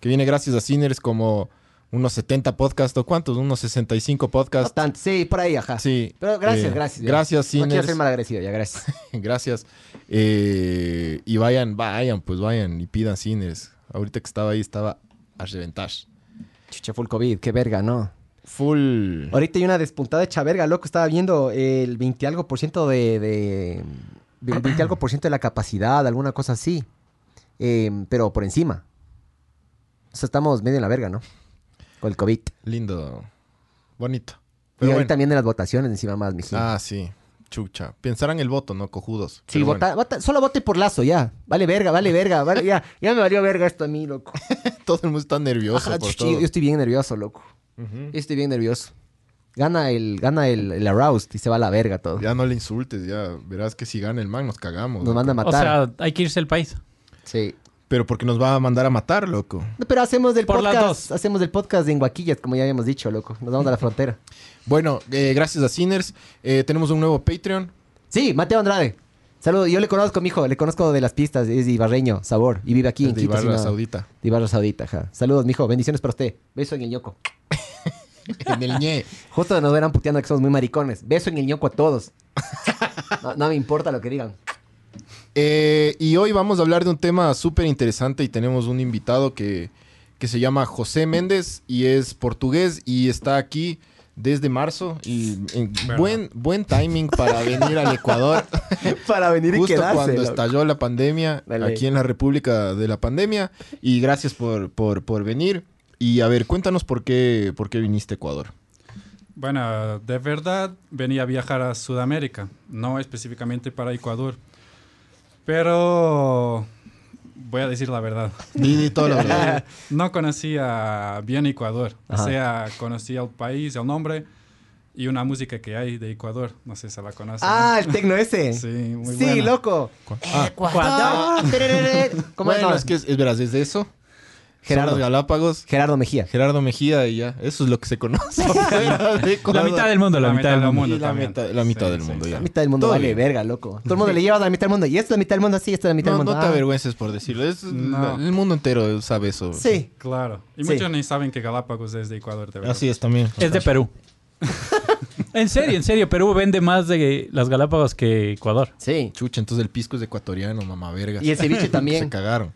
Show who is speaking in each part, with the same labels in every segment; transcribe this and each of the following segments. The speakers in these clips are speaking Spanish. Speaker 1: que viene gracias a Sinners como unos 70 podcasts, ¿o cuántos? Unos 65 podcasts.
Speaker 2: Bastante, sí, por ahí, ajá.
Speaker 1: Sí.
Speaker 2: Pero gracias,
Speaker 1: Eh,
Speaker 2: gracias. ya.
Speaker 1: gracias,
Speaker 2: No quiero
Speaker 1: Sinners.
Speaker 2: ser mal agradecido, ya, gracias.
Speaker 1: Gracias. Eh, y vayan, vayan, pues vayan y pidan cines. Ahorita que estaba ahí estaba a reventar.
Speaker 2: Chucha, full COVID, qué verga, ¿no?
Speaker 1: Full.
Speaker 2: Ahorita hay una despuntada hecha verga, loco. Estaba viendo el 20 algo por ciento de. de del 20 algo por ciento de la capacidad, alguna cosa así. Eh, pero por encima. O sea, estamos medio en la verga, ¿no? Con el COVID.
Speaker 1: Lindo. Bonito.
Speaker 2: y
Speaker 1: Pero
Speaker 2: ahorita
Speaker 1: bueno.
Speaker 2: vienen las votaciones encima más, mijín.
Speaker 1: Ah, sí. Chucha. Pensarán el voto, ¿no? Cojudos.
Speaker 2: sí,
Speaker 1: Pero bueno.
Speaker 2: vota- vota- solo vote por lazo, ya. Vale verga, vale verga. vale- ya, ya me valió verga esto a mí, loco.
Speaker 1: Todo el mundo está nervioso.
Speaker 2: Ajá,
Speaker 1: por
Speaker 2: chuchi,
Speaker 1: todo.
Speaker 2: yo estoy bien nervioso, loco.
Speaker 1: Ujú.
Speaker 2: Yo estoy bien nervioso. Gana el, gana el, el aroused y se va a la verga todo.
Speaker 1: Ya no le insultes, ya. Verás que si gana el man nos cagamos.
Speaker 2: Nos manda a
Speaker 3: O
Speaker 2: matar.
Speaker 3: sea, hay que irse al país.
Speaker 2: sí.
Speaker 1: Pero porque nos va a mandar a matar, loco.
Speaker 2: No, pero hacemos del
Speaker 3: Por las
Speaker 2: podcast,
Speaker 3: dos.
Speaker 2: hacemos del podcast en Guaquillas, como ya habíamos dicho, loco. Nos vamos a la frontera.
Speaker 1: Bueno, eh, gracias a Sinners. Eh, tenemos un nuevo Patreon.
Speaker 2: Sí, Mateo Andrade. Saludos, yo le conozco, mijo, le conozco de las pistas, es ibarreño, sabor, y vive aquí en
Speaker 1: de
Speaker 2: Quito. si
Speaker 1: Ibarra
Speaker 2: no-
Speaker 1: Saudita.
Speaker 2: de Ibarra Saudita, ajá. Saludos, mijo, bendiciones para usted. Beso en el ñoco.
Speaker 1: en el ñe.
Speaker 2: Justo nos verán puteando que somos muy maricones. Beso en el ñoco a todos. No, no me importa lo que digan.
Speaker 1: Eh, y hoy vamos a hablar de un tema súper interesante y tenemos un invitado que, que se llama José Méndez y es portugués y está aquí desde marzo y en buen, buen timing para venir al Ecuador
Speaker 2: Para venir
Speaker 1: justo cuando estalló la pandemia
Speaker 2: Dale.
Speaker 1: aquí en la República de la Pandemia y gracias por, por, por venir y a ver cuéntanos por qué, por qué viniste a Ecuador.
Speaker 4: Bueno, de verdad venía a viajar a Sudamérica, no específicamente para Ecuador. Pero voy a decir la verdad.
Speaker 1: Di, di todo lo que-
Speaker 4: No conocía bien Ecuador.
Speaker 2: Ajá.
Speaker 4: O sea, conocía el país, el nombre y una música que hay de Ecuador. No sé si la conoces.
Speaker 2: Ah, el tecno ese.
Speaker 4: Sí, muy
Speaker 2: Sí,
Speaker 4: buena.
Speaker 2: loco.
Speaker 1: Ah,
Speaker 2: Ah, tererere. ¿Cómo
Speaker 1: bueno,
Speaker 2: no?
Speaker 1: es que es, es verás, desde eso, son
Speaker 2: Gerardo.
Speaker 1: las Galápagos.
Speaker 2: Gerardo Mejía.
Speaker 1: Gerardo Mejía y ya. Eso es lo que se conoce.
Speaker 3: La mitad del mundo, la, mitad del mundo.
Speaker 1: Y la
Speaker 4: también.
Speaker 1: mitad- la mitad
Speaker 4: Sí,
Speaker 1: del
Speaker 4: sí,
Speaker 1: mundo,
Speaker 4: sí.
Speaker 1: ya.
Speaker 2: La mitad del mundo
Speaker 1: Todo
Speaker 2: vale
Speaker 1: bien.
Speaker 2: verga, loco. Todo el mundo le lleva a la mitad del mundo. Y esta es la mitad del mundo, sí, esta es la mitad
Speaker 1: No,
Speaker 2: del mundo.
Speaker 1: no te
Speaker 2: Ah,
Speaker 1: avergüences por decirlo. Es-
Speaker 4: No.
Speaker 1: El mundo entero sabe eso.
Speaker 2: Sí.
Speaker 4: Claro. Y
Speaker 2: Sí.
Speaker 4: muchos ni saben que Galápagos es de Ecuador, de verdad.
Speaker 1: Así es también.
Speaker 3: Es de Perú. en serio, en serio. Perú vende más de las Galápagos que Ecuador.
Speaker 2: Sí.
Speaker 1: Chucha, entonces el pisco es ecuatoriano, mamá verga.
Speaker 2: Y el ceviche
Speaker 1: Se
Speaker 2: también.
Speaker 1: cagaron.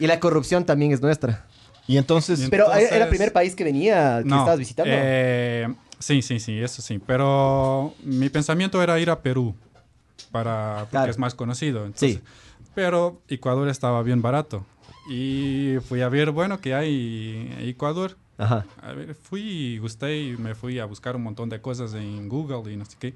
Speaker 2: Y la corrupción también es nuestra.
Speaker 1: Y entonces.
Speaker 4: Bien.
Speaker 2: Pero eh,
Speaker 4: Entonces-
Speaker 2: era el primer país que venía, que estabas visitando.
Speaker 4: eh, sí, sí, sí, eso sí. Pero mi pensamiento era ir a Perú para porque
Speaker 2: Claro.
Speaker 4: es más conocido. entonces-
Speaker 2: sí.
Speaker 4: Pero Ecuador estaba bien barato y fui a ver bueno que hay en Ecuador.
Speaker 2: Ajá.
Speaker 4: A ver, fui, y gusté y me fui a buscar un montón de cosas en Google y no sé qué.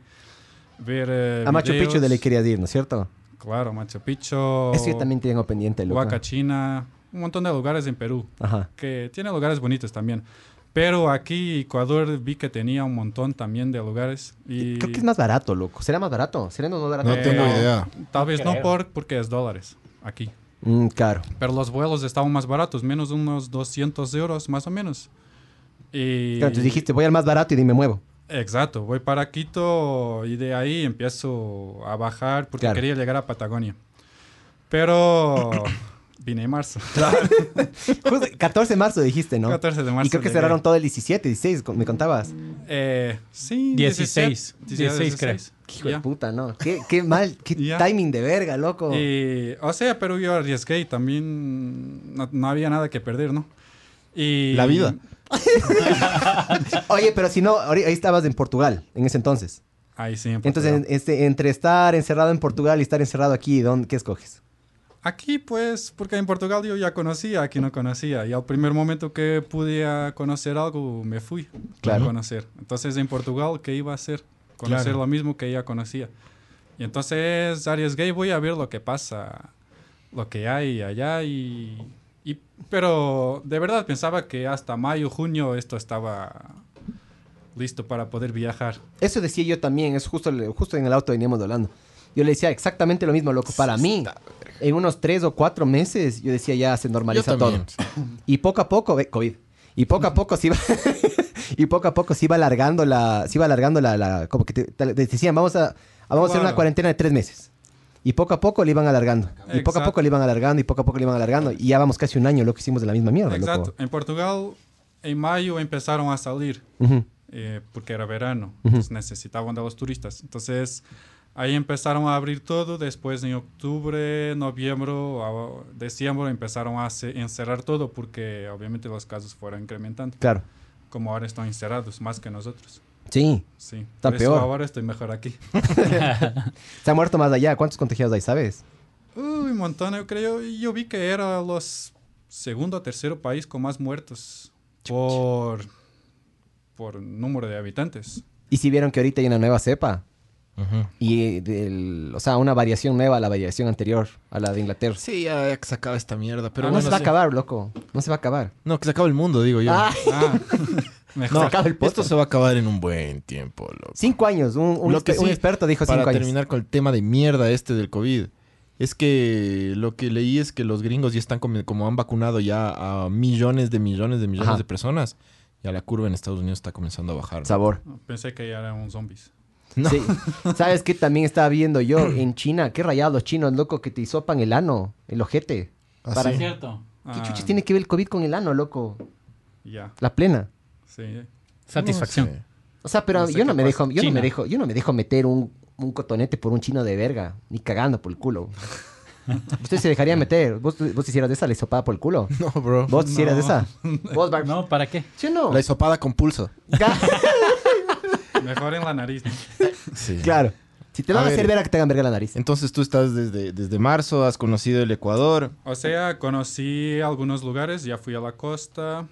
Speaker 4: Ver eh,
Speaker 2: A Machu Picchu
Speaker 4: videos.
Speaker 2: de le querías ir, ¿no es cierto?
Speaker 4: Claro, Machu
Speaker 1: Oh,
Speaker 4: Picchu.
Speaker 2: Eso yo también tengo pendiente, loco.
Speaker 4: Huacachina, un montón de lugares en Perú
Speaker 2: Ajá.
Speaker 4: que tiene lugares bonitos también. Pero aquí Ecuador vi que tenía un montón también de lugares. Y
Speaker 2: Creo que es más barato, loco. ¿Será más barato? ¿Será no más barato?
Speaker 1: No
Speaker 4: Eh,
Speaker 1: tengo
Speaker 4: no.
Speaker 1: idea.
Speaker 4: Tal vez no por, porque es dólares aquí.
Speaker 2: Mm, claro.
Speaker 4: Pero los vuelos estaban más baratos, menos unos 200 euros más o menos. Y,
Speaker 2: Claro, entonces dijiste, voy al más barato y de ahí me muevo.
Speaker 4: Exacto, voy para Quito y de ahí empiezo a bajar porque
Speaker 2: Claro.
Speaker 4: quería llegar a Patagonia. Pero vine en marzo,
Speaker 2: Justo, 14 de marzo dijiste, ¿no?
Speaker 4: 14 de marzo.
Speaker 2: Y creo que
Speaker 4: llegué.
Speaker 2: cerraron todo el 17, 16, me contabas.
Speaker 4: Eh, sí,
Speaker 3: 16, 16,
Speaker 4: 16,
Speaker 3: creo.
Speaker 2: Qué hijo de
Speaker 4: Ya.
Speaker 2: puta, ¿no? Qué, qué mal, qué
Speaker 4: Ya.
Speaker 2: timing de verga, loco.
Speaker 4: Y, o sea, pero yo arriesgué y también no, no había nada que perder, ¿no? Y,
Speaker 1: La vida.
Speaker 2: Oye, pero si no, ahori- ahí estabas en Portugal, en ese entonces.
Speaker 4: Ahí sí. en
Speaker 2: Entonces,
Speaker 4: Portugal.
Speaker 2: en- este, entre estar encerrado en Portugal y estar encerrado aquí, ¿dónde, ¿qué escoges?
Speaker 4: Aquí, pues, porque en Portugal yo ya conocía, aquí no conocía. Y al primer momento que pude conocer algo, me fui
Speaker 2: Claro.
Speaker 4: a conocer. Entonces, en Portugal, ¿qué iba a hacer? Conocer
Speaker 1: Claro.
Speaker 4: lo mismo que ya conocía. Y entonces arriesgué y voy a ver lo que pasa, lo que hay allá y Y, pero de verdad pensaba que hasta mayo, junio esto estaba listo para poder viajar.
Speaker 2: Eso decía yo también, es justo, el- justo en el auto veníamos hablando. Yo le decía exactamente lo mismo, loco. Para mí, en unos tres o cuatro meses, yo decía ya se normaliza
Speaker 1: Yo
Speaker 2: todo.
Speaker 1: también.
Speaker 2: Y poco a poco, ve, COVID. Y poco a poco se iba. y poco a poco se iba alargando la. Se iba alargando la. la- como que te, te decían, vamos a, vamos a hacer una
Speaker 4: Claro.
Speaker 2: cuarentena de tres meses. Y poco a poco le iban alargando. Y poco a
Speaker 4: Exacto.
Speaker 2: poco le iban alargando. Y poco a poco le iban alargando. Y ya vamos casi un año, lo que hicimos de la misma mierda,
Speaker 4: Exacto.
Speaker 2: loco.
Speaker 4: En Portugal, en mayo empezaron a salir.
Speaker 2: Ujú.
Speaker 4: eh, porque era verano, entonces necesitaban de los turistas. Entonces ahí empezaron a abrir todo, después en octubre, noviembre, o diciembre empezaron a ce- encerrar todo porque obviamente los casos fueron incrementando,
Speaker 2: Claro.
Speaker 4: como ahora están encerrados más que nosotros.
Speaker 2: Sí.
Speaker 4: Sí,
Speaker 2: Está
Speaker 4: por
Speaker 2: peor.
Speaker 4: eso ahora estoy mejor aquí.
Speaker 2: Se ha muerto más allá. ¿Cuántos contagiados hay, sabes?
Speaker 4: Uy, un montón, yo creo, yo vi que era los segundo o tercero país con más muertos por, por número de habitantes.
Speaker 2: Y si vieron que ahorita hay una nueva cepa. Y eh, del- o sea, una variación nueva a la variación anterior, a la de Inglaterra.
Speaker 1: Sí, ya, ya que se acaba esta mierda. Pero
Speaker 2: Ah, no
Speaker 1: bueno,
Speaker 2: se va a
Speaker 1: sí.
Speaker 2: acabar, loco. No se va a acabar.
Speaker 1: No, que se acaba el mundo, digo yo.
Speaker 2: Ah,
Speaker 4: Ah,
Speaker 1: no,
Speaker 4: mejor.
Speaker 2: acaba el
Speaker 1: esto
Speaker 2: podcast.
Speaker 1: se va a acabar en un buen tiempo, loco.
Speaker 2: cinco años. Un, un
Speaker 1: Lo que
Speaker 2: exper- un
Speaker 1: sí,
Speaker 2: experto dijo
Speaker 1: Para
Speaker 2: cinco años.
Speaker 1: terminar con el tema de mierda este del COVID, es que lo que leí es que los gringos ya están comi- como, han vacunado ya a millones de millones de millones
Speaker 2: Ajá.
Speaker 1: de personas, ya la curva en Estados Unidos está comenzando a bajar.
Speaker 2: Sabor.
Speaker 4: Pensé que ya eran zombies.
Speaker 1: No.
Speaker 2: Sí. ¿Sabes qué también estaba viendo yo en China? Qué rayados los chinos, loco, que te hisopan el ano, el ojete.
Speaker 1: ¿Ah,
Speaker 2: Para-
Speaker 1: sí?
Speaker 2: ¿Qué
Speaker 3: Cierto.
Speaker 4: Ah,
Speaker 2: chuches tiene que ver el COVID con el ano, loco?
Speaker 4: Ya,
Speaker 2: La plena.
Speaker 4: sí.
Speaker 3: Satisfacción.
Speaker 1: No sé.
Speaker 2: O sea, pero
Speaker 4: No sé
Speaker 2: yo no
Speaker 4: qué
Speaker 2: me
Speaker 4: pasa.
Speaker 2: dejo, yo no me
Speaker 3: China.
Speaker 2: dejo, yo no me dejo meter un, un cotonete por un chino de verga, ni cagando por el culo. Usted se dejaría meter, vos, vos hicieras de esa la hisopada por el culo.
Speaker 1: No, bro.
Speaker 2: Vos hicieras de esa. Vos, Barb.
Speaker 3: No, ¿para qué?
Speaker 2: ¿Sí o no?
Speaker 1: La hisopada con pulso.
Speaker 4: Mejor en la nariz. ¿no?
Speaker 1: Sí.
Speaker 2: claro. Si te van
Speaker 1: A
Speaker 2: a,
Speaker 1: ver.
Speaker 2: hacer ver a que te hagan verga la nariz.
Speaker 1: Entonces tú estás desde, desde marzo, has conocido el Ecuador.
Speaker 4: O sea, conocí algunos lugares, ya fui a la costa.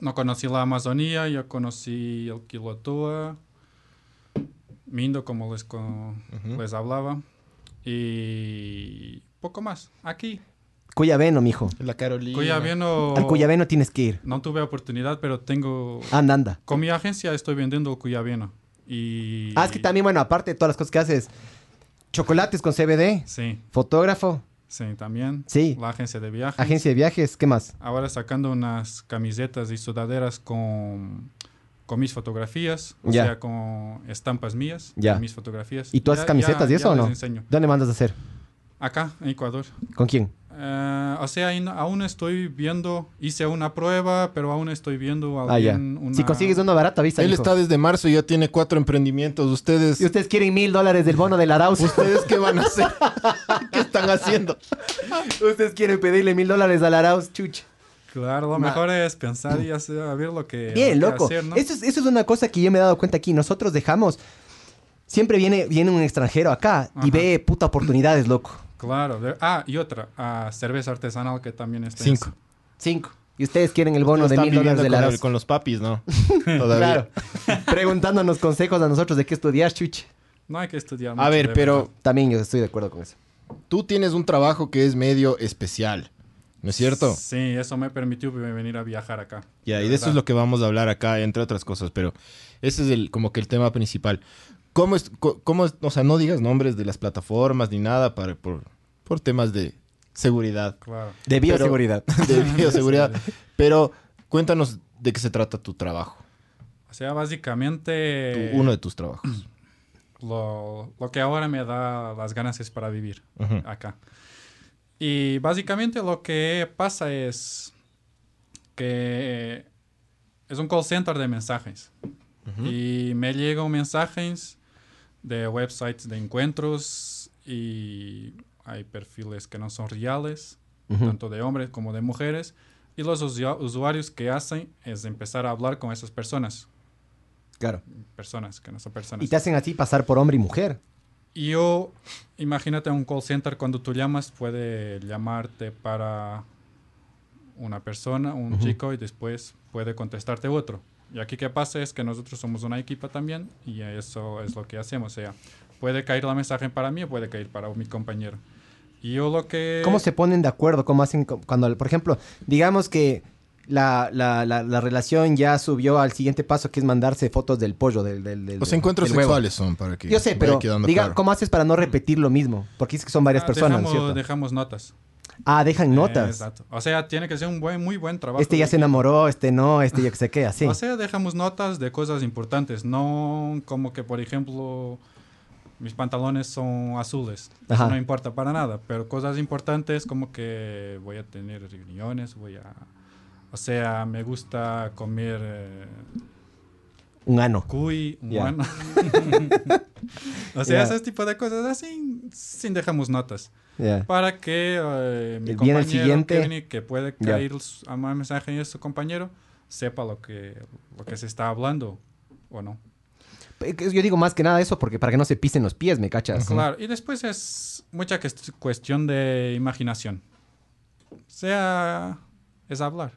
Speaker 4: No conocí la Amazonía, ya conocí el Quilotoa, Mindo, como les, con- les hablaba. Y poco más. Aquí.
Speaker 2: Cuyaveno, mijo.
Speaker 1: La Carolina.
Speaker 4: Cuyaveno.
Speaker 2: Al Ah. Cuyaveno tienes que ir.
Speaker 4: No tuve oportunidad, pero tengo.
Speaker 2: Anda, anda.
Speaker 4: Con mi agencia estoy vendiendo el Cuyaveno. Y.
Speaker 2: Ah, es que también, bueno, aparte de todas las cosas que haces, chocolates con CBD,
Speaker 4: Sí,
Speaker 2: fotógrafo,
Speaker 4: sí, también.
Speaker 2: Sí.
Speaker 4: La agencia de viajes.
Speaker 2: agencia de viajes, ¿qué más?
Speaker 4: ahora sacando unas camisetas y sudaderas con, con mis fotografías, o
Speaker 2: Ya.
Speaker 4: sea, con estampas mías,
Speaker 2: Ya.
Speaker 4: con mis fotografías.
Speaker 2: ¿Y tú haces
Speaker 4: Ya-
Speaker 2: camisetas
Speaker 4: ya-
Speaker 2: y eso
Speaker 4: ya
Speaker 2: o no?
Speaker 4: les enseño.
Speaker 2: ¿Dónde mandas a hacer?
Speaker 4: Acá, en Ecuador.
Speaker 2: ¿Con quién?
Speaker 4: Eh, o sea, aún- aún estoy viendo, hice una prueba, pero aún estoy viendo
Speaker 2: Ah, ya.
Speaker 4: alguien, una-
Speaker 2: Si consigues uno barato, avisa.
Speaker 1: Él
Speaker 2: mijo.
Speaker 1: está desde marzo y ya tiene cuatro emprendimientos. Ustedes,
Speaker 2: Si ustedes quieren mil dólares del bono del Arauzo,
Speaker 1: ¿ustedes qué van a hacer? ¿Qué están haciendo?
Speaker 2: ustedes quieren pedirle mil dólares al Arauz, chucha.
Speaker 4: Claro, lo
Speaker 2: Ma-
Speaker 4: mejor es pensar y hacer, a ver lo Eh, que...
Speaker 2: Bien,
Speaker 4: lo que
Speaker 2: loco.
Speaker 4: hacer, ¿no?
Speaker 2: eso, es, eso es una cosa que yo me he dado cuenta aquí. Nosotros dejamos. Siempre viene, viene un extranjero acá y
Speaker 4: Ajá.
Speaker 2: ve puta oportunidades, loco.
Speaker 4: Claro. de- Ah, y otra, ah, cerveza artesanal que también está...
Speaker 1: Cinco.
Speaker 2: Cinco. Y ustedes quieren el bono de
Speaker 1: Están
Speaker 2: mil dólares
Speaker 1: viviendo
Speaker 2: del
Speaker 1: con,
Speaker 2: Arauz.
Speaker 1: el- con los papis, ¿no? Todavía.
Speaker 2: Claro. Preguntándonos consejos a nosotros de qué estudiar, chuche.
Speaker 4: No hay que estudiar
Speaker 1: A
Speaker 4: mucho,
Speaker 1: ver,
Speaker 4: de
Speaker 1: pero
Speaker 4: verdad.
Speaker 2: También yo estoy de acuerdo con eso.
Speaker 1: tú tienes un trabajo que es medio especial, ¿no es cierto?
Speaker 4: Sí, eso me permitió venir a viajar acá.
Speaker 1: Ya, y de eso es lo que vamos a hablar acá, entre otras cosas, pero ese es el, como que el tema principal. ¿Cómo es, co- cómo es- o sea, no digas nombres de las plataformas ni nada para, por, por temas de seguridad,
Speaker 4: Claro.
Speaker 2: De
Speaker 1: bioseguridad. de bioseguridad, pero cuéntanos de qué se trata tu trabajo,
Speaker 4: O sea,
Speaker 1: tu-
Speaker 4: básicamente
Speaker 1: uno de tus trabajos.
Speaker 4: lo, lo que ahora me da las ganancias para vivir
Speaker 1: Ujú.
Speaker 4: acá. Y básicamente lo que pasa es que eh, es un call center de mensajes. Y me llegan mensajes de websites de encuentros y hay perfiles que no son reales, tanto de hombres como de mujeres. Y los usu- usuarios que hacen es empezar a hablar con esas personas.
Speaker 2: Claro.
Speaker 4: Personas que no son personas.
Speaker 2: Y te hacen así pasar por hombre y mujer.
Speaker 4: Y yo, imagínate un call center cuando tú llamas, puede llamarte para una persona, un chico, y después puede contestarte otro. Y aquí que pasa es que nosotros somos una equipa también, y eso es lo que hacemos. O sea, puede caer la mensaje para mí o puede caer para mi compañero. Y yo lo
Speaker 1: Eh.
Speaker 4: que...
Speaker 2: ¿Cómo se ponen de acuerdo? ¿Cómo hacen cu- cuando, por ejemplo, digamos que la, la- la- la relación ya subió al siguiente paso, que es mandarse fotos del pollo, del, del, del-
Speaker 1: Los
Speaker 2: del-
Speaker 1: encuentros
Speaker 2: del huevo?
Speaker 1: sexuales son para que.
Speaker 2: Yo sé,
Speaker 1: vaya
Speaker 2: pero
Speaker 1: quedando
Speaker 2: diga,
Speaker 1: claro.
Speaker 2: ¿cómo haces para no repetir lo mismo? Porque es que son varias
Speaker 4: Ah,
Speaker 2: personas,
Speaker 4: dejamos,
Speaker 2: ¿cierto?
Speaker 4: dejamos notas.
Speaker 2: Ah, dejan
Speaker 4: Eh,
Speaker 2: notas.
Speaker 4: exacto. O sea, tiene que ser un buen, muy buen trabajo.
Speaker 2: este ya
Speaker 4: de
Speaker 2: se enamoró, este no, este yo que sé qué, así.
Speaker 4: O sea, dejamos notas de cosas importantes, no como que, por ejemplo, mis pantalones son azules.
Speaker 2: Ajá.
Speaker 4: Eso no importa para nada, pero cosas importantes como que voy a tener reuniones, voy a... O sea, me gusta comer eh,
Speaker 2: Un ano.
Speaker 4: cuy, un
Speaker 2: Ya.
Speaker 4: guano. o sea,
Speaker 2: Ya.
Speaker 4: ese tipo de cosas así, sin dejamos notas.
Speaker 2: Ya.
Speaker 4: Para que eh, mi
Speaker 2: El- viene el
Speaker 4: compañero
Speaker 2: siguiente.
Speaker 4: Kevin, que puede
Speaker 2: Ya.
Speaker 4: caer su- a más mensaje a su compañero, sepa lo que, lo que se está hablando o no.
Speaker 2: Eh, que Yo digo más que nada eso porque para que no se pisen los pies, ¿me cachas?
Speaker 4: Claro, y después es mucha cuest- cuestión de imaginación. O sea, es hablar.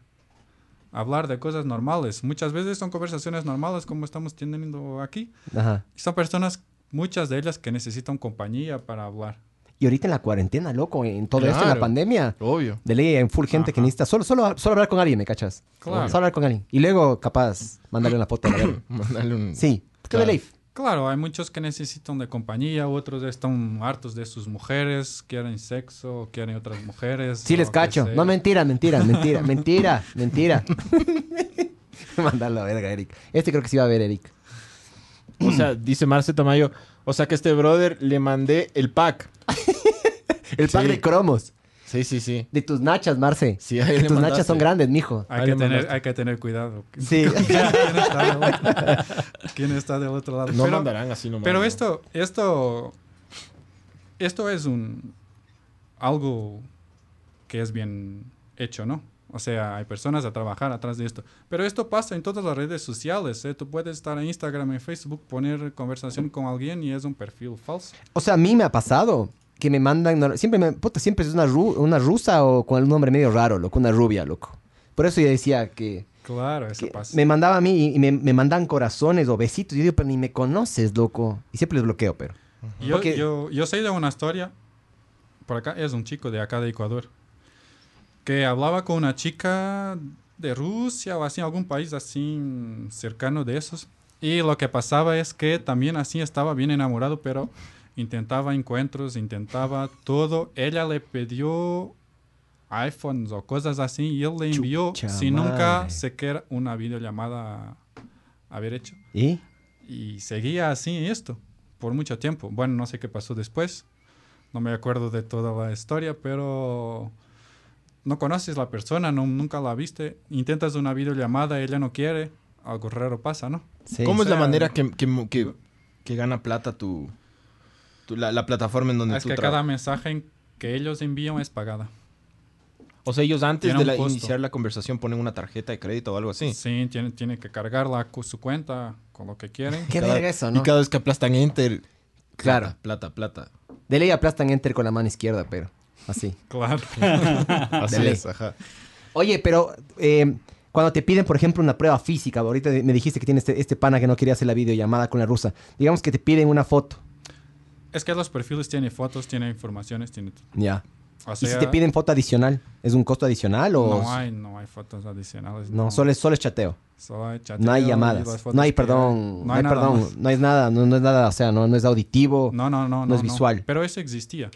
Speaker 4: Hablar de cosas normales. Muchas veces son conversaciones normales como estamos teniendo aquí.
Speaker 2: Ajá.
Speaker 4: Son personas, muchas de ellas, que necesitan compañía para hablar.
Speaker 2: Y ahorita en la cuarentena, loco, en todo esto, en la
Speaker 1: Claro.
Speaker 2: pandemia,
Speaker 1: Obvio.
Speaker 2: de ley en full gente que
Speaker 4: Ajá.
Speaker 2: necesita solo, solo, solo hablar con alguien, ¿me cachas?
Speaker 4: Claro.
Speaker 2: Solo hablar con alguien. Y luego, capaz, mandarle una foto. a la verga.
Speaker 1: Mandarle un-
Speaker 2: sí. Es que de
Speaker 1: Claro.
Speaker 2: ley.
Speaker 4: Claro, hay muchos que necesitan de compañía, otros están hartos de sus mujeres, quieren sexo, quieren otras mujeres.
Speaker 2: Sí
Speaker 4: o
Speaker 2: les
Speaker 4: que
Speaker 2: cacho.
Speaker 4: sea.
Speaker 2: No, mentira, mentira, mentira, mentira, mentira. Mandarlo a verga, Eric. Este creo que sí va a ver, Eric.
Speaker 1: O sea, dice Marce Tamayo. O sea que este brother le mandé el pack.
Speaker 2: El pack
Speaker 1: Sí.
Speaker 2: de cromos.
Speaker 1: Sí, sí, sí.
Speaker 2: De tus nachas, Marce.
Speaker 1: Sí, ahí
Speaker 2: Que
Speaker 1: le
Speaker 2: tus
Speaker 1: mandaste.
Speaker 2: nachas son grandes, mijo.
Speaker 4: Hay
Speaker 1: Ahí
Speaker 4: que,
Speaker 1: le
Speaker 4: tener,
Speaker 1: mandaste.
Speaker 4: hay que tener cuidado.
Speaker 2: Sí.
Speaker 4: ¿Quién está del otro, quién está del otro lado?
Speaker 1: No
Speaker 4: pero,
Speaker 1: mandarán así nomás.
Speaker 4: pero
Speaker 1: ¿no?
Speaker 4: esto, esto, esto es un algo que es bien hecho, ¿no? O sea, hay personas a trabajar atrás de esto. Pero esto pasa en todas las redes sociales. ¿eh? Tú puedes estar en Instagram, en Facebook, poner conversación con alguien y es un perfil falso.
Speaker 2: O sea, a mí me ha pasado que me mandan. no, Siempre me- puta, siempre es una, ru- una rusa o con un nombre medio raro, loco. Una rubia, loco. Por eso yo decía que.
Speaker 4: Claro, eso
Speaker 2: que
Speaker 4: pasa.
Speaker 2: me mandaba a mí y- y me, me mandan corazones o besitos. Yo digo, pero ni me conoces, loco. Y siempre les bloqueo, pero.
Speaker 4: Yo,
Speaker 2: Porque-
Speaker 4: yo, yo sé de una historia, por acá, es un chico de acá de Ecuador, que hablaba con una chica de Rusia o así, algún país así cercano de esos. Y lo que pasaba es que también así estaba bien enamorado, pero intentaba encuentros, intentaba todo. Ella le pidió iPhones o cosas así y él le envió
Speaker 2: Chucha
Speaker 4: sin nunca
Speaker 2: madre.
Speaker 4: siquiera una videollamada haber hecho.
Speaker 2: ¿Y?
Speaker 4: Y seguía así esto por mucho tiempo. Bueno, no sé qué pasó después. No me acuerdo de toda la historia, pero no conoces la persona, no, nunca la viste. Intentas una videollamada, ella no quiere. Algo raro pasa, ¿no?
Speaker 2: Sí.
Speaker 1: ¿Cómo es la
Speaker 4: sea-
Speaker 1: manera que, que- que- que gana plata tu, tu- la, la plataforma en donde
Speaker 4: Es
Speaker 1: tú
Speaker 4: que cada
Speaker 1: trabajas?
Speaker 4: mensaje que ellos envían es pagada.
Speaker 1: O sea, ellos antes
Speaker 4: tiene
Speaker 1: de
Speaker 4: un
Speaker 1: la-
Speaker 4: costo.
Speaker 1: iniciar la conversación ponen una tarjeta de crédito o algo así.
Speaker 4: Sí, tiene, tiene que cargarla con su cuenta, con lo que quieren.
Speaker 2: Qué
Speaker 1: Cada-
Speaker 2: verga eso, ¿no?
Speaker 1: Y cada vez que aplastan enter,
Speaker 2: Claro.
Speaker 1: plata, plata, plata.
Speaker 2: De ley aplastan enter con la mano izquierda, pero. Así.
Speaker 4: Claro.
Speaker 1: Así
Speaker 2: ley.
Speaker 1: es, ajá.
Speaker 2: Oye, pero eh, cuando te piden, por ejemplo, una prueba física, ahorita me dijiste que tienes este, este pana que no quería hacer la videollamada con la rusa. Digamos que te piden una foto.
Speaker 4: Es que los perfiles tienen fotos, tienen informaciones, tienen...
Speaker 2: Ya.
Speaker 4: O
Speaker 2: ¿Y si
Speaker 4: sea,
Speaker 2: te piden foto adicional? ¿Es un costo adicional o.?
Speaker 4: No hay, no hay fotos adicionales.
Speaker 2: No, solo es, solo es chateo.
Speaker 4: Solo hay eh, chateo
Speaker 2: No hay
Speaker 4: y
Speaker 2: llamadas.
Speaker 4: las fotos
Speaker 2: No hay
Speaker 4: que
Speaker 2: perdón. No hay,
Speaker 4: nada
Speaker 2: perdón.
Speaker 4: más.
Speaker 2: No es nada. No, no es nada. O sea, no, no es auditivo.
Speaker 4: No, no, no.
Speaker 2: No es visual.
Speaker 4: Pero eso existía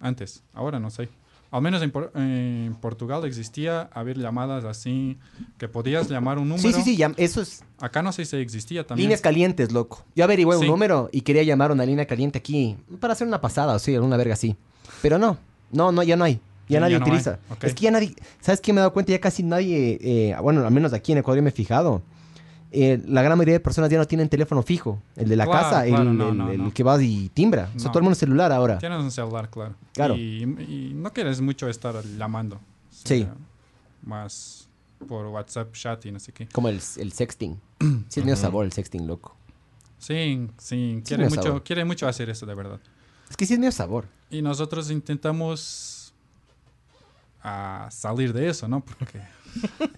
Speaker 4: antes. Ahora no sé. Al menos en, Por- en Portugal existía haber llamadas así que podías llamar un número.
Speaker 2: sí, sí, sí. llam- eso es.
Speaker 4: Acá no sé si existía también.
Speaker 2: Líneas calientes, loco. Yo averigué un
Speaker 4: Sí.
Speaker 2: número y quería llamar a una línea caliente aquí para hacer una pasada o sí, alguna verga así. Pero no, no, no, ya no hay. Ya
Speaker 4: Ya
Speaker 2: nadie
Speaker 4: no hay,
Speaker 2: utiliza.
Speaker 4: ok.
Speaker 2: Es que ya nadie. ¿Sabes qué me he dado cuenta? Ya casi nadie. eh, bueno, al menos aquí en Ecuador yo me he fijado. Eh, la gran mayoría de personas ya no tienen teléfono fijo. El de la
Speaker 4: Claro,
Speaker 2: casa, el-
Speaker 4: claro,
Speaker 2: el,
Speaker 4: no, no,
Speaker 2: el
Speaker 4: no.
Speaker 2: que vas y timbra. O sea,
Speaker 4: No.
Speaker 2: todo el mundo es celular ahora.
Speaker 4: Tienes un celular, claro.
Speaker 2: Claro.
Speaker 4: Y, y no quieres mucho estar llamando. O
Speaker 2: Sí.
Speaker 4: sea, Más por WhatsApp, chat y no sé qué.
Speaker 2: Como el, el sexting. Sí, es medio sabor el sexting, loco.
Speaker 4: Sí, sí.
Speaker 2: no
Speaker 4: Quiere,
Speaker 2: es
Speaker 4: mucho,
Speaker 2: sabor.
Speaker 4: quiere mucho hacer eso, de verdad.
Speaker 2: Es que sí es medio sabor.
Speaker 4: Y nosotros intentamos ah, salir de eso, ¿no? Porque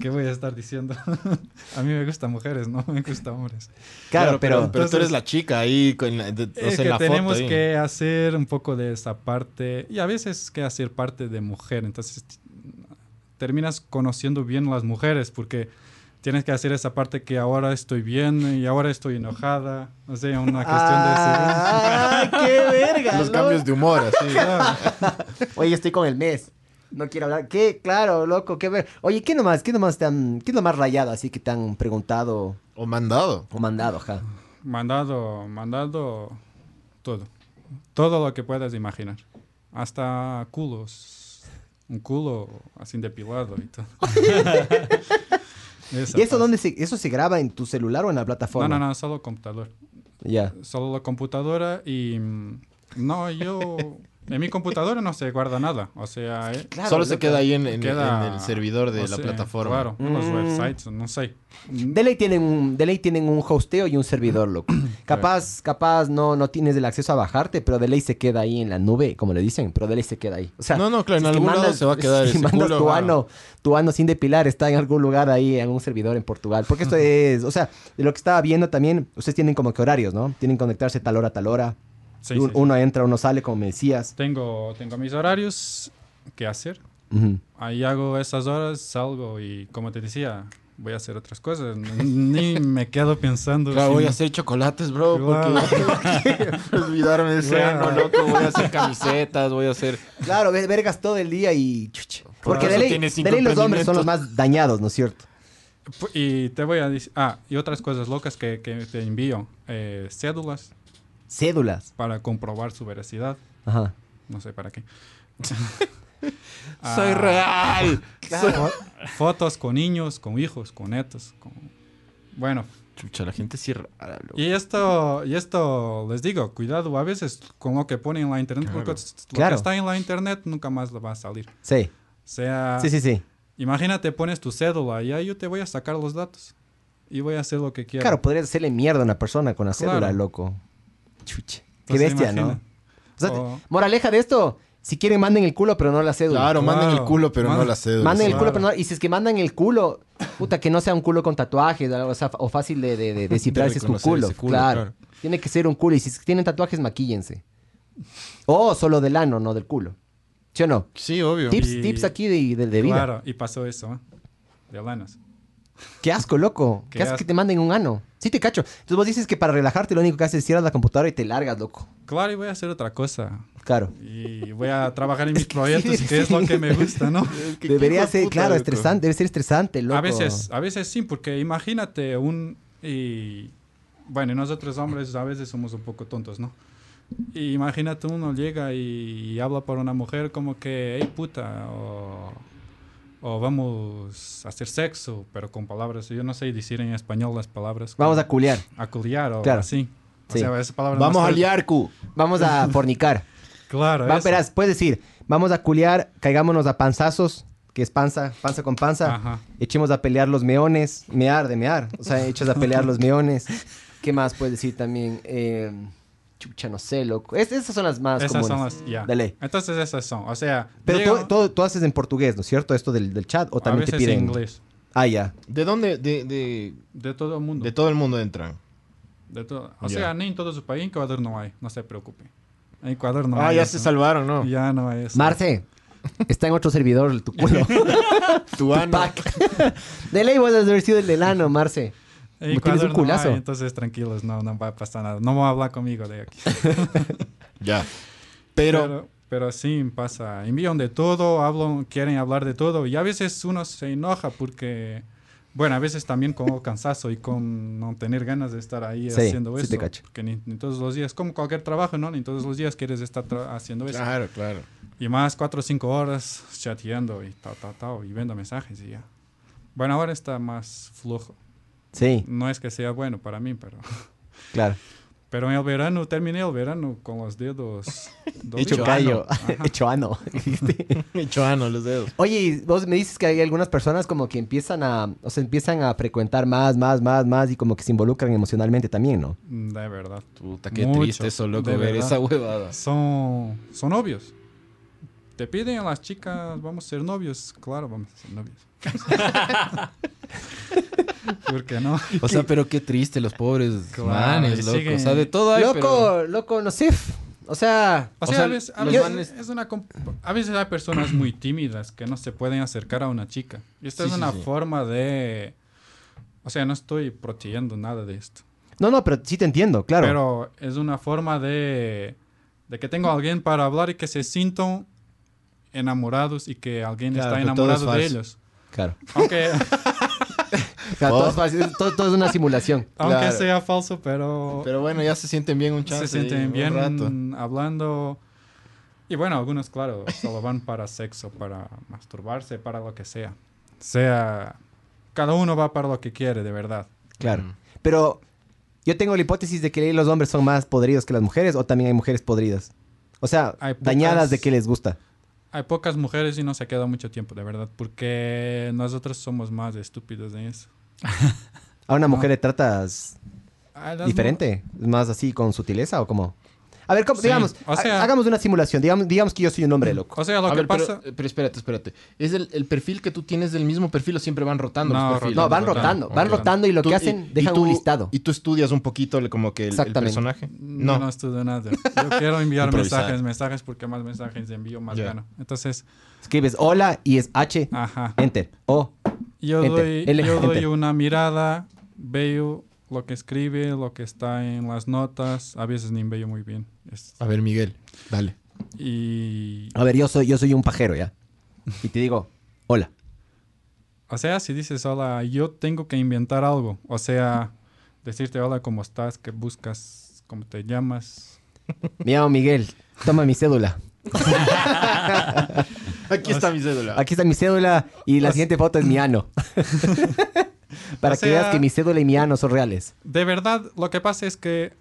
Speaker 4: ¿Qué voy a estar diciendo? a mí me gustan mujeres, no me gustan hombres.
Speaker 2: Claro, pero,
Speaker 4: pero-
Speaker 2: pero,
Speaker 4: entonces-
Speaker 5: tú eres la chica ahí con la, de- o sea,
Speaker 4: Es Eh, que
Speaker 5: en la foto
Speaker 4: tenemos
Speaker 5: ahí.
Speaker 4: que hacer un poco de esa parte y a veces que hacer parte de mujer, entonces t- terminas conociendo bien las mujeres porque tienes que hacer esa parte que ahora estoy bien y ahora estoy enojada, o sea, una cuestión
Speaker 2: ¡Ah, qué verga!
Speaker 1: Los
Speaker 2: loco!
Speaker 1: cambios de humor, así.
Speaker 2: Oye, estoy con el mes. No quiero hablar. ¿Qué? Claro, loco, qué ver. Oye, ¿qué nomás? ¿Qué nomás te han, qué es lo más rayado así que te han preguntado
Speaker 1: O mandado.
Speaker 2: o mandado, ja?
Speaker 4: de ese, mandado, mandado todo, todo lo que puedas imaginar, hasta culos, un culo así depilado y todo. Esa
Speaker 2: ¿Y eso
Speaker 4: parte.
Speaker 2: dónde se, eso se graba en tu celular o en la
Speaker 4: No,
Speaker 2: plataforma?
Speaker 4: no, no, solo computador.
Speaker 2: Ya.
Speaker 4: solo la computadora y mm, no yo en mi computadora no se guarda nada o sea eh,
Speaker 2: Claro,
Speaker 5: Solo se
Speaker 2: loco.
Speaker 5: queda ahí en, en-
Speaker 4: queda-
Speaker 5: en el servidor de
Speaker 4: o
Speaker 5: la
Speaker 4: sea,
Speaker 5: plataforma.
Speaker 4: claro en los
Speaker 2: Mm.
Speaker 4: websites no sé
Speaker 2: De ley tienen un, de ley tienen un hosteo y un servidor, loco. capaz, capaz no, no tienes el acceso a bajarte, pero de ley se queda ahí en la nube, como le dicen, pero de ley se queda ahí. O sea,
Speaker 5: No, no, claro, en
Speaker 2: es que
Speaker 5: algún lado se va a quedar
Speaker 2: Si
Speaker 5: ese
Speaker 2: mandas
Speaker 5: culo,
Speaker 2: tu
Speaker 5: claro.
Speaker 2: ano, tu ano sin depilar está en algún lugar ahí, en un servidor en Portugal. Porque esto es, o sea, de lo que estaba viendo también, ustedes tienen como que horarios, ¿no? Tienen que conectarse tal hora, tal hora.
Speaker 4: Sí,
Speaker 2: Un-
Speaker 4: sí, sí.
Speaker 2: uno entra, uno sale, como me decías.
Speaker 4: tengo tengo mis horarios que hacer
Speaker 2: Ujú.
Speaker 4: ahí hago esas horas salgo y como te decía voy a hacer otras cosas n- ni me quedo pensando
Speaker 5: Claro,
Speaker 4: si
Speaker 5: voy a
Speaker 4: no-
Speaker 5: hacer chocolates, bro,
Speaker 4: Claro.
Speaker 5: porque olvidaron ese
Speaker 4: Claro.
Speaker 5: ano, loco. Voy a hacer camisetas, voy a hacer...
Speaker 2: Claro, ve- vergas todo el día y... chuch. Porque
Speaker 5: eso
Speaker 2: de ley,
Speaker 5: tienes cinco
Speaker 2: de ley los hombres son los
Speaker 5: emprendimientos.
Speaker 2: más dañados, ¿no es cierto?
Speaker 4: Pu- y te voy a decir ah y otras cosas locas que, que te envío eh, cédulas
Speaker 2: Cédulas.
Speaker 4: para comprobar su veracidad
Speaker 2: Ajá.
Speaker 4: no sé para qué
Speaker 5: ¡Soy
Speaker 4: Ah,
Speaker 5: real!
Speaker 4: Fo- fotos con niños, con hijos, con netos, con... Bueno,
Speaker 5: Chucha, la gente sí es rara, loco.
Speaker 4: y esto, y esto les digo, cuidado a veces con lo que ponen en la internet, porque s- lo
Speaker 2: Claro.
Speaker 4: que está en la internet nunca más lo va a salir.
Speaker 2: Sí.
Speaker 4: O sea,
Speaker 2: Sí, sí, sí.
Speaker 4: imagínate, pones tu cédula y ahí yo te voy a sacar los datos y voy a hacer lo que quiera.
Speaker 2: Claro, podrías hacerle mierda a una persona con la
Speaker 4: Claro.
Speaker 2: cédula, loco. Chuche. Qué
Speaker 4: Entonces,
Speaker 2: bestia, ¿no?
Speaker 4: imagina.
Speaker 2: O sea,
Speaker 4: O-
Speaker 2: Moraleja de esto, si quieren manden el culo, pero no la cédula.
Speaker 1: Claro, manden el
Speaker 4: Claro.
Speaker 1: culo, pero no
Speaker 4: Manden-
Speaker 1: la cédula.
Speaker 2: Manden el
Speaker 1: sí.
Speaker 2: culo, pero no... Y si es que mandan el culo, puta, que no sea un culo con tatuajes o, sea, o fácil de, de, de descifrar si es tu
Speaker 5: reconocer
Speaker 2: culo.
Speaker 5: ese culo,
Speaker 2: claro.
Speaker 5: claro.
Speaker 2: Tiene que ser un culo. Y si es que tienen tatuajes, maquíllense. O solo del ano, no del culo. ¿Sí o no?
Speaker 5: Sí, obvio.
Speaker 2: Tips,
Speaker 4: Y-
Speaker 2: tips aquí de, de, de vida.
Speaker 4: Claro, y pasó eso, ¿eh? De lanas.
Speaker 2: Qué asco, loco. Qué,
Speaker 4: Qué
Speaker 2: asco que
Speaker 4: asco.
Speaker 2: te manden un ano. Sí te cacho. Entonces vos dices que para relajarte lo único que haces es cierras la computadora y te largas, loco.
Speaker 4: Claro, y voy a hacer otra cosa.
Speaker 2: Claro.
Speaker 4: Y voy a trabajar en mis proyectos,
Speaker 2: sí,
Speaker 4: que es lo
Speaker 2: sí.
Speaker 4: que me gusta, ¿no?
Speaker 2: Debería ser, claro,
Speaker 5: estresante.
Speaker 2: estresante, debe ser estresante, loco.
Speaker 4: A veces, a veces sí, porque imagínate un... Y, bueno, nosotros hombres a veces somos un poco tontos, ¿no? Y imagínate uno llega y, habla por una mujer como que, hey puta, o, o vamos a hacer sexo, pero con palabras, yo no sé decir en español las palabras.
Speaker 2: Vamos a culiar,
Speaker 4: a culiar o
Speaker 2: Claro.
Speaker 4: así. O
Speaker 2: Sí.
Speaker 4: sea, esa palabra
Speaker 1: Vamos a
Speaker 4: más fuerte.
Speaker 1: liar, cu.
Speaker 2: vamos a fornicar.
Speaker 4: Claro,
Speaker 2: Va,
Speaker 4: eso.
Speaker 2: verás, puedes decir, vamos a culiar, caigámonos a panzazos, que es panza, panza con panza.
Speaker 4: Ajá.
Speaker 2: Echemos a pelear los meones, mear de mear. O sea, echas a pelear los meones. ¿Qué más puedes decir también? Eh, chucha, no sé, loco. Es- esas son las más
Speaker 4: Esas
Speaker 2: comunes.
Speaker 4: son las, ya.
Speaker 2: De ley.
Speaker 4: Entonces esas son, o sea...
Speaker 2: Pero
Speaker 4: llega-
Speaker 2: todo, todo, tú haces en portugués, ¿no es cierto? Esto del, del chat. O
Speaker 4: a
Speaker 2: también
Speaker 4: veces
Speaker 2: te piden.
Speaker 4: en inglés,
Speaker 2: Ah, ya.
Speaker 1: ¿De dónde? De, de,
Speaker 4: de todo el mundo.
Speaker 1: de todo el mundo entran.
Speaker 4: De todo. O
Speaker 1: Ya.
Speaker 4: sea, ni en todo su país, en Ecuador no hay, no se preocupe. En Ecuador no
Speaker 5: Ah,
Speaker 4: hay.
Speaker 5: ya
Speaker 4: eso.
Speaker 5: se salvaron, ¿no?
Speaker 4: Ya no hay eso.
Speaker 2: Marce, está en otro servidor tu culo.
Speaker 5: Tu ano.
Speaker 2: Pac. de ley vos has de haber sido el del ano, Marce.
Speaker 4: En
Speaker 2: Como tienes
Speaker 4: Ecuador
Speaker 2: un
Speaker 4: no hay,
Speaker 2: culazo.
Speaker 4: entonces tranquilos, no, no va a pasar nada. No va a hablar conmigo de aquí.
Speaker 1: Ya.
Speaker 4: Pero,
Speaker 1: Pero,
Speaker 4: pero, sí pasa. Envían de todo, hablan, quieren hablar de todo. Y a veces uno se enoja porque, bueno, a veces también con el cansazo y con no tener ganas de estar ahí
Speaker 2: Sí,
Speaker 4: haciendo
Speaker 2: sí
Speaker 4: eso.
Speaker 2: te cacho.
Speaker 4: Porque ni, ni todos los días, como cualquier trabajo, ¿no? Ni todos los días quieres estar tra- haciendo
Speaker 2: pues.
Speaker 4: eso.
Speaker 5: Claro, claro.
Speaker 4: Y más cuatro o cinco horas chateando y tal, tal, tal, y viendo mensajes y ya. Bueno, ahora está más flojo.
Speaker 2: Sí,
Speaker 4: No es que sea bueno para mí, pero...
Speaker 2: claro.
Speaker 4: Pero en el verano, terminé el verano con los dedos...
Speaker 2: Hecho
Speaker 4: dolidos.
Speaker 2: callo.
Speaker 4: Ajá.
Speaker 2: Hecho ano.
Speaker 5: Hecho ano, los dedos.
Speaker 2: Oye, y vos me dices que hay algunas personas como que empiezan a, o sea, empiezan a frecuentar más, más, más, más y como que se involucran emocionalmente también, ¿no?
Speaker 4: De verdad.
Speaker 5: Puta, qué
Speaker 4: Mucho,
Speaker 5: triste eso, loco,
Speaker 4: de
Speaker 5: ver
Speaker 4: verdad.
Speaker 5: esa huevada.
Speaker 4: Son, son novios. te piden a las chicas, vamos a ser novios. Claro, vamos a ser novios. ¿Por qué no?
Speaker 5: O sea, pero qué triste los pobres
Speaker 4: Claro, y
Speaker 5: manes, loco.
Speaker 4: siguen-
Speaker 5: O sea, de todo hay,
Speaker 2: loco,
Speaker 5: pero...
Speaker 2: loco, no sé. O sea,
Speaker 4: O
Speaker 5: O
Speaker 4: sea,
Speaker 5: sea,
Speaker 4: a, veces, a
Speaker 5: los
Speaker 4: veces
Speaker 5: manes-
Speaker 4: es una comp- a veces hay personas muy tímidas que no se pueden acercar a una chica. Y esta
Speaker 5: Sí,
Speaker 4: es
Speaker 5: sí,
Speaker 4: una
Speaker 5: sí.
Speaker 4: forma de... O sea, no estoy proteyendo nada de esto.
Speaker 2: no, no, pero sí te entiendo, claro.
Speaker 4: Pero es una forma de, de que tengo a alguien para hablar y que se sientan enamorados y que alguien
Speaker 1: Claro,
Speaker 4: está
Speaker 1: que todo es
Speaker 4: enamorado de
Speaker 1: falso.
Speaker 4: ellos.
Speaker 2: claro.
Speaker 4: Aunque,
Speaker 2: O sea, todo, es fácil, todo- todo es una simulación.
Speaker 4: aunque
Speaker 1: Claro.
Speaker 4: sea falso, pero,
Speaker 1: Pero bueno, ya se sienten bien un chance.
Speaker 4: se
Speaker 1: ahí,
Speaker 4: sienten
Speaker 1: un
Speaker 4: bien
Speaker 1: rato.
Speaker 4: hablando. Y bueno, algunos, claro, solo van para sexo, para masturbarse, para lo que sea. Sea, cada uno va para lo que quiere, de verdad.
Speaker 2: Claro.
Speaker 1: Mm.
Speaker 2: Pero yo tengo la hipótesis de que los hombres son más podridos que las mujeres o también hay mujeres podridas. O sea,
Speaker 4: Hay pocas-
Speaker 2: dañadas de que les gusta.
Speaker 4: Hay pocas mujeres y no se queda mucho tiempo, de verdad, porque nosotros somos más estúpidos de eso.
Speaker 2: A una mujer le tratas
Speaker 4: A las mu-
Speaker 2: diferente, más así con sutileza o como... A ver, ¿cómo-
Speaker 4: Sí,
Speaker 2: digamos,
Speaker 4: o sea-
Speaker 2: ha- hagamos una simulación. Digamos, digamos que yo soy un hombre loco.
Speaker 4: O sea, lo
Speaker 1: A
Speaker 4: que
Speaker 1: ver, pero- eh,
Speaker 4: pasa...
Speaker 1: pero, espérate, espérate. ¿Es el, el perfil que tú tienes del mismo perfil o siempre van rotando
Speaker 4: No,
Speaker 1: los perfiles?
Speaker 4: rotando,
Speaker 2: No, van rotando,
Speaker 4: rotando,
Speaker 2: van
Speaker 4: ok.
Speaker 2: rotando y lo
Speaker 1: Tú-
Speaker 2: que
Speaker 1: y-
Speaker 2: hacen,
Speaker 1: y
Speaker 2: dejan
Speaker 1: tú-
Speaker 2: un listado.
Speaker 1: Y tú estudias un poquito el- como que el- el,
Speaker 2: Exactamente.
Speaker 1: personaje.
Speaker 4: No, Mm, no, estudio nada. Yo quiero enviar
Speaker 5: Improvisar.
Speaker 4: mensajes, mensajes, porque más mensajes envío, más
Speaker 1: Ya.
Speaker 4: gano. Entonces,
Speaker 2: Escribes hola y es H,
Speaker 4: ajá.
Speaker 2: enter, O.
Speaker 4: Yo
Speaker 2: Enter,
Speaker 4: doy,
Speaker 2: L,
Speaker 4: yo doy
Speaker 2: enter.
Speaker 4: una mirada, veo lo que escribe, lo que está en las notas. A veces ni veo muy bien. Es-
Speaker 1: A ver, Miguel, dale.
Speaker 4: y,
Speaker 2: A ver, yo soy, yo soy un pajero, ¿ya? Y te digo, hola.
Speaker 4: o sea, si dices hola, yo tengo que inventar algo. O sea, decirte hola, cómo estás, qué buscas, cómo te llamas.
Speaker 2: Me llamo Miguel, toma mi cédula.
Speaker 1: Aquí está mi cédula.
Speaker 2: Aquí está mi cédula y la siguiente foto es mi ano. Para
Speaker 4: O
Speaker 2: que
Speaker 4: sea-
Speaker 2: veas que mi cédula y mi ano son reales.
Speaker 4: De verdad, lo que pasa es que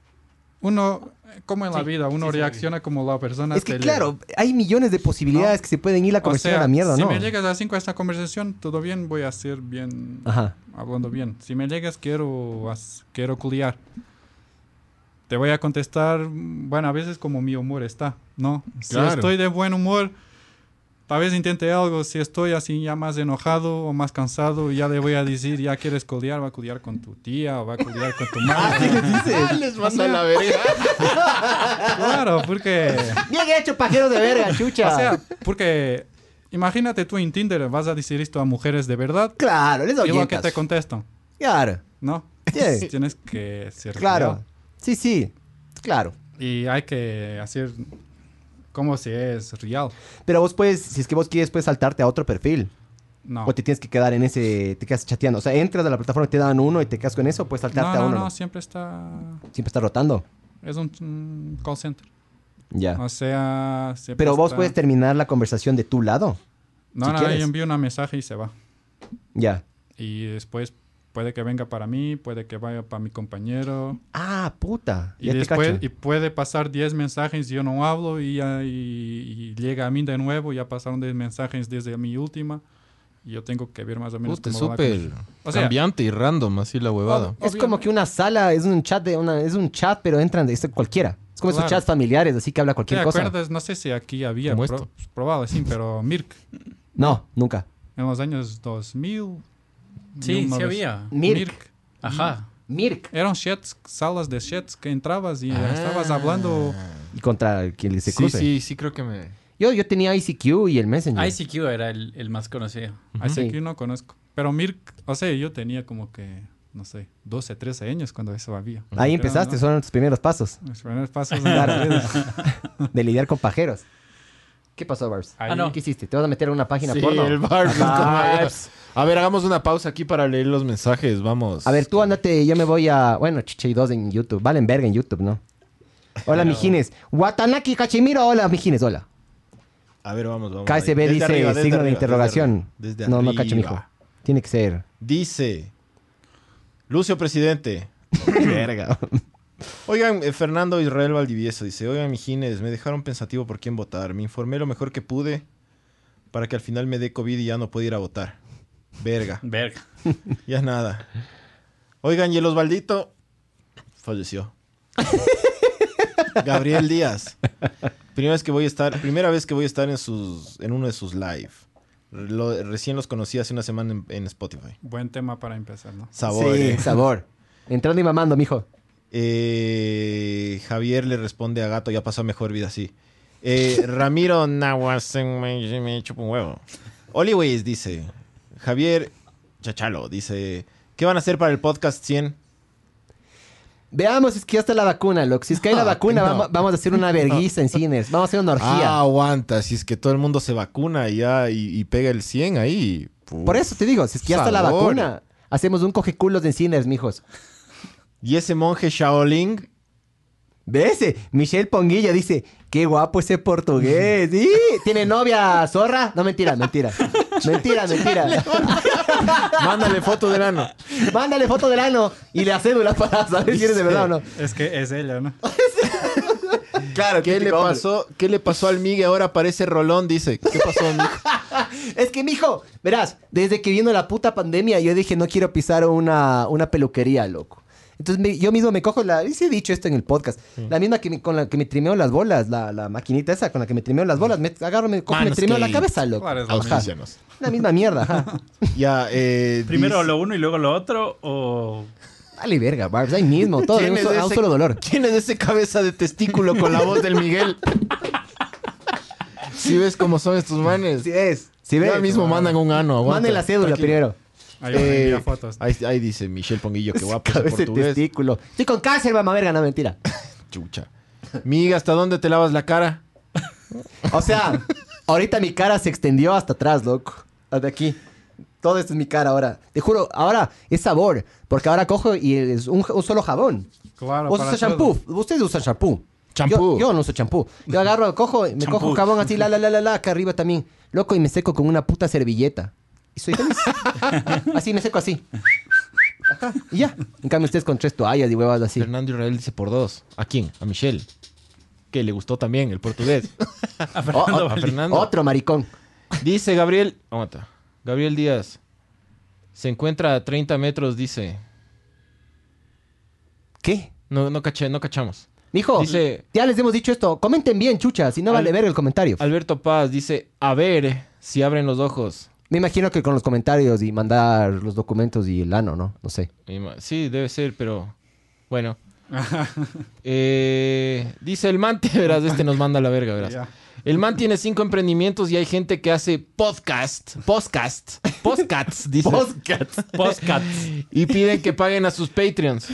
Speaker 4: uno, eh, como en la vida, uno reacciona como la persona
Speaker 2: Es que
Speaker 4: te
Speaker 2: claro, hay millones de posibilidades que se pueden ir la conversación a la mierda,
Speaker 4: si
Speaker 2: ¿no?
Speaker 4: me llegas a 5 a esta conversación, todo bien, voy a ser bien,
Speaker 2: Ajá.
Speaker 4: hablando bien. Si me llegas, quiero, as- quiero culiar. Te voy a contestar, mm, bueno, a veces como mi humor está, ¿no?
Speaker 1: Claro.
Speaker 4: Si estoy de buen humor, tal vez intente algo. Si estoy así ya más enojado o más cansado, ya le voy a decir, ya quieres culiar, va a culiar con tu tía o va a culiar con tu madre.
Speaker 1: Ah, les mando a la verga.
Speaker 4: claro, porque...
Speaker 2: Bien hecho, pajero de verga, chucha.
Speaker 4: O sea, porque imagínate tú en Tinder vas a decir esto a mujeres de verdad
Speaker 2: claro, les
Speaker 4: y lo que
Speaker 2: ahuyentas.
Speaker 4: te contestan,
Speaker 2: Claro,
Speaker 4: ¿no?
Speaker 2: Sí.
Speaker 4: Tienes que ser
Speaker 2: claro.
Speaker 4: real.
Speaker 2: Sí, sí, claro.
Speaker 4: Y hay que hacer como si es real.
Speaker 2: Pero vos puedes, si es que vos quieres, puedes saltarte a otro perfil.
Speaker 4: No.
Speaker 2: O te tienes que quedar en ese, te quedas chateando. O sea, entras a la plataforma y te dan uno y te quedas con eso, o puedes
Speaker 4: No,
Speaker 2: saltarte a
Speaker 4: no,
Speaker 2: uno.
Speaker 4: no,
Speaker 2: ¿no?
Speaker 4: siempre está...
Speaker 2: Siempre estás rotando.
Speaker 4: Es un mm, call center.
Speaker 2: Ya.
Speaker 4: O sea, siempre
Speaker 2: Pero vos
Speaker 4: está-
Speaker 2: puedes terminar la conversación de tu lado.
Speaker 4: No,
Speaker 2: si
Speaker 4: no,
Speaker 2: quieres.
Speaker 4: yo envío un mensaje y se va.
Speaker 2: Ya.
Speaker 4: Y después puede que venga para mí, puede que vaya para mi compañero.
Speaker 2: Ah, puta.
Speaker 4: Y
Speaker 2: ya te
Speaker 4: después
Speaker 2: cacho.
Speaker 4: y puede pasar 10 mensajes, yo no hablo y, ya- y- y llega a mí de nuevo, ya pasaron 10 mensajes desde mi última. Y yo tengo que ver más o menos
Speaker 5: Puta,
Speaker 4: cómo va la
Speaker 5: súper
Speaker 4: cosa. O sea,
Speaker 5: cambiante y random, así la huevada.
Speaker 1: Ah,
Speaker 2: Es como que una sala, es un chat de una, es un chat, pero entran de es cualquiera. Es como
Speaker 4: Claro.
Speaker 2: esos chats familiares, así que habla
Speaker 4: ¿Te
Speaker 2: cualquier cosa.
Speaker 4: acuerdas? No sé si aquí había
Speaker 5: Como
Speaker 4: pro-
Speaker 5: esto.
Speaker 4: probable, sí, pero Mirk
Speaker 2: No, nunca.
Speaker 4: en los años 2000
Speaker 3: Sí, sí
Speaker 4: 1900.
Speaker 3: había.
Speaker 2: Mirk.
Speaker 3: Ajá.
Speaker 2: Mirk.
Speaker 4: Eran chats, salas de chats que entrabas y estabas hablando
Speaker 2: Y contra quien se
Speaker 1: Sí,
Speaker 2: cruce.
Speaker 1: sí, sí, creo que me.
Speaker 2: Yo, yo tenía ICQ y el Messenger.
Speaker 3: ICQ era el, el más conocido.
Speaker 4: así
Speaker 2: Sí.
Speaker 4: que no conozco. Pero Mirk, o sea, yo tenía como que, no sé, 12, 13 años cuando eso había.
Speaker 2: Ahí
Speaker 4: Era,
Speaker 2: empezaste,
Speaker 4: ¿no?
Speaker 2: son tus primeros pasos
Speaker 4: Mis primeros pasos en
Speaker 2: Claro.
Speaker 4: la vida.
Speaker 2: de lidiar con pajeros. ¿Qué pasó, Barbs?
Speaker 3: Ah, no.
Speaker 2: ¿Qué hiciste? ¿Te vas a meter a una página
Speaker 1: Sí,
Speaker 2: porno?
Speaker 1: el Barbs es como-
Speaker 2: Barbs.
Speaker 1: A ver, hagamos una pausa aquí para leer los mensajes. Vamos.
Speaker 2: A ver, tú andate, yo me voy a. Bueno, chiche y dos en YouTube. Valen verga en YouTube, ¿no? Hola, Mijines. Watanaki Cachimiro, hola, Mijines, hola.
Speaker 1: A ver, vamos, vamos. Ahí.
Speaker 2: KSB
Speaker 1: Desde
Speaker 2: dice
Speaker 1: arriba, desde
Speaker 2: signo de
Speaker 1: arriba,
Speaker 2: interrogación.
Speaker 1: desde arriba,
Speaker 2: no, no
Speaker 1: desde
Speaker 2: cacho, mijo.
Speaker 1: arriba.
Speaker 2: Tiene que ser.
Speaker 1: Dice Lucio Presidente. Verga. Oigan, eh, Fernando Israel Valdivieso dice, oigan, mijines, me dejaron pensativo por quién votar. Me informé lo mejor que pude para que al final me dé COVID y ya no pueda ir a votar. Verga.
Speaker 3: Verga.
Speaker 1: Ya es nada. Oigan, y el Osvaldito falleció. Gabriel Díaz. Primera vez que voy a estar, primera vez que voy a estar en sus, en uno de sus live. Lo- recién los conocí hace una semana en, en Spotify.
Speaker 4: Buen tema para empezar, ¿no?
Speaker 1: Sabor.
Speaker 2: Sí, sabor. Entrando y mamando, mijo.
Speaker 1: Eh, Javier le responde a Gato, ya pasó mejor vida así. Eh, Ramiro Nahuasen me, me chupa un huevo. Oliways dice, Javier Chachalo dice, ¿qué van a hacer para el podcast 100?
Speaker 2: Veamos, es que ya está la vacuna, loco. Si es que hay la
Speaker 1: No,
Speaker 2: vacuna,
Speaker 1: no.
Speaker 2: vamos, vamos a hacer una verguiza en cines. Vamos a hacer una
Speaker 1: Ah,
Speaker 2: orgía.
Speaker 1: aguanta, si es que todo el mundo se vacuna y ya y, y pega el 100 ahí. Uf.
Speaker 2: Por eso te digo, si es que ya está la
Speaker 1: sabor.
Speaker 2: vacuna, hacemos un cogeculos en cines, mijos.
Speaker 1: Y ese monje Shaolin,
Speaker 2: Ve ese, Eh, Michelle Ponguilla dice, qué guapo ese portugués. ¿Y? ¿Tiene novia zorra? No, mentira, mentira. Mentira, mentira.
Speaker 1: mándale foto del ano.
Speaker 2: Mándale foto del ano y la cédula para saber si eres de verdad o no.
Speaker 4: Es que es ella, ¿no?
Speaker 2: Claro,
Speaker 1: ¿Qué le pasó? ¿Qué le pasó al Migue? Ahora parece Rolón, dice. ¿Qué pasó, Migue?
Speaker 2: Es que, mijo, verás, desde que vino la puta pandemia, yo dije, no quiero pisar una, una peluquería, loco. Entonces me- yo mismo me cojo la... Y sí he dicho esto en el podcast. La misma que me- con la que me trimeo las bolas, la, la maquinita esa con la que me trimeo las bolas. Me agarro, me cojo, me trimeo la
Speaker 1: Manscaped.
Speaker 2: cabeza, loco.
Speaker 4: Claro, es lo
Speaker 2: Ajá.
Speaker 4: mismo.
Speaker 1: Auspícianos.
Speaker 2: La misma mierda. ajá.
Speaker 1: Ya, eh,
Speaker 3: Primero
Speaker 1: dice-
Speaker 3: lo uno y luego lo otro, o...
Speaker 2: Dale verga, Barbs. Ahí mismo. Todo de
Speaker 1: ¿Quién
Speaker 2: un,
Speaker 1: es
Speaker 2: so- a un
Speaker 1: ese-
Speaker 2: solo dolor.
Speaker 1: ¿Quién es ese cabeza de testículo con la voz del Miguel? Si ves cómo son estos manes.
Speaker 2: Si es. Si ves.
Speaker 1: Ya mismo mandan un ano. aguanta.
Speaker 2: Ah, Manden la cédula
Speaker 1: Tranquilo.
Speaker 2: primero.
Speaker 4: Ahí van a enviar
Speaker 1: Eh,
Speaker 4: fotos.
Speaker 1: ahí, ahí dice Michelle Ponguillo, que guapo ese ah,
Speaker 2: Cabeza de
Speaker 1: pues, portugués.
Speaker 2: testículo. Estoy con cáncer, mamá verga. No, mentira.
Speaker 1: Chucha. Miga, ¿hasta dónde te lavas la cara?
Speaker 2: O sea, ahorita mi cara se extendió hasta atrás, loco. Hasta aquí. Todo esto es mi cara ahora. Te juro, ahora es sabor. Porque ahora cojo y es un, un solo jabón.
Speaker 4: Claro,
Speaker 2: Vos
Speaker 4: para
Speaker 2: usas
Speaker 4: todo.
Speaker 2: champú. Ustedes usan champú. Yo,
Speaker 1: Champú.
Speaker 2: yo no uso champú. Yo agarro, cojo, me cojo jabón así, la, la, la, la, la, acá arriba también. Loco, y me seco con una puta servilleta. Y soy feliz. así, me seco así. Ajá, y ya. En cambio, ustedes con tres toallas y huevas así.
Speaker 1: Fernando Israel dice por dos. ¿A quién? A Michelle. Que le gustó también el portugués.
Speaker 3: A Fernando
Speaker 1: a
Speaker 3: Valdí.
Speaker 1: Fernando.
Speaker 2: Otro maricón.
Speaker 1: Dice Gabriel. aguanta. Gabriel Díaz. Se encuentra a 30 metros, dice.
Speaker 2: ¿Qué?
Speaker 1: No, no caché, no cachamos.
Speaker 2: Mijo,
Speaker 1: Dice-
Speaker 2: ya les hemos dicho esto. Comenten bien, chucha, si no vale
Speaker 1: Al-
Speaker 2: ver el comentario.
Speaker 1: Alberto Paz dice, a ver si abren los ojos.
Speaker 2: Me imagino que con los comentarios y mandar los documentos y el ano, ¿no? No sé.
Speaker 1: Mi ma- Sí, debe ser, pero bueno. Eh, dice el man, verás, este nos manda a la verga, verás.
Speaker 4: Ya.
Speaker 1: El man tiene cinco emprendimientos y hay gente que hace podcast, podcast, podcasts, dice.
Speaker 3: Postcats.
Speaker 1: y piden que paguen a sus Patreons.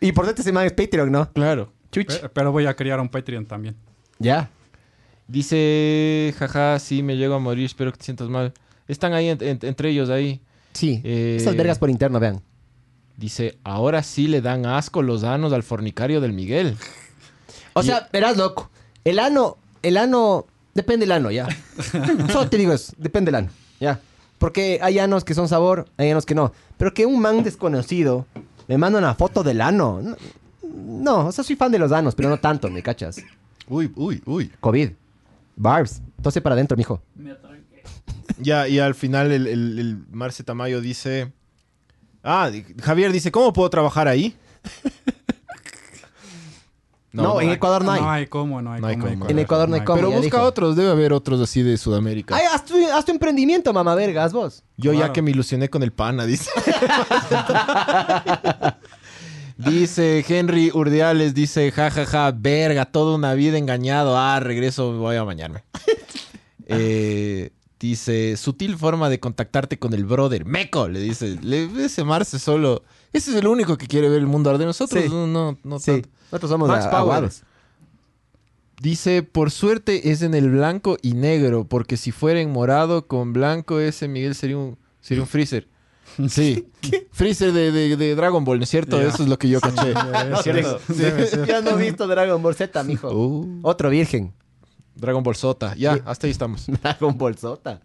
Speaker 2: Y por suerte se llama Patreon, ¿no?
Speaker 1: Claro.
Speaker 2: Chucha.
Speaker 4: Pe- Pero voy a crear un Patreon también.
Speaker 2: Ya.
Speaker 1: Dice, jaja, sí, me llego a morir, espero que te sientas mal. Están ahí en- en- entre ellos, ahí.
Speaker 2: Sí.
Speaker 1: Eh,
Speaker 2: Esas vergas por interno, vean.
Speaker 1: Dice, ahora sí le dan asco los danos al fornicario del Miguel.
Speaker 2: O sea, verás, loco. El ano, el ano, depende del ano, ya. Solo te digo eso, depende del ano, ya. Porque hay anos que son sabor, hay anos que no. Pero que un man desconocido me manda una foto del ano. No, no, o sea, soy fan de los anos, pero no tanto, ¿me cachas?
Speaker 1: Uy, uy, uy.
Speaker 2: COVID. Barbs. Entonces para adentro, mijo.
Speaker 1: Ya, y al final el, el- el Marce Tamayo dice. Ah, di- Javier dice, ¿cómo puedo trabajar ahí?
Speaker 2: No, en Ecuador no hay.
Speaker 4: No hay cómo, no hay
Speaker 1: No hay
Speaker 4: cómo.
Speaker 1: cómo.
Speaker 2: En Ecuador no hay cómo.
Speaker 1: Pero
Speaker 2: ya
Speaker 1: busca
Speaker 2: dijo.
Speaker 1: otros, debe haber otros así de Sudamérica.
Speaker 2: Ay, haz tu, haz tu emprendimiento, mamá vergas, vos.
Speaker 1: Yo ya
Speaker 4: Claro.
Speaker 1: que me ilusioné con el pana, dice. dice Henry Urdiales, dice, jajaja, verga, toda una vida engañado. Ah, regreso, voy a bañarme. Eh, dice, sutil forma de contactarte con el brother. Meco, le dice. Le, ese Marce solo. Ese es el único que quiere ver el mundo arder. Nosotros
Speaker 2: Sí.
Speaker 1: no, no, no
Speaker 2: Sí.
Speaker 1: tanto.
Speaker 2: Nosotros somos
Speaker 1: Max
Speaker 2: a-
Speaker 1: Power.
Speaker 2: aguados.
Speaker 1: Dice, por suerte es en el blanco y negro, porque si fuera en morado con blanco, ese Miguel sería un, sería un freezer. Sí. Freezer de, de- de Dragon Ball, ¿no es cierto?
Speaker 4: Ya.
Speaker 1: Eso es lo que yo caché. ¿Es cierto? Sí.
Speaker 2: Ya no he visto Dragon Ball Z, mijo.
Speaker 1: Uh,
Speaker 2: Otro virgen.
Speaker 1: Dragon Ball Sota. Ya, hasta ahí estamos.
Speaker 2: Dragon Ball Zota.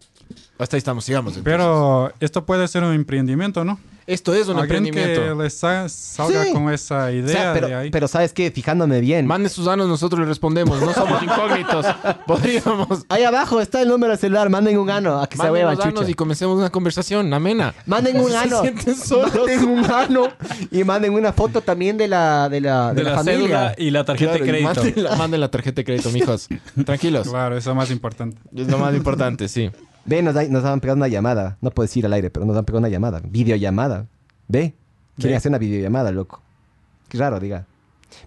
Speaker 1: Hasta ahí estamos, sigamos. entonces.
Speaker 4: Pero esto puede ser un emprendimiento, ¿no?
Speaker 1: Esto es un
Speaker 4: Alguien que
Speaker 1: emprendimiento.
Speaker 4: les sa- salga
Speaker 2: Sí.
Speaker 4: con esa
Speaker 2: O
Speaker 4: idea
Speaker 2: sea,
Speaker 4: de
Speaker 2: pero,
Speaker 4: ahí.
Speaker 2: pero ¿sabes qué? Fijándome bien.
Speaker 1: Mande sus danos, nosotros le respondemos. No somos incógnitos. Podríamos.
Speaker 2: Ahí abajo está el número de celular. Manden un ano a que se
Speaker 1: Manden
Speaker 2: huevan,
Speaker 1: los danos
Speaker 2: chucha.
Speaker 1: y comencemos una conversación amena.
Speaker 2: Manden un ano.
Speaker 1: sienten solos.
Speaker 2: Manden un ano. Y manden una foto también de la, de la, de
Speaker 3: De
Speaker 2: la,
Speaker 3: la,
Speaker 2: familia.
Speaker 3: cédula y la tarjeta
Speaker 1: Claro,
Speaker 3: de
Speaker 1: y
Speaker 3: crédito.
Speaker 1: Manden la, manden la tarjeta de crédito, mijos.
Speaker 2: pues
Speaker 1: Tranquilos.
Speaker 4: Claro, eso es más importante.
Speaker 1: Es lo más importante, sí.
Speaker 2: Ve, nos, da- nos han pegado una llamada. No puedes ir al aire, pero nos han pegado una llamada. Videollamada. Ve. Quieren
Speaker 3: Ve.
Speaker 2: hacer una videollamada, loco. Qué raro, diga.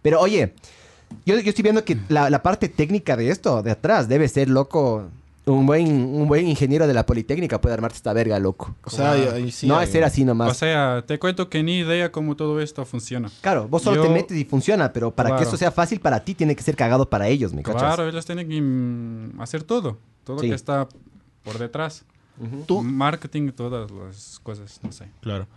Speaker 2: Pero oye, yo, yo estoy viendo que la, la parte técnica de esto, de atrás, debe ser, loco. Un buen, un buen ingeniero de la Politécnica puede armarte esta verga, loco.
Speaker 1: O sea, ahí- ahí sí
Speaker 2: no
Speaker 1: hay-
Speaker 2: es ser así nomás.
Speaker 4: eh, O sea, te cuento que ni idea cómo todo esto funciona.
Speaker 2: Claro, vos solo
Speaker 4: Yo-
Speaker 2: te metes y funciona, pero para que
Speaker 4: Claro.
Speaker 2: eso sea fácil para ti tiene que ser cagado para ellos, ¿me cachas?
Speaker 4: Claro, ellos tienen que mm, hacer todo, todo
Speaker 2: Sí.
Speaker 4: que está por detrás.
Speaker 1: Tú-
Speaker 4: Marketing, todas las cosas, no sé.
Speaker 1: Claro.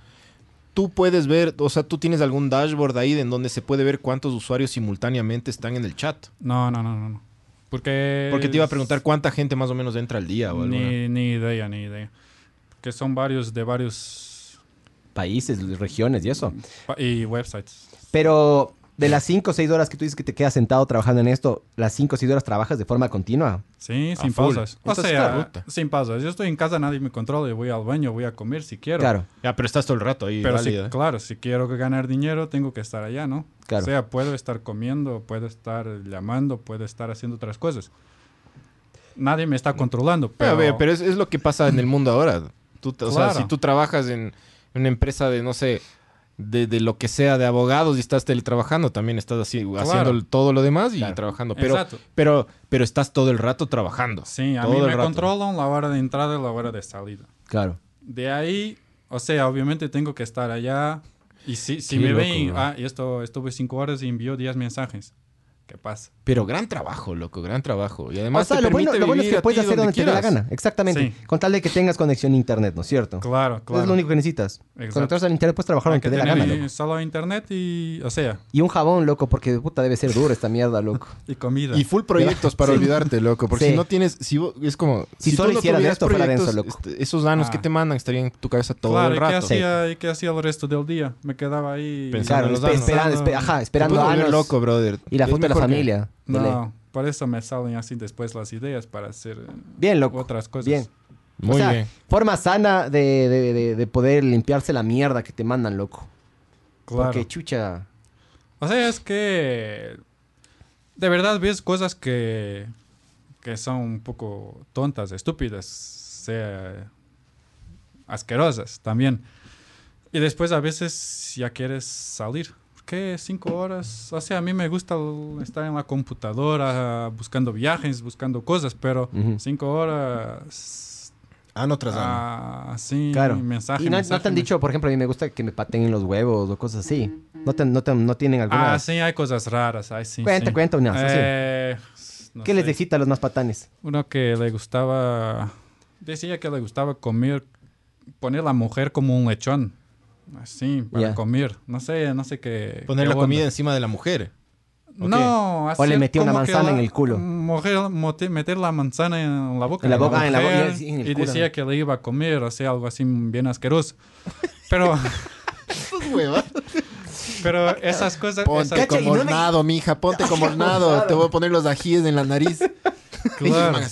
Speaker 1: Tú puedes ver, o sea, tú tienes algún dashboard ahí en donde se puede ver cuántos usuarios simultáneamente están en el chat.
Speaker 4: No, no, no, no. no. Porque,
Speaker 1: Porque te iba a
Speaker 4: es-
Speaker 1: preguntar cuánta gente más o menos entra al día o alguna.
Speaker 4: Ni, ni idea, ni idea. Que son varios de varios
Speaker 2: Países, regiones y eso.
Speaker 4: pa- y websites.
Speaker 2: Pero de las 5 o 6 horas que tú dices que te quedas sentado trabajando en esto, las 5 o 6 horas trabajas de forma continua.
Speaker 4: Sí,
Speaker 1: A
Speaker 4: sin
Speaker 1: full.
Speaker 4: pausas. O
Speaker 1: Entonces, claro,
Speaker 4: sea,
Speaker 1: puta.
Speaker 4: sin pausas. Yo estoy en casa, nadie me controla. Yo voy al baño, voy a comer si quiero.
Speaker 2: Claro.
Speaker 1: Ya, pero estás todo el rato ahí.
Speaker 4: Pero si,
Speaker 1: válida. ¿eh?
Speaker 4: claro, si quiero ganar dinero, tengo que estar allá, ¿no?
Speaker 2: Claro.
Speaker 4: O sea, puedo estar comiendo, puedo estar llamando, puedo estar haciendo otras cosas. Nadie me está controlando,
Speaker 1: Pero,
Speaker 4: pero...
Speaker 1: Eh, a ver, pero es, es lo que pasa en el mundo ahora. Tú, O sea,
Speaker 4: Claro.
Speaker 1: si tú trabajas en una empresa de, no sé, de, de lo que sea, de abogados y estás teletrabajando, también estás así, haciendo todo lo demás y trabajando. Pero,
Speaker 4: Exacto.
Speaker 1: pero, pero estás todo el rato trabajando.
Speaker 4: Sí, a
Speaker 1: Todo
Speaker 4: mí
Speaker 1: el
Speaker 4: me
Speaker 1: rato.
Speaker 4: controlan la hora de entrada y la hora de salida.
Speaker 2: Claro.
Speaker 4: De ahí, o sea, obviamente tengo que estar allá. Y si, si
Speaker 1: Qué
Speaker 4: me
Speaker 1: loco,
Speaker 4: ven,
Speaker 1: bro.
Speaker 4: ah, y esto estuve cinco horas y envió 10 mensajes. ¿Qué pasa?
Speaker 1: Pero gran trabajo, loco, gran trabajo. Y además
Speaker 2: o sea,
Speaker 1: te
Speaker 2: lo
Speaker 1: permite
Speaker 2: bueno, lo bueno es
Speaker 1: vivir
Speaker 2: que
Speaker 1: a
Speaker 2: puedes
Speaker 1: ti
Speaker 2: hacer donde te dé la
Speaker 1: quieras.
Speaker 2: gana. Exactamente.
Speaker 4: Sí.
Speaker 2: Con tal de que tengas conexión a internet, ¿no es cierto?
Speaker 4: Claro, claro.
Speaker 2: Es lo único que necesitas.
Speaker 4: Exacto.
Speaker 2: Conectarse al internet puedes trabajar
Speaker 4: Hay
Speaker 2: donde
Speaker 4: que
Speaker 2: te dé la gana,
Speaker 4: tener
Speaker 2: loco.
Speaker 4: solo internet y, o sea,
Speaker 2: Y un jabón, loco, porque puta debe ser duro esta mierda, loco.
Speaker 4: y comida.
Speaker 1: Y full proyectos para olvidarte, loco. Porque
Speaker 2: Sí.
Speaker 1: si no tienes, si vos- es como.
Speaker 2: Si
Speaker 1: tú
Speaker 2: solo
Speaker 1: no
Speaker 2: hicieras
Speaker 1: tuvieras
Speaker 2: esto, fuera denso,
Speaker 1: proyectos,
Speaker 2: loco.
Speaker 1: este, Esos danos
Speaker 4: Ah.
Speaker 1: que te mandan estarían en tu cabeza todo
Speaker 4: claro,
Speaker 1: el
Speaker 4: ¿y qué
Speaker 1: rato.
Speaker 4: hacía, y qué hacía el resto del día? Me quedaba ahí...
Speaker 1: Pensando.
Speaker 2: Claro,
Speaker 1: los
Speaker 2: espe-
Speaker 1: danos.
Speaker 2: esperando, espe- ajá, esperando
Speaker 1: Te puedes volver
Speaker 2: años.
Speaker 1: loco, brother.
Speaker 2: Y la
Speaker 1: Es
Speaker 2: foto de la
Speaker 1: mejor que-
Speaker 2: familia. de ley.
Speaker 4: No, por eso me salen así después las ideas para hacer eh,
Speaker 2: Bien, loco.
Speaker 4: otras cosas.
Speaker 2: Bien.
Speaker 1: Muy
Speaker 2: o sea,
Speaker 1: bien.
Speaker 2: forma sana de, de- de- de poder limpiarse la mierda que te mandan, loco.
Speaker 4: Claro.
Speaker 2: Porque chucha.
Speaker 4: O sea, es que de verdad ves cosas que, que son un poco tontas, estúpidas, sea asquerosas también. Y después a veces ya quieres salir. ¿Qué? ¿Cinco horas? O sea, a mí me gusta l- estar en la computadora buscando viajes, buscando cosas, pero
Speaker 2: Ujú.
Speaker 4: cinco horas...
Speaker 1: Ano tras ano.
Speaker 4: ah, sí,
Speaker 2: Claro.
Speaker 4: mensaje,
Speaker 2: y no, no
Speaker 4: mensaje,
Speaker 2: te han dicho, por ejemplo, a mí me gusta que me pateen los huevos o cosas así. No, te, no, te- no tienen alguna.
Speaker 4: Ah, sí, hay cosas raras. Ay, sí,
Speaker 2: Cuenta,
Speaker 4: sí.
Speaker 2: cuenta una, sí, sí.
Speaker 4: Eh, no
Speaker 2: ¿Qué les
Speaker 4: sé.
Speaker 2: excita a los más patanes?
Speaker 4: Uno que le gustaba. Decía que le gustaba comer. Poner a la mujer como un lechón. Así, para
Speaker 2: Ya.
Speaker 4: comer. No sé, no sé qué.
Speaker 1: Poner
Speaker 4: qué
Speaker 1: la
Speaker 4: onda.
Speaker 1: comida encima de la mujer. ¿o
Speaker 4: No,
Speaker 2: O le
Speaker 4: hacer
Speaker 2: metía una
Speaker 4: como que
Speaker 2: manzana
Speaker 4: la
Speaker 2: en el culo.
Speaker 4: Mujer, mote- meter la manzana en la boca.
Speaker 2: En la
Speaker 4: de
Speaker 2: boca, ah, en la boca,
Speaker 4: mujer,
Speaker 2: sí, en el
Speaker 4: y
Speaker 2: culo,
Speaker 4: decía
Speaker 2: ¿no?
Speaker 4: que le iba a comer, o sea, algo así bien asqueroso. Pero, pero esas cosas.
Speaker 1: Ponte
Speaker 4: esas-
Speaker 1: como hornado, mija. Ponte como hornado. Te voy a poner los ajíes en la nariz.
Speaker 4: claro.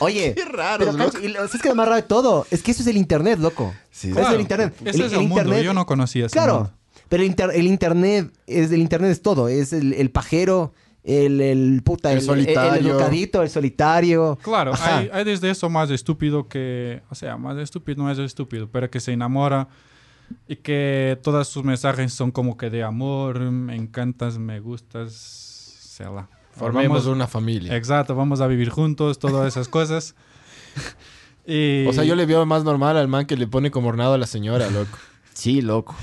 Speaker 2: Oye,
Speaker 1: Qué raro,
Speaker 2: pero
Speaker 1: loco.
Speaker 2: cacho, y lo- ¿sabes qué es lo más raro de todo? Es que eso es el internet, loco.
Speaker 1: Sí,
Speaker 2: Eso es el
Speaker 4: Claro,
Speaker 2: internet.
Speaker 4: ese es el mundo, yo no conocía ese
Speaker 2: Claro.
Speaker 4: mundo.
Speaker 2: Pero el, inter- el internet es el internet es todo, es el, el pajero, el, el puta,
Speaker 1: El solitario.
Speaker 2: educadito, el solitario.
Speaker 4: Claro,
Speaker 2: Ajá.
Speaker 4: hay, hay desde eso más estúpido que, o sea, más estúpido no es estúpido, pero que se enamora y que todos sus mensajes son como que de amor, me encantas, me gustas, se la.
Speaker 1: Formemos
Speaker 4: Vamos-
Speaker 1: una familia.
Speaker 4: Exacto, vamos a vivir juntos, todas esas cosas. Y-
Speaker 1: O sea, yo le veo más normal al man que le pone como hornado a la señora, loco.
Speaker 2: Sí, loco.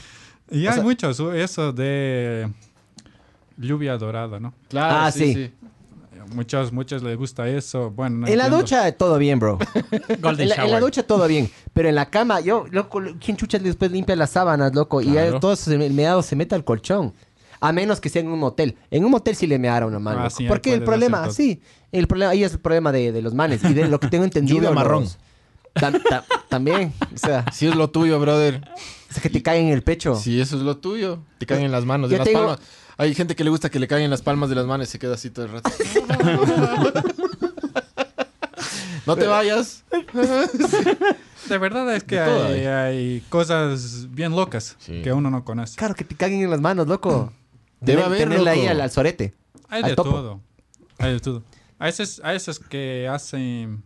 Speaker 4: Y
Speaker 2: o
Speaker 4: hay
Speaker 2: sea-
Speaker 4: muchos, uh, eso de lluvia dorada, ¿no?
Speaker 1: Claro,
Speaker 2: Ah, sí, sí.
Speaker 4: Muchos, muchos les gusta eso. Bueno, no
Speaker 2: en la
Speaker 4: entiendo.
Speaker 2: ducha todo bien, bro.
Speaker 3: Golden
Speaker 2: en, la, en la
Speaker 3: shower.
Speaker 2: ducha todo bien, pero en la cama, yo, loco, lo- ¿quién chucha después limpia las sábanas, loco? Y
Speaker 1: Claro.
Speaker 2: ya todo se- el meado se mete al colchón. A menos que sea en un motel. En un motel sí le meara una mano.
Speaker 4: Ah,
Speaker 2: loco.
Speaker 4: sí, ahí
Speaker 2: Porque el
Speaker 4: puedes
Speaker 2: problema,
Speaker 4: hacer todo.
Speaker 2: sí, el problema, ahí es el problema de, de los manes. Y de lo que tengo entendido.
Speaker 1: Lluvia marrón.
Speaker 2: los- Tam- tam- también, o sea,
Speaker 1: Si es lo tuyo, brother.
Speaker 2: o sea, que te cae en el pecho.
Speaker 1: Si eso es lo tuyo. Te
Speaker 2: Pues,
Speaker 1: caen en las manos,
Speaker 2: Yo
Speaker 1: en las
Speaker 2: tengo-
Speaker 1: palmas. Hay gente que le gusta que le caigan en las palmas de las manos y se queda así todo el rato. no te vayas.
Speaker 4: De verdad es que
Speaker 1: De todo
Speaker 4: hay, hay cosas bien locas
Speaker 1: Sí.
Speaker 4: que uno no conoce.
Speaker 2: Claro, que te caguen en las manos, loco.
Speaker 1: Debe
Speaker 2: Tener-
Speaker 1: haber,
Speaker 2: Tenerla
Speaker 1: loco.
Speaker 2: ahí al, al sorete.
Speaker 4: Hay
Speaker 2: al
Speaker 4: de
Speaker 2: topo.
Speaker 4: todo. Hay de todo. A veces, a veces que hacen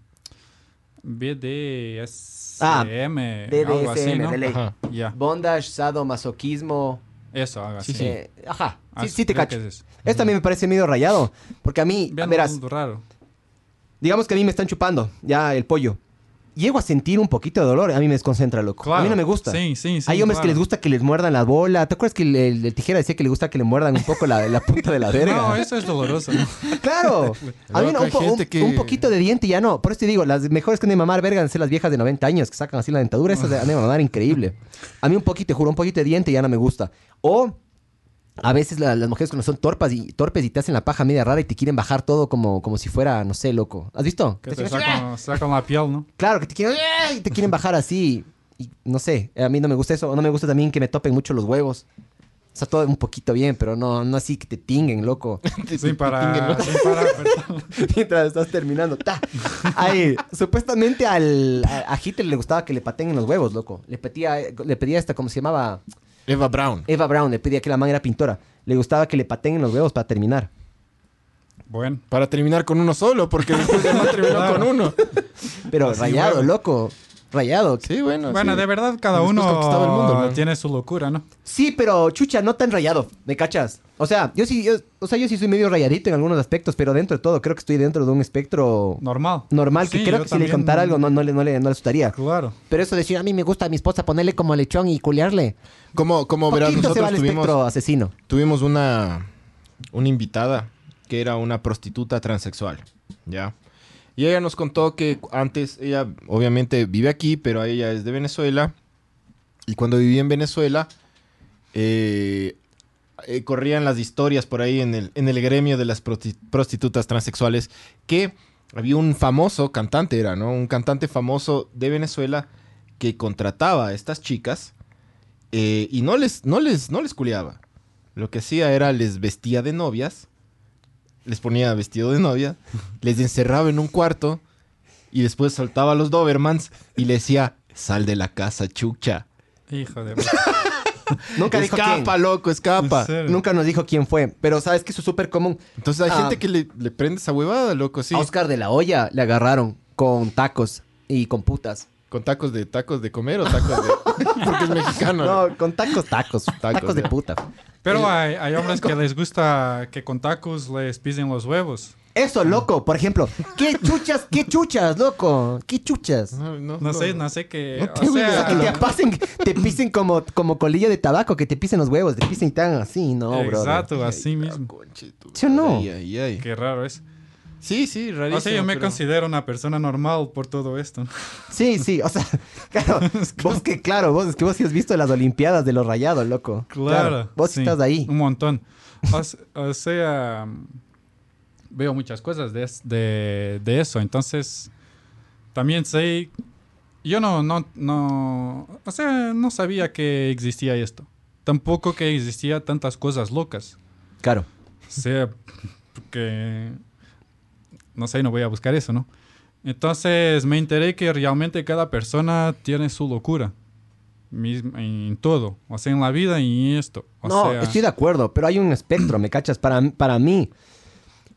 Speaker 4: BDSM,
Speaker 2: Ah,
Speaker 4: Eh, algo así,
Speaker 2: BDSM,
Speaker 4: ¿no?
Speaker 2: de ley.
Speaker 1: Ajá.
Speaker 4: Ya,
Speaker 2: Bondage, sado, masoquismo.
Speaker 4: eso, algo así.
Speaker 2: eh, ajá,
Speaker 4: Ah,
Speaker 2: sí, sí te
Speaker 4: creo
Speaker 2: cacho.
Speaker 4: que es eso.
Speaker 2: Esto también me parece medio rayado. Porque a mí,
Speaker 4: Bien
Speaker 2: verás,
Speaker 4: raro.
Speaker 2: digamos que a mí me están chupando ya el pollo. Llego a sentir un poquito de dolor, a mí me desconcentra, loco. a mí no me gusta.
Speaker 4: Sí, sí, sí.
Speaker 2: Hay hombres que les
Speaker 4: claro.
Speaker 2: gusta que les muerdan la bola. ¿Te acuerdas que el, el- el tijera decía que le gusta que le muerdan un poco la, la punta de la verga?
Speaker 4: No, eso es doloroso. ¿no?
Speaker 2: Claro. A mí no,
Speaker 1: Loco,
Speaker 2: un,
Speaker 1: hay
Speaker 2: po-
Speaker 1: gente
Speaker 2: un-
Speaker 1: que-
Speaker 2: un poquito de diente ya no. Por eso te digo, las mejores que han de mamar verga han de ser las viejas de 90 años que sacan así la dentadura. Esas han de mamar increíble. A mí un poquito, te juro, un poquito de diente ya no me gusta. O a veces la- las mujeres cuando son torpas y, torpes y te hacen la paja media rara y te quieren bajar todo como, como si fuera, no sé, loco. ¿Has visto?
Speaker 4: Que
Speaker 2: Te
Speaker 4: te
Speaker 2: hacen así,
Speaker 4: sacan, sacan la piel, ¿no?
Speaker 2: Claro, que te quieren, ¡ah! y te quieren bajar así. Y no sé, a mí no me gusta eso. O no me gusta también que me topen mucho los huevos. O sea, todo un poquito bien, pero no, no así que te tinguen, loco.
Speaker 4: Sin para Sin parar. perdón.
Speaker 2: Mientras estás terminando. ¡ta! Ahí, supuestamente al, a, a Hitler le gustaba que le pateen en los huevos, loco. Le pedía, le pedía esta, ¿cómo se llamaba?
Speaker 1: Eva Brown.
Speaker 2: Eva Brown, le pedía que la man era pintora. Le gustaba que le pateen en los huevos para terminar.
Speaker 4: Bueno.
Speaker 1: Para terminar con uno solo, porque después ya no terminó con uno.
Speaker 2: Pero
Speaker 4: Así,
Speaker 2: rayado,
Speaker 4: huevo.
Speaker 2: loco. Rayado. Ah, Sí.
Speaker 1: Sí, bueno.
Speaker 4: Bueno,
Speaker 1: sí.
Speaker 4: de verdad cada
Speaker 1: Después
Speaker 4: uno
Speaker 1: conquistaba el mundo, ¿no?
Speaker 4: tiene su locura, ¿no?
Speaker 2: pero chucha, no tan rayado. ¿Me cachas? O sea, yo sí, yo, o sea, yo sí soy medio rayadito en algunos aspectos, pero dentro de todo, creo que estoy dentro de un espectro
Speaker 4: Normal.
Speaker 2: normal. Que
Speaker 4: Sí,
Speaker 2: creo
Speaker 4: yo
Speaker 2: que si le
Speaker 4: también-
Speaker 2: contara algo no, no, le, no, le, no le asustaría.
Speaker 4: Claro.
Speaker 2: Pero eso de decir, a mí me gusta a mi esposa ponerle como lechón y culearle.
Speaker 1: Como, como verás,
Speaker 2: Poquito se va
Speaker 1: nosotros
Speaker 2: al
Speaker 1: tuvimos,
Speaker 2: espectro asesino.
Speaker 1: tuvimos una, una invitada que era una prostituta transexual, ¿ya? Y ella nos contó que antes, ella obviamente vive aquí, pero ella es de Venezuela. Y cuando vivía en Venezuela, eh, eh, corrían las historias por ahí en el, en el gremio de las proti- prostitutas transexuales que había un famoso cantante, era, ¿no? Un cantante famoso de Venezuela que contrataba a estas chicas eh, y no les, no, les, no les culiaba. Lo que hacía era les vestía de novias, les ponía vestido de novia, les encerraba en un cuarto y después soltaba a los Dobermans y le decía, sal de la casa, chucha.
Speaker 4: Hijo de...
Speaker 2: Nunca dijo quién.
Speaker 1: Escapa, loco, escapa.
Speaker 4: En serio.
Speaker 2: Nunca nos dijo quién fue, pero sabes que eso es súper común.
Speaker 1: Entonces hay
Speaker 2: Ah.
Speaker 1: gente que le, le prende esa huevada, loco, sí.
Speaker 2: A Oscar de la Hoya le agarraron con tacos y con putas.
Speaker 1: Con tacos de tacos de comer o tacos de. Porque es mexicano.
Speaker 2: No, con tacos, tacos. Tacos, de
Speaker 1: ya.
Speaker 2: puta.
Speaker 4: Pero hay, hay hombres que les gusta que con tacos les pisen los huevos.
Speaker 2: Eso, loco, por ejemplo. ¿Qué chuchas, qué chuchas, loco? ¿Qué chuchas?
Speaker 1: No, no,
Speaker 4: No
Speaker 1: no.
Speaker 4: sé, no sé qué...
Speaker 1: No
Speaker 4: o
Speaker 1: tengo
Speaker 4: sea,
Speaker 1: idea.
Speaker 2: Que te pasen, te pisen como, como colilla de tabaco, que te pisen los huevos, te pisen y te hagan así, no, bro.
Speaker 4: exacto, así mismo.
Speaker 1: Conche tu
Speaker 2: ¿Sí o no?
Speaker 1: madre, ay, ay, ay.
Speaker 4: Qué raro es.
Speaker 1: Sí, sí, rarísimo.
Speaker 4: O sea, yo me
Speaker 1: pero-
Speaker 4: considero una persona normal por todo esto.
Speaker 2: Sí, sí, o sea, claro. vos que, claro, vos, es que vos sí has visto las Olimpiadas de los rayados, loco.
Speaker 4: Claro.
Speaker 2: Vos
Speaker 4: sí,
Speaker 2: estás ahí.
Speaker 4: Un montón. O, s- o sea, veo muchas cosas de, es- de, de eso. Entonces, también sé. Yo no, no, no. O sea, no sabía que existía esto. Tampoco que existía tantas cosas locas.
Speaker 2: Claro.
Speaker 4: O sea, porque. No sé, no voy a buscar eso, ¿no? Entonces me enteré que realmente cada persona tiene su locura. Mism- en todo. O sea, en la vida y en esto. O
Speaker 2: no,
Speaker 4: sea,
Speaker 2: estoy de acuerdo, pero hay un espectro, ¿me cachas? Para, para mí,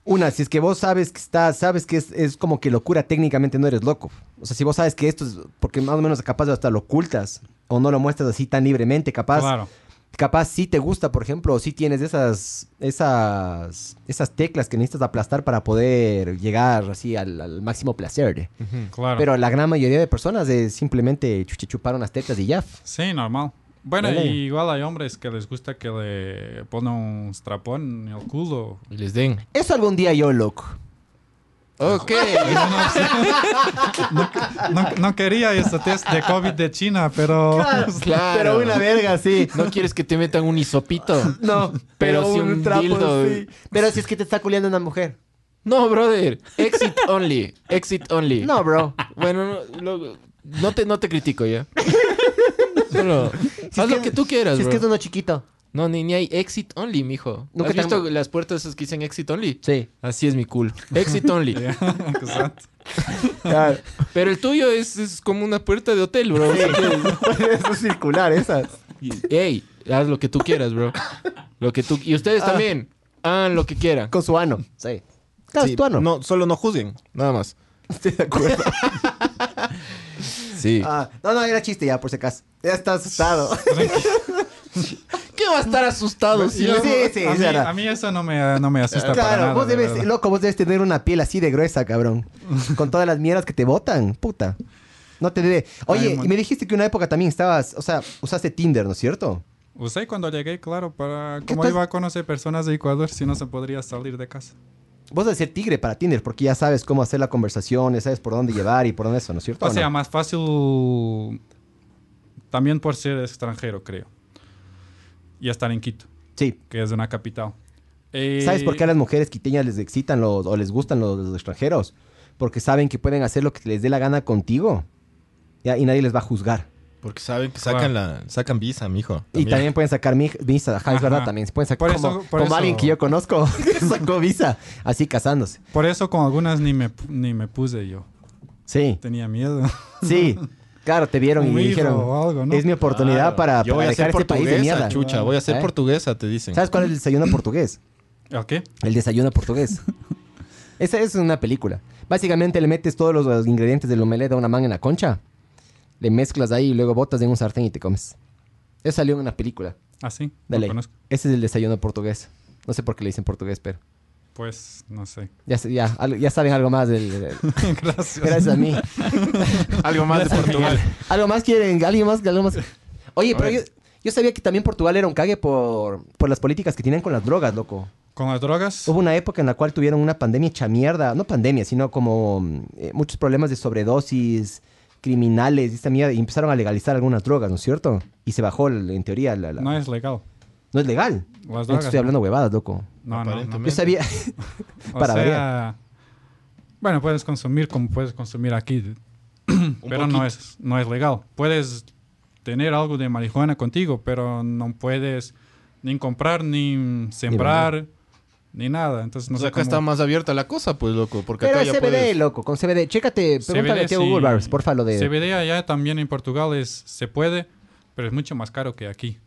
Speaker 2: una, si es que vos sabes que está, sabes que es, es como que locura, técnicamente no eres loco. O sea, si vos sabes que esto es, porque más o menos capaz hasta lo ocultas o no lo muestras así tan libremente, capaz,
Speaker 4: Claro.
Speaker 2: capaz sí te gusta, por ejemplo, o sí tienes esas, esas, esas teclas que necesitas aplastar para poder llegar así al, al máximo placer. ¿eh?
Speaker 4: Claro.
Speaker 2: Pero la gran mayoría de personas es simplemente chuche, chupar unas teclas y ya.
Speaker 4: sí, normal. Bueno,
Speaker 2: Dale.
Speaker 4: igual hay hombres que les gusta que le pongan un strapón en el culo.
Speaker 1: Y les den.
Speaker 2: Eso algún día yo, loco.
Speaker 1: Ok.
Speaker 4: No, no quería este test de COVID de China, pero.
Speaker 1: Claro.
Speaker 2: Ah, Pero una verga, sí.
Speaker 1: No quieres que te metan un hisopito.
Speaker 2: No, pero,
Speaker 1: Pero si
Speaker 2: un,
Speaker 1: un
Speaker 2: trapo
Speaker 1: dildo-
Speaker 2: sí. Pero si es que te está culiando una mujer.
Speaker 1: No, brother. Exit only. Exit only.
Speaker 2: No, bro.
Speaker 1: Bueno, no, lo- No te, no te critico ya. Solo haz lo que tú quieras,
Speaker 2: Si es
Speaker 1: bro.
Speaker 2: que es uno chiquito.
Speaker 1: No, ni, ni hay exit only, mijo.
Speaker 2: Nunca
Speaker 1: ¿Has
Speaker 2: te han-
Speaker 1: visto las puertas esas que dicen exit only?
Speaker 2: Sí.
Speaker 1: Así es mi culo. Exit only.
Speaker 4: Exacto.
Speaker 2: Ah,
Speaker 1: Pero el tuyo es, es como una puerta de hotel, bro. Así
Speaker 2: Esas circular, esas.
Speaker 1: que, Ey, haz lo que tú quieras, bro. Lo que tú... Y
Speaker 2: Ah.
Speaker 1: ustedes también. Hagan lo que quieran.
Speaker 2: Con su ano. Sí. Claro,
Speaker 1: Sí,
Speaker 2: es tu ano.
Speaker 1: No, solo no juzguen. Nada más.
Speaker 2: Estoy de acuerdo.
Speaker 1: Sí.
Speaker 2: Ah, no, no, era chiste ya, por si acaso. Ya está asustado.
Speaker 1: ¿Qué va a estar asustado?
Speaker 2: Sí,
Speaker 4: Yo-
Speaker 2: sí, sí,
Speaker 4: a,
Speaker 2: es
Speaker 4: mí,
Speaker 2: verdad.
Speaker 4: a mí eso no me, no me asusta para
Speaker 2: Claro,
Speaker 4: nada.
Speaker 2: vos
Speaker 4: de
Speaker 2: debes,
Speaker 4: verdad.
Speaker 2: loco, vos debes tener una piel así de gruesa, cabrón. Con todas las mierdas que te botan, puta. No te debe.
Speaker 4: Ay,
Speaker 2: Oye,
Speaker 4: mon-
Speaker 2: y me dijiste que una época también estabas, o sea, usaste Tinder, ¿no es cierto?
Speaker 4: Usé cuando llegué, claro, para...
Speaker 2: ¿Qué
Speaker 4: ¿Cómo
Speaker 2: tal?
Speaker 4: iba a conocer personas de Ecuador si no se podría salir de casa?
Speaker 2: Vos debes ser tigre para Tinder, porque ya sabes cómo hacer la conversación, ya sabes por dónde llevar y por dónde eso, ¿no es cierto?
Speaker 4: O
Speaker 2: ¿O
Speaker 4: sea,
Speaker 2: no?
Speaker 4: más fácil también por ser extranjero, creo. Y estar en Quito,
Speaker 2: Sí.
Speaker 4: que es una capital.
Speaker 2: ¿Sabes por qué a
Speaker 4: Eh,
Speaker 2: las mujeres quiteñas les excitan los, o les gustan los, los extranjeros? Porque saben que pueden hacer lo que les dé la gana contigo. Ya, y nadie les va a juzgar.
Speaker 5: Porque saben que sacan, la, sacan visa, mijo.
Speaker 2: Y también pueden sacar mi visa. Ajá, es
Speaker 4: Ajá.
Speaker 2: verdad, también. se Pueden sacar
Speaker 4: Por
Speaker 2: como,
Speaker 4: eso- por
Speaker 2: como
Speaker 4: eso-
Speaker 2: alguien que yo conozco que sacó visa. Así casándose.
Speaker 4: Por eso con algunas ni me, pu- ni me puse yo.
Speaker 2: Sí,
Speaker 4: Tenía miedo.
Speaker 2: sí. Claro, te vieron y
Speaker 4: Humido
Speaker 2: dijeron.
Speaker 4: o algo, ¿no?
Speaker 2: Es mi oportunidad para,
Speaker 5: Yo voy
Speaker 2: para
Speaker 5: a
Speaker 2: dejar
Speaker 5: ser
Speaker 2: este país de
Speaker 5: portuguesa,
Speaker 2: mierda.
Speaker 5: chucha. Voy a ser
Speaker 2: ¿Eh?
Speaker 5: portuguesa, te dicen.
Speaker 2: ¿Sabes cuál es el desayuno portugués?
Speaker 4: ¿Ok?
Speaker 2: El desayuno portugués. Esa es una película. Básicamente le metes todos los, los ingredientes del omelette a una manga en la concha. Le mezclas ahí y luego botas en un sartén y te comes. Eso salió en una película.
Speaker 4: Así.
Speaker 2: Dale.
Speaker 4: Lo ¿Ah, conozco.
Speaker 2: Ese es el desayuno portugués. No sé por qué le dicen portugués, pero...
Speaker 4: Pues, no sé.
Speaker 2: Ya, sé- ya, al- ya saben algo más del... del-
Speaker 4: Gracias.
Speaker 2: gracias a mí.
Speaker 1: Algo más de Portugal.
Speaker 2: ¿Algo más quieren? ¿Alguien más? ¿Algo más? Oye, pero yo, yo sabía que también Portugal era un cague por, por las políticas que tienen con las drogas, loco.
Speaker 4: Con las drogas.
Speaker 2: Hubo una época en la cual tuvieron una pandemia hecha mierda. No pandemia, sino como mm, eh, muchos problemas de sobredosis, criminales y esta mierda. Y empezaron a legalizar algunas drogas, ¿no es cierto? Y se bajó, el- en teoría, la... la-
Speaker 4: No es legal.
Speaker 2: no es legal. No
Speaker 4: Las
Speaker 2: te
Speaker 4: drogas.
Speaker 2: estoy hablando huevadas, loco.
Speaker 4: No, no, no,
Speaker 2: Yo sabía...
Speaker 4: O
Speaker 2: para
Speaker 4: sea, bueno, puedes consumir como puedes consumir aquí, pero no es, no es legal. Puedes tener algo de marihuana contigo, pero no puedes ni comprar, ni sembrar, ni nada. Entonces, no
Speaker 5: O sea,
Speaker 4: sé
Speaker 5: acá
Speaker 4: cómo...
Speaker 5: está más abierta la cosa, pues, loco. Porque
Speaker 2: Pero
Speaker 5: acá
Speaker 2: es
Speaker 5: ya
Speaker 2: CBD,
Speaker 5: puedes...
Speaker 2: loco, con CBD. Chécate, pregúntale a
Speaker 4: CBD
Speaker 2: tío
Speaker 4: sí-
Speaker 2: Google Barbs, porfa, lo de...
Speaker 4: CBD allá también en Portugal es, se puede, pero es mucho más caro que aquí.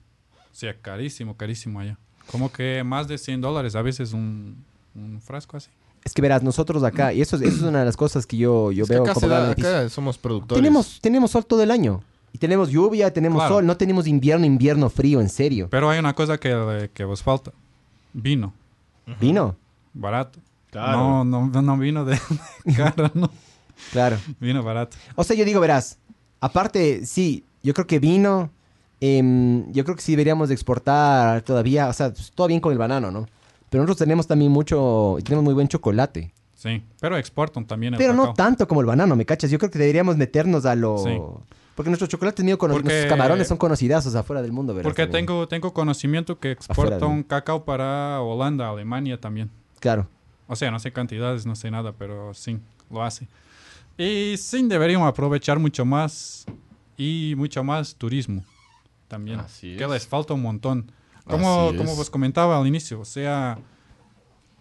Speaker 4: O sea, carísimo, carísimo allá. Como que más de 100 dólares a veces un, un frasco así.
Speaker 2: Es que verás, nosotros acá, y eso, es- eso es una de las cosas que yo, yo
Speaker 5: Es que
Speaker 2: veo
Speaker 5: acá, se
Speaker 2: como
Speaker 5: da-
Speaker 2: gran noticia.
Speaker 5: acá somos productores.
Speaker 2: Tenemos, tenemos sol todo el año. Y tenemos lluvia, tenemos
Speaker 4: Claro.
Speaker 2: sol, no tenemos invierno, invierno frío, en serio.
Speaker 4: Pero hay una cosa que, que vos falta. Vino.
Speaker 2: Vino,
Speaker 4: barato.
Speaker 5: Claro.
Speaker 4: No, no, no vino de, de cara, no.
Speaker 2: claro.
Speaker 4: Vino barato.
Speaker 2: O sea, yo digo, verás, aparte, sí, yo creo que vino, em, yo creo que sí deberíamos de exportar todavía, o sea, pues, todo bien con el banano, ¿no? Pero nosotros tenemos también mucho, tenemos muy buen chocolate.
Speaker 4: Sí, pero exportan también el
Speaker 2: Pero no
Speaker 4: cacao.
Speaker 2: tanto como el banano, ¿me cachas? Yo creo que deberíamos meternos a lo...
Speaker 4: Sí.
Speaker 2: Porque nuestros chocolates medio conocidos,
Speaker 4: Porque-
Speaker 2: nuestros camarones son conocidazos afuera del mundo, ¿verdad?
Speaker 4: Porque
Speaker 2: También.
Speaker 4: tengo, tengo conocimiento que
Speaker 2: Afuera de-
Speaker 4: exportan cacao para Holanda, Alemania también.
Speaker 2: Claro.
Speaker 4: O sea, no sé cantidades, no sé nada, pero sí, lo hace. Y sí, deberíamos aprovechar mucho más y mucho más turismo también.
Speaker 5: Así
Speaker 4: que
Speaker 5: es.
Speaker 4: les falta un montón. Como,
Speaker 5: Así
Speaker 4: como
Speaker 5: es.
Speaker 4: vos comentaba al inicio, o sea,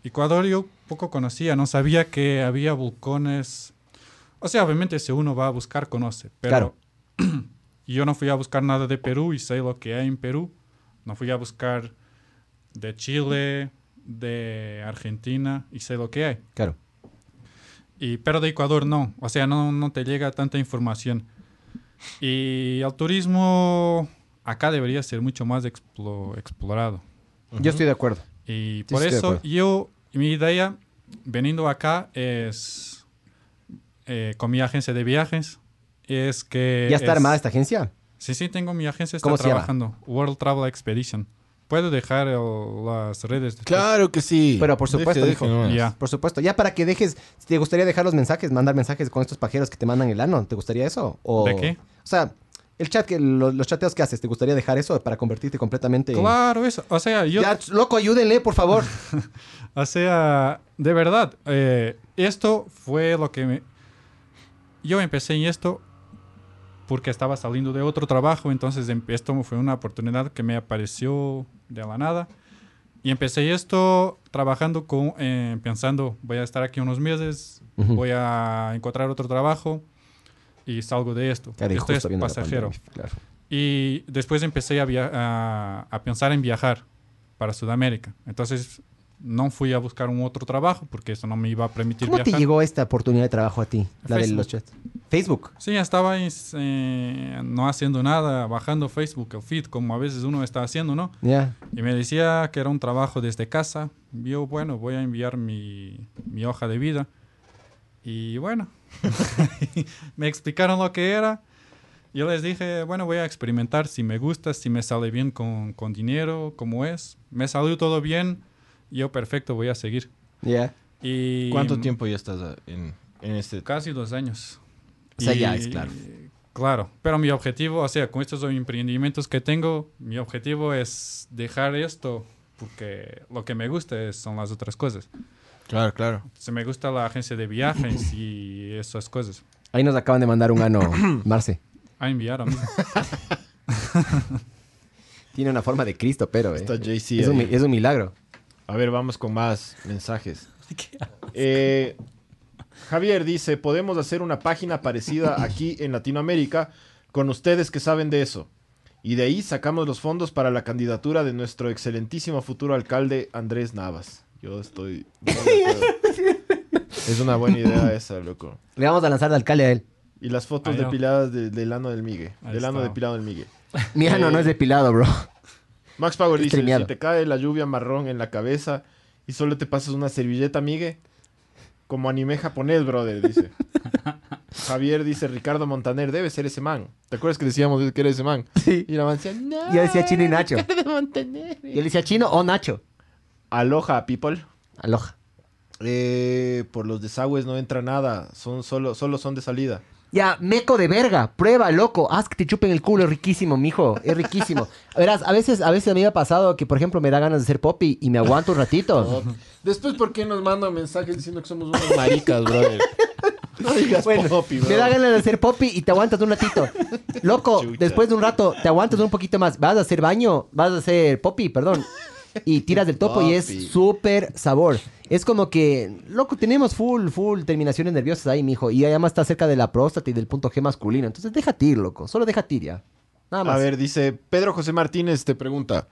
Speaker 4: Ecuador yo poco conocía, no sabía que había volcanes. O sea, obviamente si uno va a buscar, conoce, pero
Speaker 2: Claro.
Speaker 4: yo no fui a buscar nada de Perú y sé lo que hay en Perú. No fui a buscar de Chile, de Argentina y sé lo que hay.
Speaker 2: Claro.
Speaker 4: Y, pero de Ecuador no, o sea, no, no te llega tanta información. Y el turismo acá debería ser mucho más explo- explorado.
Speaker 2: Yo estoy de acuerdo.
Speaker 4: Y
Speaker 2: Sí,
Speaker 4: por
Speaker 2: estoy de
Speaker 4: eso
Speaker 2: acuerdo.
Speaker 4: yo, mi idea veniendo acá es, eh, con mi agencia de viajes, es
Speaker 5: Eh,
Speaker 4: que...
Speaker 2: ¿Ya está
Speaker 4: es-
Speaker 2: armada esta agencia?
Speaker 4: Sí, sí, tengo mi agencia, está
Speaker 2: ¿Cómo se llama?
Speaker 4: trabajando. World Travel Expedition. Puedo dejar el- las redes. después?
Speaker 5: Claro que sí.
Speaker 2: Pero por supuesto,
Speaker 5: Deje,
Speaker 2: mijo.
Speaker 5: deje nomás.
Speaker 4: Ya.
Speaker 2: Por supuesto. Ya para que dejes, si te gustaría dejar los mensajes, mandar mensajes con estos pajeros que te mandan el ano, ¿te gustaría eso? O,
Speaker 4: ¿De qué?
Speaker 2: O sea, el chat, que, lo- los chateos que haces, ¿te gustaría dejar eso para convertirte completamente en-
Speaker 4: Claro, eso. O sea, yo...
Speaker 2: Ya, loco, ayúdenle, por favor.
Speaker 4: O sea, de verdad, eh, esto fue lo que me... Yo empecé en esto porque estaba saliendo de otro trabajo, entonces em- esto fue una oportunidad que me apareció de la nada. Y empecé esto trabajando con, eh, pensando, voy a estar aquí unos meses,
Speaker 2: Ujú.
Speaker 4: voy a encontrar otro trabajo y salgo de esto.
Speaker 2: Claro, y
Speaker 4: esto es
Speaker 2: justo viene la
Speaker 4: pasajero.
Speaker 2: pandemia, claro.
Speaker 4: Y después empecé a, via- a, a pensar en viajar para Sudamérica. Entonces no fui a buscar un otro trabajo porque eso no me iba a permitir
Speaker 2: ¿Cómo
Speaker 4: viajar.
Speaker 2: te llegó esta oportunidad de trabajo a ti? La de
Speaker 4: Facebook.
Speaker 2: los chats. Facebook.
Speaker 4: Sí, estaba es, eh, no haciendo nada, bajando Facebook, el feed, como a veces uno está haciendo, ¿no?
Speaker 2: Ya.
Speaker 4: Y me decía que era un trabajo desde casa. Yo, bueno, voy a enviar mi, mi hoja de vida. Y bueno, me explicaron lo que era. Yo les dije, bueno, voy a experimentar si me gusta, si me sale bien con, con dinero, como es. Me salió todo bien. Yo, perfecto, voy a seguir.
Speaker 2: Ya.
Speaker 4: Y
Speaker 1: ¿Cuánto tiempo ya estás ah, en, en este?
Speaker 4: Casi dos años.
Speaker 2: O sea, ya es claro.
Speaker 4: Claro, pero mi objetivo, o sea, con estos emprendimientos que tengo, mi objetivo es dejar esto porque lo que me gusta es- son las otras cosas.
Speaker 1: Claro, claro.
Speaker 4: Si me gusta la agencia de viajes y esas cosas.
Speaker 2: Ahí nos acaban de mandar un ano, Marce.
Speaker 4: A enviar a mí.
Speaker 2: Tiene una forma de Cristo, pero. eh.
Speaker 1: Está JC
Speaker 2: es, un,
Speaker 1: ahí.
Speaker 2: mi- es un milagro.
Speaker 1: A ver, vamos con más mensajes. Eh, Javier dice, podemos hacer una página parecida aquí en Latinoamérica con ustedes que saben de eso. Y de ahí sacamos los fondos para la candidatura de nuestro excelentísimo futuro alcalde Andrés Navas. Yo estoy... no me puedo. es una buena idea esa, loco.
Speaker 2: Le vamos a lanzar de alcalde a él.
Speaker 1: Y las fotos
Speaker 4: Ahí no.
Speaker 1: depiladas de- del ano del Migue.
Speaker 4: Ahí
Speaker 1: Del ano
Speaker 4: está.
Speaker 1: depilado del Migue.
Speaker 2: Mi ano no es depilado, bro.
Speaker 1: Max Power dice,
Speaker 2: Streameado.
Speaker 1: si te cae la lluvia marrón en la cabeza y solo te pasas una servilleta, migue, como anime japonés, brother, dice. Javier dice, Ricardo Montaner, debe ser ese man. ¿Te acuerdas que decíamos que era ese man?
Speaker 2: Sí.
Speaker 1: Y la man decía, no.
Speaker 2: Yo decía Chino y Nacho.
Speaker 1: Ricardo Montaner.
Speaker 2: Y él decía chino o Nacho.
Speaker 1: Aloha, people.
Speaker 2: Aloja.
Speaker 1: Eh, por los desagües no entra nada, son solo, solo son de salida.
Speaker 2: Ya, meco de verga, prueba, loco, haz que te chupen el culo, es riquísimo, mijo, es riquísimo. Verás, a veces, a veces a mí me ha pasado que, por ejemplo, me da ganas de ser popi y me aguanto un ratito.
Speaker 1: Después, ¿por qué nos mandan mensajes diciendo que somos unos maricas, brother? No digas
Speaker 2: Bueno,
Speaker 1: popi,
Speaker 2: me
Speaker 1: brother.
Speaker 2: da ganas de ser popi y te aguantas un ratito. Loco,
Speaker 1: Chucha.
Speaker 2: después de un rato, te aguantas un poquito más, vas a hacer baño, vas a hacer popi, perdón. Y tiras del topo y
Speaker 1: Popi.
Speaker 2: es súper sabor. Es como que, loco, tenemos full, full terminaciones nerviosas ahí, mijo. Y además está cerca de la próstata y del punto G masculino. Entonces déjate ir, loco. Solo déjate ir ya. Nada más.
Speaker 1: A ver, dice Pedro José Martínez te pregunta,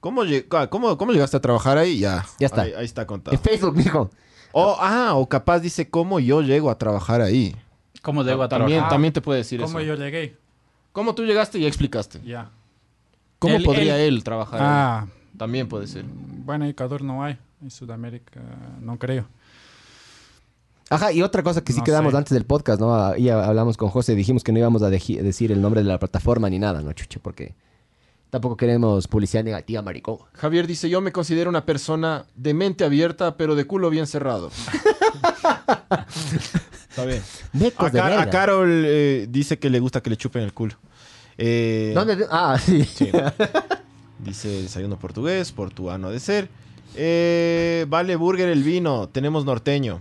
Speaker 1: ¿cómo, lleg- ah, cómo, cómo llegaste a trabajar ahí? Ya,
Speaker 2: Ya está.
Speaker 1: Ahí, ahí está contado.
Speaker 2: En Facebook, mijo.
Speaker 1: O, ah, o capaz dice, ¿cómo yo llego a trabajar ahí?
Speaker 3: ¿Cómo debo a
Speaker 1: Ah, también,
Speaker 3: trabajar?
Speaker 1: también te puede decir
Speaker 4: ¿Cómo
Speaker 1: eso.
Speaker 4: yo llegué?
Speaker 1: ¿Cómo tú llegaste y explicaste?
Speaker 4: Ya.
Speaker 1: ¿Cómo
Speaker 3: Él-
Speaker 1: podría él, trabajar
Speaker 4: Ah,
Speaker 1: ahí? También puede ser.
Speaker 4: bueno, Ecuador no hay. En Sudamérica no creo.
Speaker 2: Ajá, y otra cosa que sí
Speaker 4: No
Speaker 2: quedamos
Speaker 4: sé.
Speaker 2: antes del podcast, ¿no? Ahí hablamos con José, dijimos que no íbamos a deji- decir el nombre de la plataforma ni nada, ¿no, Chucho? Porque tampoco queremos publicidad negativa, maricón.
Speaker 1: Javier dice, yo me considero una persona de mente abierta, pero de culo bien cerrado. está bien.
Speaker 2: Mecos
Speaker 1: A,
Speaker 2: de
Speaker 1: Car- a
Speaker 2: verga.
Speaker 1: Carol eh, dice que le gusta que le chupen el culo. Eh,
Speaker 2: ¿Dónde? de- Ah, sí.
Speaker 1: Sí. Dice desayuno portugués, portuano ha de ser. Eh, vale burger el vino, tenemos norteño.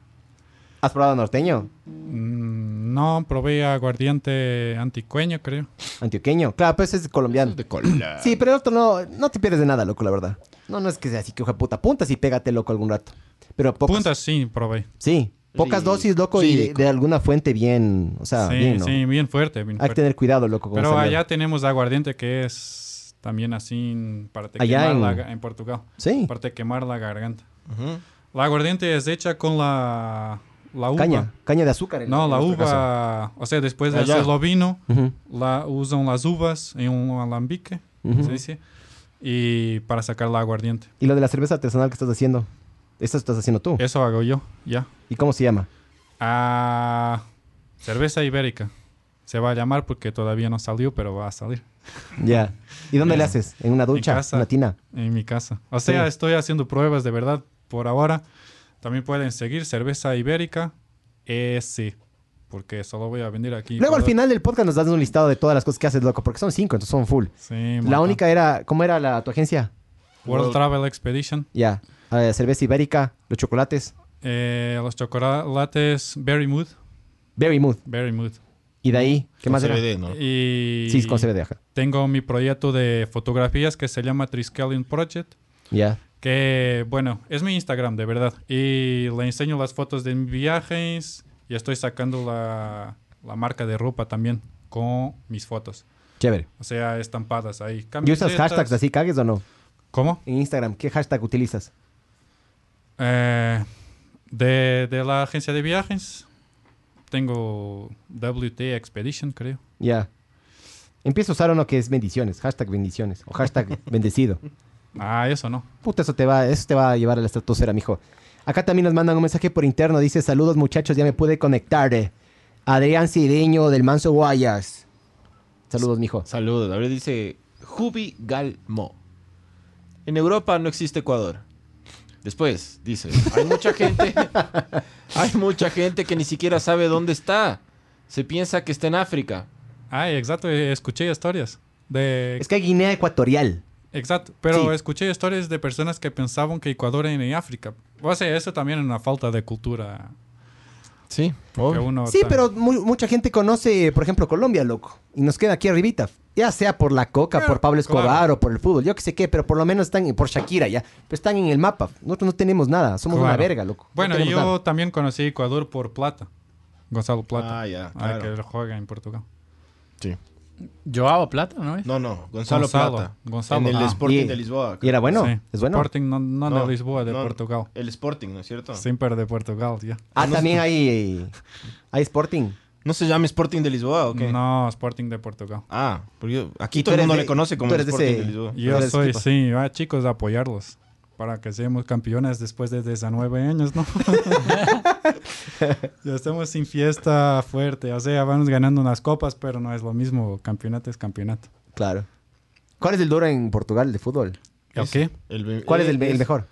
Speaker 2: ¿Has probado norteño?
Speaker 4: Mm, No, probé aguardiente anticueño, creo.
Speaker 2: Antioqueño. Claro, pues es colombiano.
Speaker 1: De cola.
Speaker 2: Sí, pero otro no, no te pierdes de nada, loco, la verdad. No, no es que sea así que oja puta. Puntas y pégate, loco, algún rato. Pero pocas.
Speaker 4: Puntas sí, probé.
Speaker 2: Sí. Pocas
Speaker 1: Rico.
Speaker 2: dosis, loco, y de,
Speaker 1: Rico.
Speaker 2: de alguna fuente bien. O sea,
Speaker 4: sí,
Speaker 2: bien, ¿no?
Speaker 4: sí, bien fuerte. bien
Speaker 2: Hay que
Speaker 4: fuerte.
Speaker 2: tener cuidado, loco. con
Speaker 4: Pero
Speaker 2: esa
Speaker 4: allá
Speaker 2: mierda.
Speaker 4: tenemos aguardiente que es también así para te
Speaker 2: Allá
Speaker 4: quemar
Speaker 2: en-
Speaker 4: la ga- en Portugal.
Speaker 2: Sí.
Speaker 4: Para te quemar la garganta. La aguardiente es hecha con la, la uva.
Speaker 2: Caña. Caña de azúcar. en-
Speaker 4: No,
Speaker 2: en
Speaker 4: la
Speaker 2: nuestro caso.
Speaker 4: uva. O sea, después de
Speaker 1: Allá.
Speaker 4: hacerlo vino,
Speaker 2: Ujú.
Speaker 4: la, usan las uvas en un alambique,
Speaker 2: Ujú.
Speaker 4: se dice, y para sacar la aguardiente.
Speaker 2: ¿Y lo de la cerveza artesanal que estás haciendo? Esto estás haciendo tú.
Speaker 4: Eso hago yo, ya.
Speaker 2: ¿Y cómo se llama?
Speaker 4: Ah, cerveza ibérica. Se va a llamar porque todavía no salió, pero va a salir
Speaker 2: Ya. ¿Y dónde le haces? ¿En una ducha?
Speaker 4: casa.
Speaker 2: ¿En una tina?
Speaker 4: en mi casa. O sea,
Speaker 2: Sí.
Speaker 4: estoy haciendo pruebas de verdad por ahora. También pueden seguir cerveza ibérica S, porque solo voy a vender aquí.
Speaker 2: Luego al
Speaker 4: Puedo-
Speaker 2: final del podcast nos das un listado de todas las cosas que haces, loco, porque son cinco, entonces son full.
Speaker 4: Sí,
Speaker 2: La
Speaker 4: montón.
Speaker 2: única era, ¿cómo era la tu agencia?
Speaker 4: World Travel Expedition.
Speaker 2: Ya. eh, cerveza ibérica, los chocolates,
Speaker 4: Eh, los chocolates Berry Mood.
Speaker 2: Berry Mood.
Speaker 4: Berry Mood.
Speaker 2: Y de ahí, ¿qué más era?
Speaker 1: CBD, ¿no?
Speaker 4: Eh, Y
Speaker 2: Sí, con CBD, ajá.
Speaker 4: tengo mi proyecto de fotografías que se llama Triskelion Project.
Speaker 2: Ya.
Speaker 4: Que bueno, es mi Instagram, de verdad. Y le enseño las fotos de mis viajes y estoy sacando la, la marca de ropa también con mis fotos.
Speaker 2: Chévere.
Speaker 4: O sea, estampadas
Speaker 2: ¿Y
Speaker 4: ahí.
Speaker 2: usas
Speaker 4: Camisetas.
Speaker 2: hashtags así, cagues o no?
Speaker 4: ¿Cómo?
Speaker 2: En Instagram, ¿qué hashtag utilizas?
Speaker 4: Eh, de, de la agencia de viajes. Tengo WT Expedition, creo.
Speaker 2: Ya. Empieza a usar uno que es bendiciones, hashtag bendiciones o hashtag bendecido.
Speaker 4: Ah, eso no.
Speaker 2: Puta, eso te va, eso te va a llevar a la estratosfera, mijo. Acá también nos mandan un mensaje por interno. Dice, saludos muchachos, ya me pude conectar. eh. Adrián Cideño del Manso Guayas. Saludos, mijo.
Speaker 5: Saludos. A ver, dice Jubi Galmo. En Europa no existe Ecuador. Después, dice, hay mucha gente, hay mucha gente que ni siquiera sabe dónde está. Se piensa que está en África.
Speaker 4: Ah, exacto, eh, escuché historias. De,
Speaker 2: Es que hay Guinea Ecuatorial.
Speaker 4: Exacto, pero
Speaker 2: Sí.
Speaker 4: escuché historias de personas que pensaban que Ecuador era en África. O sea, eso también es una falta de cultura.
Speaker 5: Sí.
Speaker 4: que uno
Speaker 2: Sí,
Speaker 4: tan-
Speaker 2: pero mu- mucha gente conoce, por ejemplo, Colombia, loco. Y nos queda aquí arribita. Ya sea por la coca,
Speaker 4: Claro,
Speaker 2: por Pablo Escobar
Speaker 4: claro.
Speaker 2: o por el fútbol, yo qué sé qué, pero por lo menos están, y por Shakira ya, pero están en el mapa. Nosotros no tenemos nada, somos una
Speaker 4: Claro.
Speaker 2: verga, loco. No
Speaker 4: Bueno,
Speaker 2: tenemos
Speaker 4: yo
Speaker 2: nada.
Speaker 4: también conocí Ecuador por Plata. Gonzalo Plata.
Speaker 5: Ah, ya,
Speaker 4: al
Speaker 5: claro.
Speaker 4: que él juega en Portugal.
Speaker 3: Joao Plata, ¿no es?
Speaker 5: No, no, Gonzalo,
Speaker 4: Gonzalo,
Speaker 5: Plata.
Speaker 4: Gonzalo.
Speaker 5: En el
Speaker 4: Ah.
Speaker 5: Sporting
Speaker 2: Y-
Speaker 5: de Lisboa.
Speaker 2: Y era bueno,
Speaker 4: Sí.
Speaker 2: es bueno.
Speaker 4: Sporting, no, no
Speaker 5: No,
Speaker 4: de Lisboa, de
Speaker 5: no,
Speaker 4: Portugal.
Speaker 5: El Sporting, ¿no es cierto?
Speaker 4: Siempre de Portugal, ya.
Speaker 2: Ah, también hay, hay Sporting.
Speaker 5: ¿No se llama Sporting de Lisboa o qué?
Speaker 4: No, Sporting de Portugal.
Speaker 5: Ah, porque yo-
Speaker 2: Y
Speaker 5: aquí
Speaker 2: tú
Speaker 5: todo el
Speaker 2: eres
Speaker 5: mundo
Speaker 2: de-
Speaker 5: le conoce como
Speaker 2: tú
Speaker 5: el
Speaker 2: eres de
Speaker 5: Sporting
Speaker 2: ese-
Speaker 5: de Lisboa.
Speaker 4: Yo
Speaker 2: eres
Speaker 4: soy,
Speaker 2: equipo.
Speaker 4: sí, ah, chicos, apoyarlos. Para que seamos campeones después de 19 años, ¿no? ya estamos sin fiesta fuerte. O sea, vamos ganando unas copas, pero no es lo mismo. Campeonato es campeonato.
Speaker 2: Claro. ¿Cuál es el duro en Portugal de fútbol?
Speaker 4: ¿El
Speaker 5: Es-
Speaker 4: qué?
Speaker 5: El Ben-
Speaker 2: ¿Cuál es el,
Speaker 5: eh,
Speaker 2: el mejor?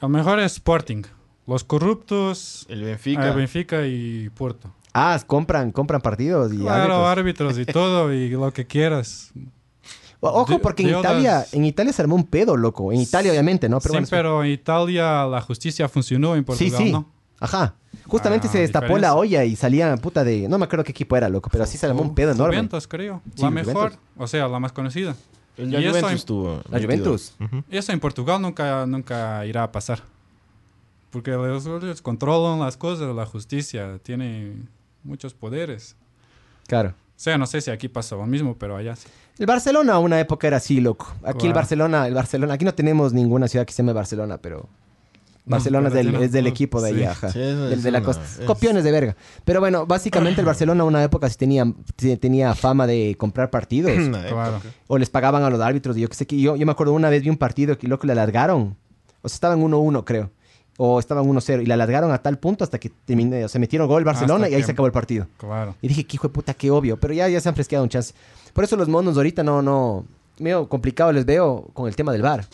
Speaker 4: Lo mejor es Sporting. Los corruptos,
Speaker 5: El
Speaker 4: Ah, Benfica,
Speaker 5: Benfica.
Speaker 4: Benfica y Porto.
Speaker 2: Ah, compran, compran partidos y árbitros.
Speaker 4: Claro, árbitros y todo, y lo que quieras.
Speaker 2: O- Ojo, porque en
Speaker 4: Diodas.
Speaker 2: Italia, en Italia se armó un pedo, loco. En Italia, obviamente, ¿no?
Speaker 4: sí,
Speaker 2: bueno,
Speaker 4: pero en Italia la justicia funcionó, en
Speaker 2: sí,
Speaker 4: Portugal
Speaker 2: sí.
Speaker 4: no.
Speaker 2: Ajá. Justamente
Speaker 4: Ah,
Speaker 2: se destapó
Speaker 4: diferencia.
Speaker 2: la olla y salía puta de. No me acuerdo qué equipo era, loco, pero así se armó un pedo enorme.
Speaker 4: Juventus, creo.
Speaker 2: Sí,
Speaker 4: la
Speaker 2: Juventus.
Speaker 4: mejor, o sea, la más conocida.
Speaker 5: El
Speaker 4: Y
Speaker 5: la
Speaker 4: eso
Speaker 5: Juventus
Speaker 4: en-
Speaker 5: estuvo
Speaker 2: La
Speaker 5: metido.
Speaker 2: Juventus.
Speaker 4: Eso en Portugal nunca, nunca irá a pasar. Porque los ellos controlan las cosas, la justicia tiene muchos poderes.
Speaker 2: Claro.
Speaker 4: O sea, no sé si aquí pasa lo mismo, pero allá sí.
Speaker 2: El Barcelona una época era así, loco. Aquí el
Speaker 4: Claro.
Speaker 2: Barcelona, el Barcelona, aquí no tenemos ninguna ciudad que se llame Barcelona, pero Barcelona
Speaker 4: pero
Speaker 2: es, del,
Speaker 4: tiene-
Speaker 2: es del
Speaker 4: no,
Speaker 2: equipo de
Speaker 4: sí.
Speaker 2: allá, ajá.
Speaker 5: Sí, es-
Speaker 2: del
Speaker 5: es
Speaker 2: de la
Speaker 5: una-
Speaker 2: costa.
Speaker 5: es-
Speaker 2: Copiones de verga. Pero bueno, básicamente el Barcelona una época sí tenía, sí tenía fama de comprar partidos.
Speaker 5: Una
Speaker 6: eh.
Speaker 5: época.
Speaker 4: Claro.
Speaker 2: o les pagaban a los árbitros. Y yo que sé que yo, yo me acuerdo una vez vi un partido que loco le alargaron. O sea, estaban 1-1, creo. O estaban 1-0. Y la alargaron a tal punto hasta que terminé. O sea, metieron gol Barcelona
Speaker 4: Hasta
Speaker 2: y ahí
Speaker 4: que-
Speaker 2: se acabó el partido.
Speaker 4: Claro.
Speaker 2: Y dije, qué hijo de puta, qué obvio. Pero ya, ya se han fresqueado un chance. Por eso los monos ahorita no, no. Medio complicado les veo con el tema del bar.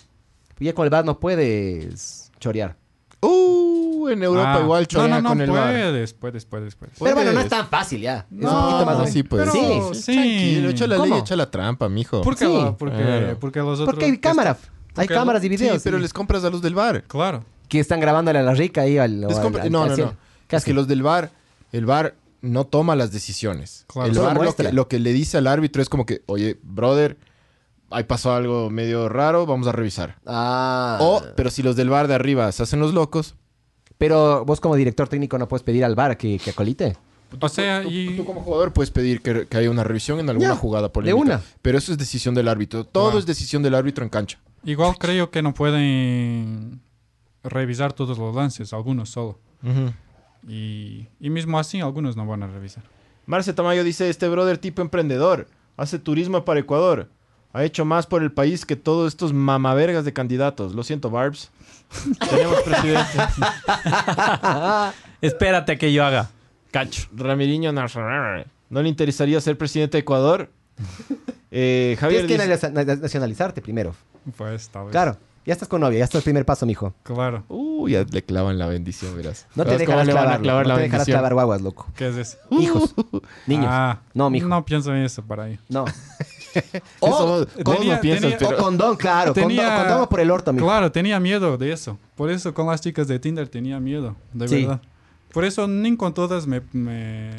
Speaker 2: Ya con el bar no puedes chorear.
Speaker 1: Uh, en Europa
Speaker 4: Ah,
Speaker 1: igual
Speaker 4: no,
Speaker 1: chorean
Speaker 4: no, no,
Speaker 1: con el bar.
Speaker 4: puedes, puedes, puedes, puedes.
Speaker 2: Pero bueno, no
Speaker 1: Puedes.
Speaker 2: es tan fácil ya. Es
Speaker 4: No,
Speaker 2: un poquito más.
Speaker 4: no,
Speaker 1: así, pues.
Speaker 4: pero
Speaker 2: Sí,
Speaker 4: sí.
Speaker 1: Tranquilo, echa la ley,
Speaker 2: ¿Cómo?
Speaker 1: echa la trampa, mijo.
Speaker 4: ¿Por qué?
Speaker 2: Sí.
Speaker 4: la- porque,
Speaker 1: Claro.
Speaker 4: porque los otros...
Speaker 2: Porque hay cámara. Hay
Speaker 4: porque-
Speaker 2: cámaras y
Speaker 1: Sí,
Speaker 2: videos.
Speaker 1: pero
Speaker 2: y-
Speaker 1: les compras a los del bar.
Speaker 4: Claro.
Speaker 2: Que están grabándole a la rica ahí al. o
Speaker 1: Les
Speaker 2: al-
Speaker 1: compra-
Speaker 2: al-
Speaker 1: no,
Speaker 2: al
Speaker 1: no,
Speaker 2: cielo.
Speaker 1: no.
Speaker 2: ¿Qué
Speaker 1: Es que
Speaker 2: hacen?
Speaker 1: los del bar, el bar no toma las decisiones.
Speaker 4: Claro.
Speaker 1: El
Speaker 2: Solo
Speaker 1: bar lo
Speaker 2: muestra.
Speaker 1: que, lo que le dice al árbitro es como que, oye, brother, ahí pasó algo medio raro, vamos a revisar.
Speaker 2: Ah.
Speaker 1: O, pero si los del bar de arriba se hacen los locos,
Speaker 2: Pero vos como director técnico no puedes pedir al bar que, que acolite.
Speaker 4: O sea,
Speaker 1: tú,
Speaker 4: Ah, y...
Speaker 1: tú como jugador puedes pedir que, que haya una revisión en alguna
Speaker 2: Ya,
Speaker 1: jugada
Speaker 2: de
Speaker 1: polémica.
Speaker 2: una. Ah.
Speaker 1: Pero eso es decisión del árbitro. Todo
Speaker 4: Claro.
Speaker 1: es decisión del árbitro en cancha.
Speaker 4: Igual creo que no pueden revisar todos los lances, algunos solo. y, y mismo así, algunos no van a revisar.
Speaker 5: Marce Tamayo dice, este brother tipo emprendedor, hace turismo para Ecuador. Ha hecho más por el país que todos estos mamavergas de candidatos. Lo siento, Barbs. Tenemos presidente.
Speaker 3: Espérate que yo haga. Cacho.
Speaker 5: Ramiriño Nacional. ¿No le interesaría ser presidente de Ecuador? Eh, Javier
Speaker 2: Tienes que
Speaker 5: dice-
Speaker 2: na- na- nacionalizarte primero.
Speaker 4: Pues tal vez.
Speaker 2: Claro. Ya estás con novia, ya estás el primer paso, mijo.
Speaker 4: Claro.
Speaker 1: Uh, ya le clavan la bendición, verás.
Speaker 2: No te
Speaker 1: ¿Verás cómo
Speaker 2: dejarás
Speaker 1: le van a
Speaker 2: clavar,
Speaker 1: clavar
Speaker 2: loco, no
Speaker 1: la
Speaker 2: te dejarás
Speaker 1: bendición?
Speaker 2: clavar guaguas, loco.
Speaker 4: ¿Qué es eso?
Speaker 2: Hijos, niños.
Speaker 4: Ah,
Speaker 2: No, mijo.
Speaker 4: No pienso en eso para ahí.
Speaker 2: No.
Speaker 1: Eso, vos
Speaker 4: Oh, tenía-
Speaker 1: no piensas,
Speaker 4: tenía-
Speaker 1: pero...
Speaker 2: O condón, claro.
Speaker 4: Tenía-
Speaker 2: Condón, condón va por el orto, mijo.
Speaker 4: Claro, tenía miedo de eso. Por eso con las chicas de Tinder tenía miedo, de
Speaker 2: Sí.
Speaker 4: verdad. Por eso ni con todas me, me,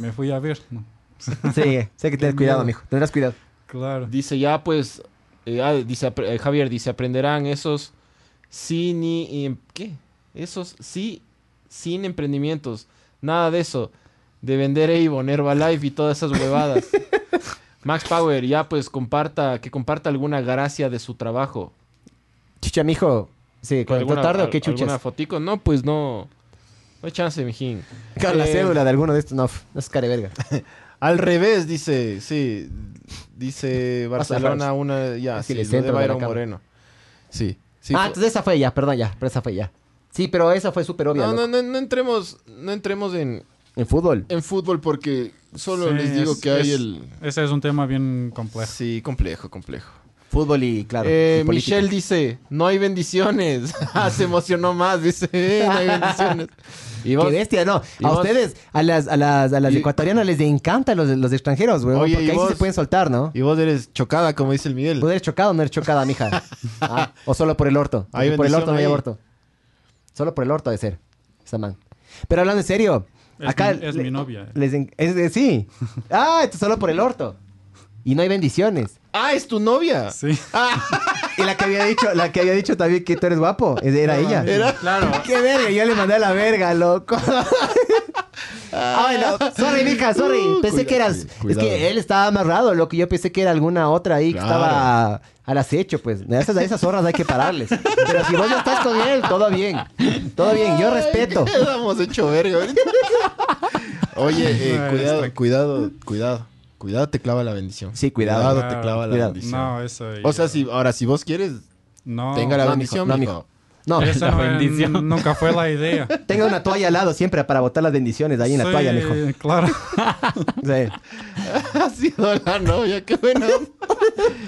Speaker 4: me fui a ver. ¿no?
Speaker 2: Sí, sí hay que tener cuidado, mijo. Tendrás cuidado.
Speaker 4: Claro.
Speaker 1: Dice ya, pues, eh, ah, dice, apre- eh, Javier dice, aprenderán esos sin, i- y em- ¿qué? Esos sí, sin emprendimientos. Nada de eso. De vender Avon, Herbalife y todas esas huevadas. Max Power, ya pues comparta, que comparta alguna gracia de su trabajo.
Speaker 2: Chucha, mijo. Sí, ¿cuánto
Speaker 1: ¿Alguna-
Speaker 2: tarde o
Speaker 1: al-
Speaker 2: qué chuchas?
Speaker 1: ¿Alguna fotico? No, pues no. No hay chance, mijín.
Speaker 2: Con la
Speaker 1: Eh,
Speaker 2: cédula de alguno de estos, no, no es careverga.
Speaker 1: Al revés, dice, sí. Dice Barcelona una, ya,
Speaker 2: Es que
Speaker 1: sí,
Speaker 2: el
Speaker 1: lo de
Speaker 2: centro de la
Speaker 1: Byron
Speaker 2: cama.
Speaker 1: Moreno. Sí, sí.
Speaker 2: ah,
Speaker 1: fue-
Speaker 2: entonces esa fue ya, perdón, ya, pero esa fue ya. Sí, pero esa fue súper obvia.
Speaker 1: no,
Speaker 2: loco.
Speaker 1: no, no, no entremos, no entremos en,
Speaker 2: En fútbol.
Speaker 1: en fútbol porque solo
Speaker 4: Sí,
Speaker 1: les digo
Speaker 4: es-
Speaker 1: que hay
Speaker 4: es-
Speaker 1: el...
Speaker 4: Ese es un tema bien complejo.
Speaker 1: Sí, complejo, complejo.
Speaker 2: Fútbol y, claro.
Speaker 1: Eh,
Speaker 2: y política.
Speaker 1: Michelle dice, no hay bendiciones. Ah, Se emocionó más, dice, "Eh, no hay bendiciones. Y vos-
Speaker 2: Qué bestia, no.
Speaker 1: ¿Y
Speaker 2: A
Speaker 1: vos?
Speaker 2: ustedes, a las, a las, a las
Speaker 1: Y-
Speaker 2: ecuatorianas les encantan los, los extranjeros, güey.
Speaker 1: Oye,
Speaker 2: Porque
Speaker 1: ¿y
Speaker 2: ahí sí
Speaker 1: vos?
Speaker 2: se pueden soltar, ¿no?
Speaker 1: y vos eres chocada, como dice el Miguel.
Speaker 2: ¿Tú eres chocado o no eres chocada, mija? Ah, o solo por el orto.
Speaker 1: Hay
Speaker 2: Porque por el
Speaker 1: bendición
Speaker 2: orto no hay
Speaker 1: ahí.
Speaker 2: aborto. Solo por el orto ha de ser. Esa man. Pero hablando en serio,
Speaker 4: Es
Speaker 2: acá.
Speaker 4: mi- es mi novia.
Speaker 2: les en- es- es- sí. Ah, esto es solo por el orto. Y no hay bendiciones.
Speaker 1: Ah, es tu novia.
Speaker 4: Sí.
Speaker 2: Y la que había dicho, la que había dicho también que tú eres guapo, es- era ella.
Speaker 4: Claro.
Speaker 2: ¡Qué verga! Yo le mandé a la verga, loco. Ay, no. Sorry, mija, sorry.
Speaker 1: Uh, cuidado,
Speaker 2: Pensé que eras.
Speaker 1: cu- cuidado.
Speaker 2: Es que él estaba amarrado, loco. Yo pensé que era alguna otra ahí que
Speaker 1: Claro.
Speaker 2: estaba al acecho, pues. A esas, a esas zorras hay que pararles. Pero si vos no estás con él, todo bien. Todo bien, yo
Speaker 1: Ay,
Speaker 2: respeto.
Speaker 1: ¿qué Hemos hecho verga ahorita. Oye, eh,
Speaker 4: No,
Speaker 1: cuidado,
Speaker 4: está-
Speaker 1: cuidado, cuidado. Cuidado te clava la bendición.
Speaker 2: Sí, cuidado.
Speaker 1: Cuidado Ah, te
Speaker 4: Claro.
Speaker 1: clava la
Speaker 2: Cuidado.
Speaker 1: bendición.
Speaker 4: No, eso.
Speaker 1: O sea,
Speaker 4: ya-
Speaker 1: si, ahora si vos quieres,
Speaker 4: No.
Speaker 1: tenga la
Speaker 2: no,
Speaker 1: bendición,
Speaker 2: mijo, no,
Speaker 1: mijo.
Speaker 2: No,
Speaker 3: La
Speaker 4: Esa no-
Speaker 3: bendición.
Speaker 4: n- nunca fue la idea.
Speaker 2: tenga una toalla al lado siempre para botar las bendiciones ahí en la
Speaker 4: Soy- eh,
Speaker 2: toalla, mijo.
Speaker 4: Claro.
Speaker 2: Sí.
Speaker 1: Ha sido la novia, qué bueno.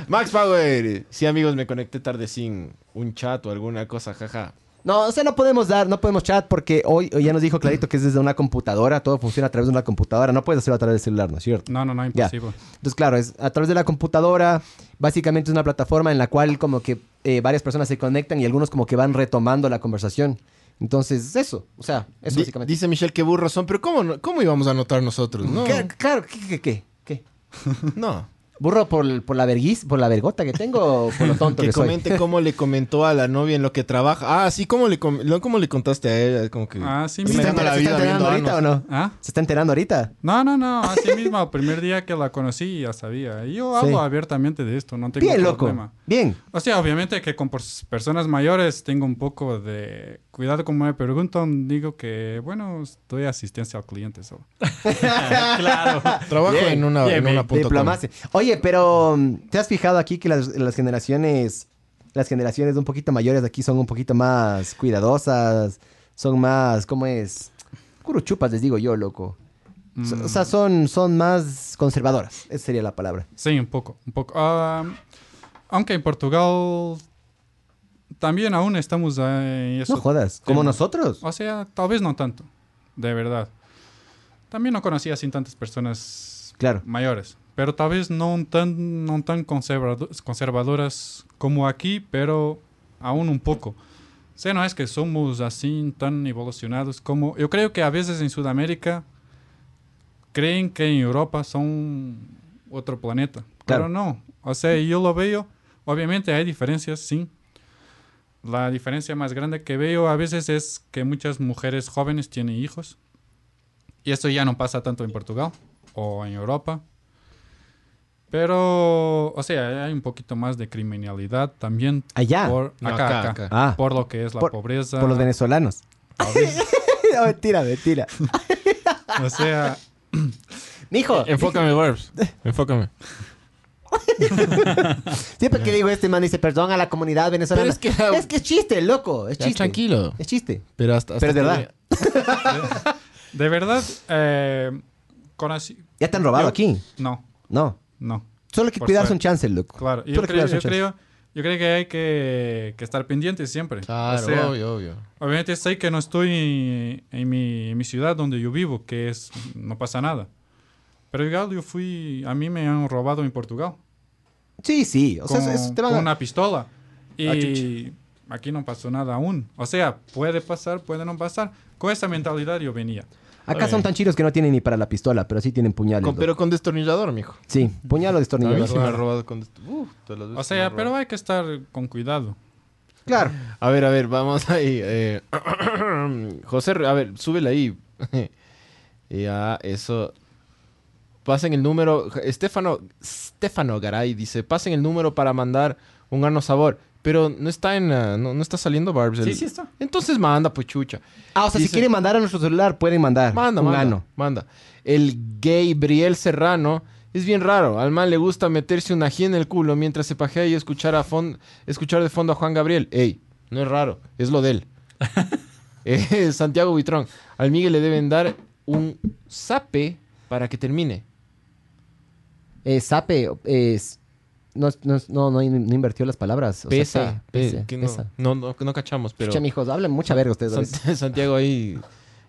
Speaker 1: Max Power. Sí, amigos, me conecté tarde sin un chat o alguna cosa, jaja.
Speaker 2: No, o sea, no podemos dar, no podemos chat porque hoy hoy ya nos dijo clarito que es desde una computadora, todo funciona a través de una computadora, no puedes hacerlo a través del celular, ¿no es cierto?
Speaker 4: No, no, no,
Speaker 2: Ya.
Speaker 4: imposible.
Speaker 2: Entonces, claro, es a través de la computadora, básicamente es una plataforma en la cual como que eh, varias personas se conectan y algunos como que van retomando la conversación. Entonces, es eso, o sea, eso
Speaker 1: Di-
Speaker 2: básicamente.
Speaker 1: dice Michelle que burros son, pero ¿cómo, no- cómo íbamos a anotar nosotros? No,
Speaker 2: Claro, claro, ¿qué, qué, qué, qué?
Speaker 1: no.
Speaker 2: ¿Burro por, el- por la verguis, por la vergota que tengo o por lo tonto
Speaker 1: Que
Speaker 2: que soy?
Speaker 1: comente cómo le comentó a la novia en lo que trabaja. Ah, sí, cómo le, com- lo- cómo le contaste a ella. Como que...
Speaker 4: Así
Speaker 1: Sí,
Speaker 2: ¿Se está
Speaker 4: mismo.
Speaker 1: Comentando la
Speaker 2: enter- se está
Speaker 1: vida viendo
Speaker 2: enterando ahorita o
Speaker 1: anos.
Speaker 2: no?
Speaker 4: ¿Ah?
Speaker 2: ¿Se está enterando ahorita?
Speaker 4: No, no, no. Así mismo, el primer día que la conocí ya sabía. Y yo hablo
Speaker 2: Sí.
Speaker 4: abiertamente de esto, no tengo
Speaker 2: Bien,
Speaker 4: problema.
Speaker 2: loco. Bien.
Speaker 4: O sea, obviamente que con pers- personas mayores tengo un poco de cuidado como me preguntan. Digo que, bueno, doy asistencia al cliente solo.
Speaker 3: claro.
Speaker 1: Trabajo
Speaker 2: Bien,
Speaker 1: en una,
Speaker 3: bien,
Speaker 1: en una
Speaker 3: bien.
Speaker 1: punto com.
Speaker 2: Diplomacia. Oye, pero mm, ¿te has fijado aquí que las, las generaciones las generaciones un poquito mayores de aquí son un poquito más cuidadosas, son más, ¿cómo es? Curuchupas les digo yo, loco. So- O
Speaker 1: Mm.
Speaker 2: sea, son, son más conservadoras. Esa sería la palabra.
Speaker 4: Sí, un poco, un poco. Ah, aunque en Portugal también aún estamos eh, en eso.
Speaker 2: No jodas. Como
Speaker 4: tema.
Speaker 2: nosotros.
Speaker 1: Oh.
Speaker 4: O sea, tal vez no tanto, de verdad. También no conocía sin tantas personas
Speaker 2: Claro.
Speaker 4: mayores, pero tal vez no tan, no tan conservado- conservadoras como aquí, pero aún un poco. O sea, no es que somos así tan evolucionados como... Yo creo que a veces en Sudamérica creen que en Europa son otro planeta,
Speaker 2: Claro.
Speaker 4: pero no. O sea, yo lo veo, obviamente hay diferencias, sí, la diferencia más grande que veo a veces es que muchas mujeres jóvenes tienen hijos. Y esto ya no pasa tanto en Portugal o en Europa. Pero, o sea, hay un poquito más de criminalidad también.
Speaker 2: Allá.
Speaker 4: Por,
Speaker 1: No,
Speaker 4: acá,
Speaker 1: acá,
Speaker 4: acá,
Speaker 1: acá.
Speaker 2: Ah.
Speaker 4: Por lo que es la
Speaker 2: Por-
Speaker 4: pobreza.
Speaker 2: Por los venezolanos. no, mentira, mentira.
Speaker 4: o sea,
Speaker 2: Mijo,
Speaker 1: Enfócame, Barbs. Enfócame.
Speaker 2: siempre que digo este man dice perdón a la comunidad venezolana.
Speaker 1: Pero es que-
Speaker 2: es, que es chiste, loco. Es
Speaker 1: Ya,
Speaker 2: chiste.
Speaker 1: tranquilo.
Speaker 2: Es chiste.
Speaker 1: Pero hasta... hasta
Speaker 2: Pero es
Speaker 1: que-
Speaker 2: verdad.
Speaker 4: de verdad, eh, conocí...
Speaker 2: Ya te han robado
Speaker 4: Yo-
Speaker 2: aquí.
Speaker 4: No,
Speaker 2: No.
Speaker 4: no.
Speaker 2: Solo hay que
Speaker 4: Por
Speaker 2: cuidarse
Speaker 4: suerte.
Speaker 2: un chance, loco.
Speaker 4: Claro, yo
Speaker 2: Solo hay que
Speaker 4: creo,
Speaker 2: cuidarse
Speaker 4: yo,
Speaker 2: un chance.
Speaker 4: creo, yo creo que hay que, que estar pendientes siempre.
Speaker 1: Claro,
Speaker 4: o sea,
Speaker 1: Ah, obvio, obvio.
Speaker 4: Obviamente sé que no estoy en mi, en mi ciudad donde yo vivo, que es no pasa nada. Pero igual yo fui, a mí me han robado en Portugal
Speaker 2: Sí, sí. O sea,
Speaker 4: con,
Speaker 2: eso- eso te van
Speaker 4: con
Speaker 2: a-
Speaker 4: una pistola
Speaker 2: Ah,
Speaker 4: y aquí no pasó nada aún. O sea, puede pasar, puede no pasar. Con esa mentalidad yo venía.
Speaker 2: Acá son tan chiros que no tienen ni para la pistola, pero sí tienen puñales.
Speaker 7: Con- pero con destornillador, mijo.
Speaker 2: Sí,
Speaker 7: A
Speaker 2: puñalo
Speaker 7: mí
Speaker 2: destornillador.
Speaker 7: sí me ha robado con dest-
Speaker 1: uh,
Speaker 7: Uf, todas las veces
Speaker 4: O
Speaker 7: me ha
Speaker 4: sea,
Speaker 7: robado.
Speaker 4: pero hay que estar con cuidado.
Speaker 2: Claro.
Speaker 1: A ver, a ver, vamos ahí. eh. José, a ver, súbele ahí. ya, eso. Pasen el número. Estefano, Stefano Garay dice, pasen el número para mandar un gano sabor. Pero no está en, ah, no, no está saliendo Barbs. el-
Speaker 4: Sí, sí está.
Speaker 1: Entonces manda, pues chucha.
Speaker 2: Ah, o sea, si
Speaker 1: Dice-
Speaker 2: quieren mandar a nuestro celular, pueden mandar.
Speaker 1: Manda,
Speaker 2: Ah, un
Speaker 1: manda,
Speaker 2: ano.
Speaker 1: manda. El Gabriel Serrano es bien raro. Al man le gusta meterse una G en el culo mientras se pajea y escuchar, a fon- escuchar de fondo a Juan Gabriel. Ey, no es raro, es lo de él. Eh, Santiago Buitrón. Al Miguel le deben dar un sape para que termine.
Speaker 2: Eh, sape, es... No, no, no, no in- no invirtió las palabras. O sea,
Speaker 1: Pesa.
Speaker 2: pe-
Speaker 1: pe-
Speaker 2: pesa,
Speaker 1: que
Speaker 2: pesa.
Speaker 1: no, no, no, no cachamos, pero...
Speaker 2: Escuchen, hijos, hablan mucha verga ustedes. a
Speaker 1: Sant-
Speaker 2: veces.
Speaker 1: Santiago ahí,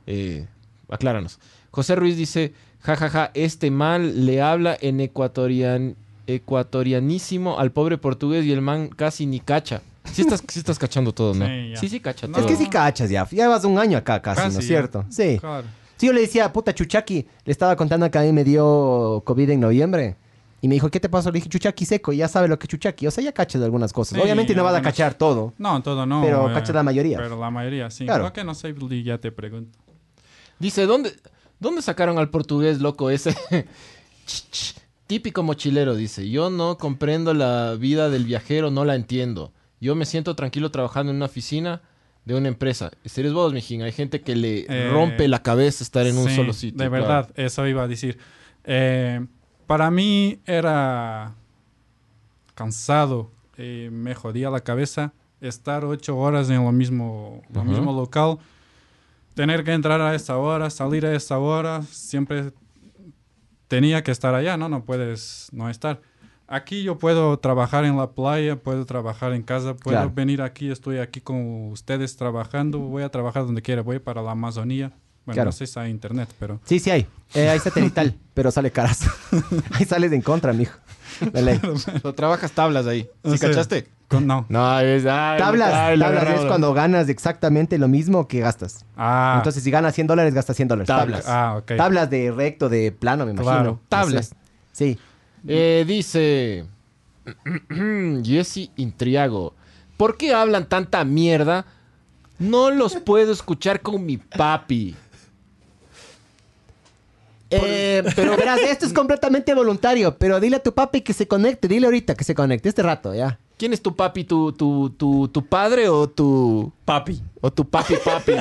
Speaker 1: eh, acláranos. José Ruiz dice, jajaja, este man le habla en ecuatorian, ecuatorianísimo al pobre portugués y el man casi ni cacha. Sí estás, sí estás cachando todo, ¿no?
Speaker 4: Sí,
Speaker 1: Sí,
Speaker 4: ya.
Speaker 1: sí, cacha
Speaker 4: No.
Speaker 1: todo.
Speaker 2: Es que sí cachas ya. Ya vas un año acá casi,
Speaker 4: Casi,
Speaker 2: Ah, ¿no es
Speaker 4: ya.
Speaker 2: cierto? Sí.
Speaker 4: Claro.
Speaker 2: Sí, yo le decía, puta, Chuchaki, le estaba contando que a mí me dio COVID en noviembre. Y me dijo, ¿qué te pasó? Le dije, Chuchaki seco, y ya sabe lo que es Chuchaki. O sea, ya cachas de algunas cosas.
Speaker 4: Sí,
Speaker 2: Obviamente no vas a
Speaker 4: algunas-
Speaker 2: cachar todo.
Speaker 4: No, todo no. eh,
Speaker 2: Pero cacha la mayoría.
Speaker 4: Pero la mayoría, sí.
Speaker 2: Claro.
Speaker 4: Lo que no sé, Lee, ya te pregunto.
Speaker 1: Dice, ¿dónde, ¿dónde sacaron al portugués loco ese? Ch, ch, Típico mochilero, dice, yo no comprendo la vida del viajero, no la entiendo. Yo me siento tranquilo trabajando en una oficina de una empresa. Ese eres vos, mijín. Hay gente que le
Speaker 4: Eh,
Speaker 1: rompe la cabeza estar en un
Speaker 4: Sí,
Speaker 1: solo sitio.
Speaker 4: De
Speaker 1: claro.
Speaker 4: verdad, eso iba a decir. Eh, para mí era cansado, eh, me jodía la cabeza estar ocho horas en lo mismo, lo
Speaker 1: Ujú.
Speaker 4: mismo local, tener que entrar a esa hora, salir a esa hora, siempre tenía que estar allá, ¿no? No puedes no estar. Aquí yo puedo trabajar en la playa, puedo trabajar en casa, puedo
Speaker 2: Claro.
Speaker 4: venir aquí, estoy aquí con ustedes trabajando, voy a trabajar donde quiera, voy para la Amazonía. Bueno,
Speaker 2: Claro.
Speaker 4: no sé si hay internet, pero...
Speaker 2: Sí, sí hay. Eh, hay satelital, pero sale caras. Ahí sales en contra, mijo. La ley.
Speaker 1: Pero trabajas tablas ahí.
Speaker 4: O
Speaker 1: ¿Sí
Speaker 4: sea,
Speaker 1: cachaste?
Speaker 4: Con, no.
Speaker 1: No, es... ay,
Speaker 2: Tablas,
Speaker 1: ay, la
Speaker 2: tablas
Speaker 1: verdad,
Speaker 2: es cuando ganas exactamente lo mismo que gastas.
Speaker 4: Ah,
Speaker 2: Entonces, si ganas 100 dólares, gastas 100 dólares.
Speaker 1: Tablas.
Speaker 4: ah, ok.
Speaker 2: Tablas de recto, de plano, me imagino.
Speaker 4: Claro,
Speaker 2: No sé.
Speaker 1: tablas.
Speaker 2: Sí.
Speaker 1: Eh, dice Jesse Intriago. ¿Por qué hablan tanta mierda? No los puedo escuchar con mi papi.
Speaker 2: Eh, pero verás, esto es completamente voluntario. Pero dile a tu papi que se conecte. Dile ahorita que se conecte este rato, ya.
Speaker 1: ¿Quién es tu papi? ¿Tu, tu, tu, tu padre o tu,
Speaker 3: Papi.
Speaker 1: o tu papi papi?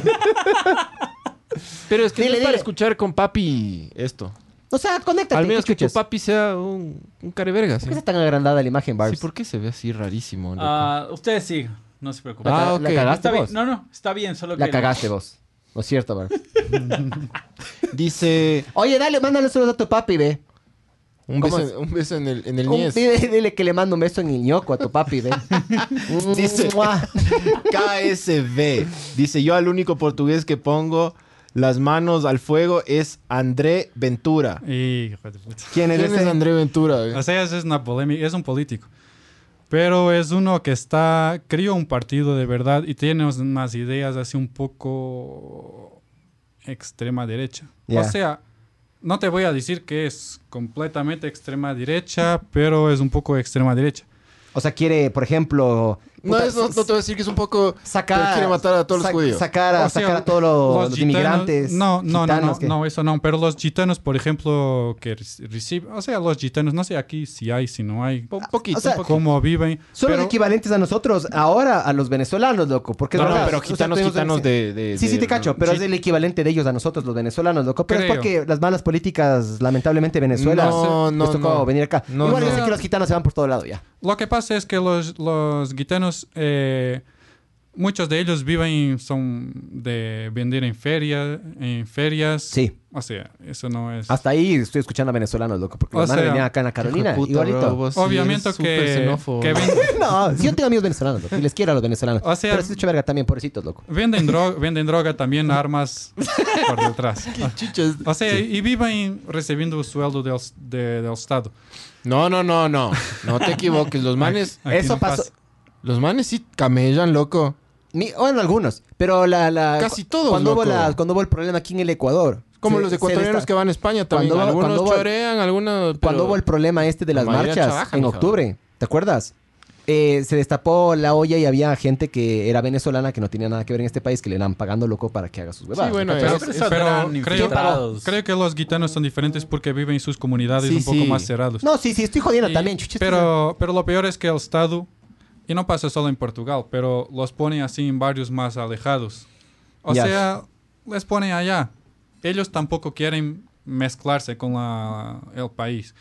Speaker 1: Pero es que
Speaker 2: Dile,
Speaker 1: no es para
Speaker 2: dile.
Speaker 1: escuchar con papi esto.
Speaker 2: O sea, conéctate.
Speaker 1: Al menos
Speaker 2: ¿qué
Speaker 1: que tu
Speaker 2: chuchas?
Speaker 1: papi sea un, un careverga.
Speaker 2: ¿Por
Speaker 1: Sí.
Speaker 2: qué está tan agrandada la imagen, Barbs?
Speaker 1: Sí, ¿por qué se ve así rarísimo? loco?
Speaker 3: Ah, ustedes sí, no se preocupen.
Speaker 1: Ah,
Speaker 2: La
Speaker 1: ok.
Speaker 2: cagaste
Speaker 3: Está bien,
Speaker 2: vos.
Speaker 3: no, no, está bien, solo que...
Speaker 2: La cagaste vos. No es cierto, Barbs.
Speaker 1: Dice
Speaker 2: Oye, dale, mándale un saludo a tu papi, ve.
Speaker 1: un
Speaker 2: ¿Cómo
Speaker 1: beso,
Speaker 2: es?
Speaker 1: en- un beso en el, en el
Speaker 2: Un-
Speaker 1: ñez.
Speaker 2: dile, dile que le mando un beso en el ñoco a tu papi, ve. Mm,
Speaker 1: Dice-
Speaker 2: Mua.
Speaker 1: KSB. Dice, yo al único portugués que pongo las manos al fuego es André Ventura.
Speaker 4: Hijo de puta.
Speaker 2: ¿Quién es
Speaker 1: ¿Quién
Speaker 2: ese?
Speaker 1: es André Ventura?
Speaker 4: O
Speaker 1: güey?
Speaker 4: sea, es una polémica, es un político. Pero es uno que está, crió un partido de verdad y tiene unas ideas así un poco extrema derecha.
Speaker 2: Ya.
Speaker 4: O sea, no te voy a decir que es completamente extrema derecha, pero es un poco extrema derecha.
Speaker 2: O sea, quiere, por ejemplo...
Speaker 1: No,
Speaker 2: puta,
Speaker 1: es- no, no te voy a decir que es un poco...
Speaker 2: Sacar,
Speaker 1: pero quiere matar a todos los
Speaker 2: sac-
Speaker 1: judíos.
Speaker 2: Sacar a,
Speaker 4: O sea,
Speaker 2: sacar a todos los, los
Speaker 4: gitanos-
Speaker 2: inmigrantes.
Speaker 4: No, no, no, no,
Speaker 2: gitanos que-
Speaker 4: no, eso no. Pero los gitanos, por ejemplo, que reci- reciben, o sea, los gitanos, no sé aquí si hay, si no hay,
Speaker 1: Un poquito,
Speaker 2: Ah, O sea,
Speaker 1: un poquito.
Speaker 4: cómo viven.
Speaker 2: Son los
Speaker 4: pero-
Speaker 2: equivalentes a nosotros ahora, a los venezolanos, loco. Porque es
Speaker 1: No, no,
Speaker 2: verdad,
Speaker 1: pero
Speaker 2: o sea,
Speaker 1: gitanos,
Speaker 2: tenemos-
Speaker 1: gitanos de, de-
Speaker 2: Sí, sí,
Speaker 1: de-
Speaker 2: te cacho, pero
Speaker 1: Sí.
Speaker 2: es el equivalente de ellos a nosotros, los venezolanos, loco. Pero es
Speaker 4: Creo.
Speaker 2: porque las malas políticas, lamentablemente, Venezuela
Speaker 1: No,
Speaker 2: les
Speaker 1: no,
Speaker 2: tocó
Speaker 1: no.
Speaker 2: venir acá.
Speaker 1: No,
Speaker 2: Igual
Speaker 1: no.
Speaker 2: yo sé que los gitanos se van por todo lado ya.
Speaker 4: Lo que pasa es que los, los gitanos, eh, muchos de ellos viven, son de vender en, feria, en ferias.
Speaker 2: Sí. Ah,
Speaker 4: O sea, eso no es...
Speaker 2: Hasta ahí estoy escuchando a venezolanos, loco, porque
Speaker 4: O
Speaker 2: los manes
Speaker 4: sea,
Speaker 2: venían acá en la
Speaker 1: Hijo de
Speaker 2: Carolina,
Speaker 1: puta, bro,
Speaker 2: igualito.
Speaker 1: vos sí
Speaker 4: Obviamente
Speaker 1: eres súper
Speaker 4: que,
Speaker 1: xenófobo.
Speaker 4: que ven-
Speaker 2: No, sí, yo tengo amigos venezolanos, loco, y les quiero a los venezolanos.
Speaker 4: O sea-
Speaker 2: pero sí, hecho verga también, pobrecitos, loco.
Speaker 4: venden, droga, venden droga también, armas por detrás.
Speaker 1: Chichas.
Speaker 4: O sea, y viven recibiendo el sueldo del, de- del Estado.
Speaker 1: No, no, no, no. No te equivoques. Los manes...
Speaker 4: Aquí
Speaker 2: Eso
Speaker 4: no
Speaker 2: pasó.
Speaker 4: pasa.
Speaker 1: Los manes sí camellan, loco.
Speaker 2: Mi- bueno, algunos, pero la, la-
Speaker 1: Casi todos,
Speaker 2: Cuando hubo,
Speaker 1: loco.
Speaker 2: la- cuando hubo el problema aquí en el Ecuador,
Speaker 8: Como
Speaker 2: se-
Speaker 8: los
Speaker 2: se
Speaker 8: ecuatorianos
Speaker 2: desta-
Speaker 8: que van a España también.
Speaker 2: Cuando va-
Speaker 8: algunos
Speaker 2: cuando va-
Speaker 8: chorean, algunos... pero-
Speaker 2: Cuando hubo el problema este de
Speaker 8: la
Speaker 2: las
Speaker 8: mayoría
Speaker 2: marchas
Speaker 8: trabajan,
Speaker 2: en
Speaker 8: hija.
Speaker 2: octubre, ¿te acuerdas? Eh, se destapó la olla y había gente que era venezolana que no tenía nada que ver en este país que le eran pagando loco para que haga sus huevadas.
Speaker 8: Sí, bueno,
Speaker 2: ¿cachas?
Speaker 4: Pero,
Speaker 8: es-
Speaker 3: esos
Speaker 4: pero
Speaker 3: eran
Speaker 4: creo,
Speaker 3: infiltrados.
Speaker 4: creo que los gitanos son diferentes porque viven en sus comunidades
Speaker 8: Sí,
Speaker 4: un poco
Speaker 8: sí.
Speaker 4: más cerrados.
Speaker 2: No, sí, sí, estoy jodiendo
Speaker 4: eh, Y-
Speaker 2: también, chuches.
Speaker 4: pero, pero lo peor es que el Estado, y no pasa solo en Portugal, pero los pone así en barrios más alejados. O
Speaker 2: Ya.
Speaker 4: sea, les pone allá. Ellos tampoco quieren mezclarse con la- el país.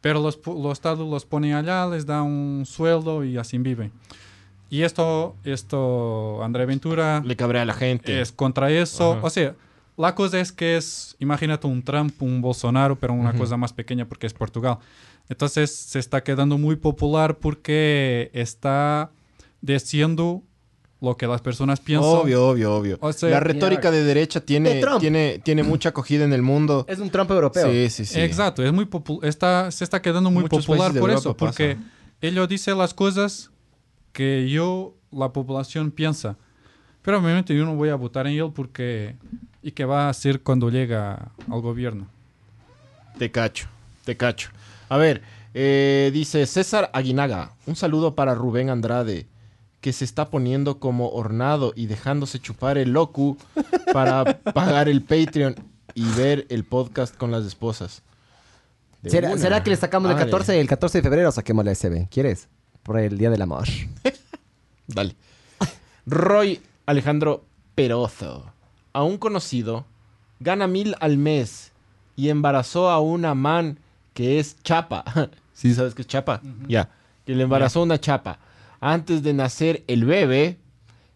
Speaker 4: Pero los, pu- los Estado los pone allá, les da un sueldo y así viven. Y esto, esto André Ventura
Speaker 1: Le cabrea a la gente.
Speaker 4: es contra eso.
Speaker 1: Ajá.
Speaker 4: O sea, la cosa es que es, imagínate un Trump, un Bolsonaro, pero una cosa más pequeña porque es Portugal. Entonces se está quedando muy popular porque está diciendo lo que las personas piensan.
Speaker 1: Obvio, obvio, obvio.
Speaker 4: O sea,
Speaker 1: la retórica de derecha tiene,
Speaker 2: De Trump.
Speaker 1: tiene, tiene mucha acogida en el mundo.
Speaker 2: Es un Trump europeo.
Speaker 1: Sí, sí, sí.
Speaker 4: Exacto, es muy popu- está, se está quedando muy
Speaker 1: Muchos
Speaker 4: popular
Speaker 1: países de
Speaker 4: por
Speaker 1: Europa
Speaker 4: eso,
Speaker 1: pasa.
Speaker 4: porque ellos dicen las cosas que yo, la población, piensa. Pero obviamente yo no voy a votar en él porque... ¿Y qué va a hacer cuando llega al gobierno?
Speaker 1: Te cacho, te cacho. A ver, eh, dice César Aguinaga, un saludo para Rubén Andrade, que se está poniendo como hornado y dejándose chupar el locu para pagar el Patreon y ver el podcast con las esposas. De
Speaker 2: ¿Será,
Speaker 1: una.
Speaker 2: será que le sacamos el
Speaker 1: Madre.
Speaker 2: 14, el 14 de febrero? Saquemos la SB. ¿Quieres? Por el Día del Amor.
Speaker 1: Dale. Roy Alejandro Perozo, a un conocido, gana mil al mes y embarazó a una man que es chapa. ¿Sí sabes qué es chapa? Ya. Que le embarazó una chapa. Antes de nacer el bebé,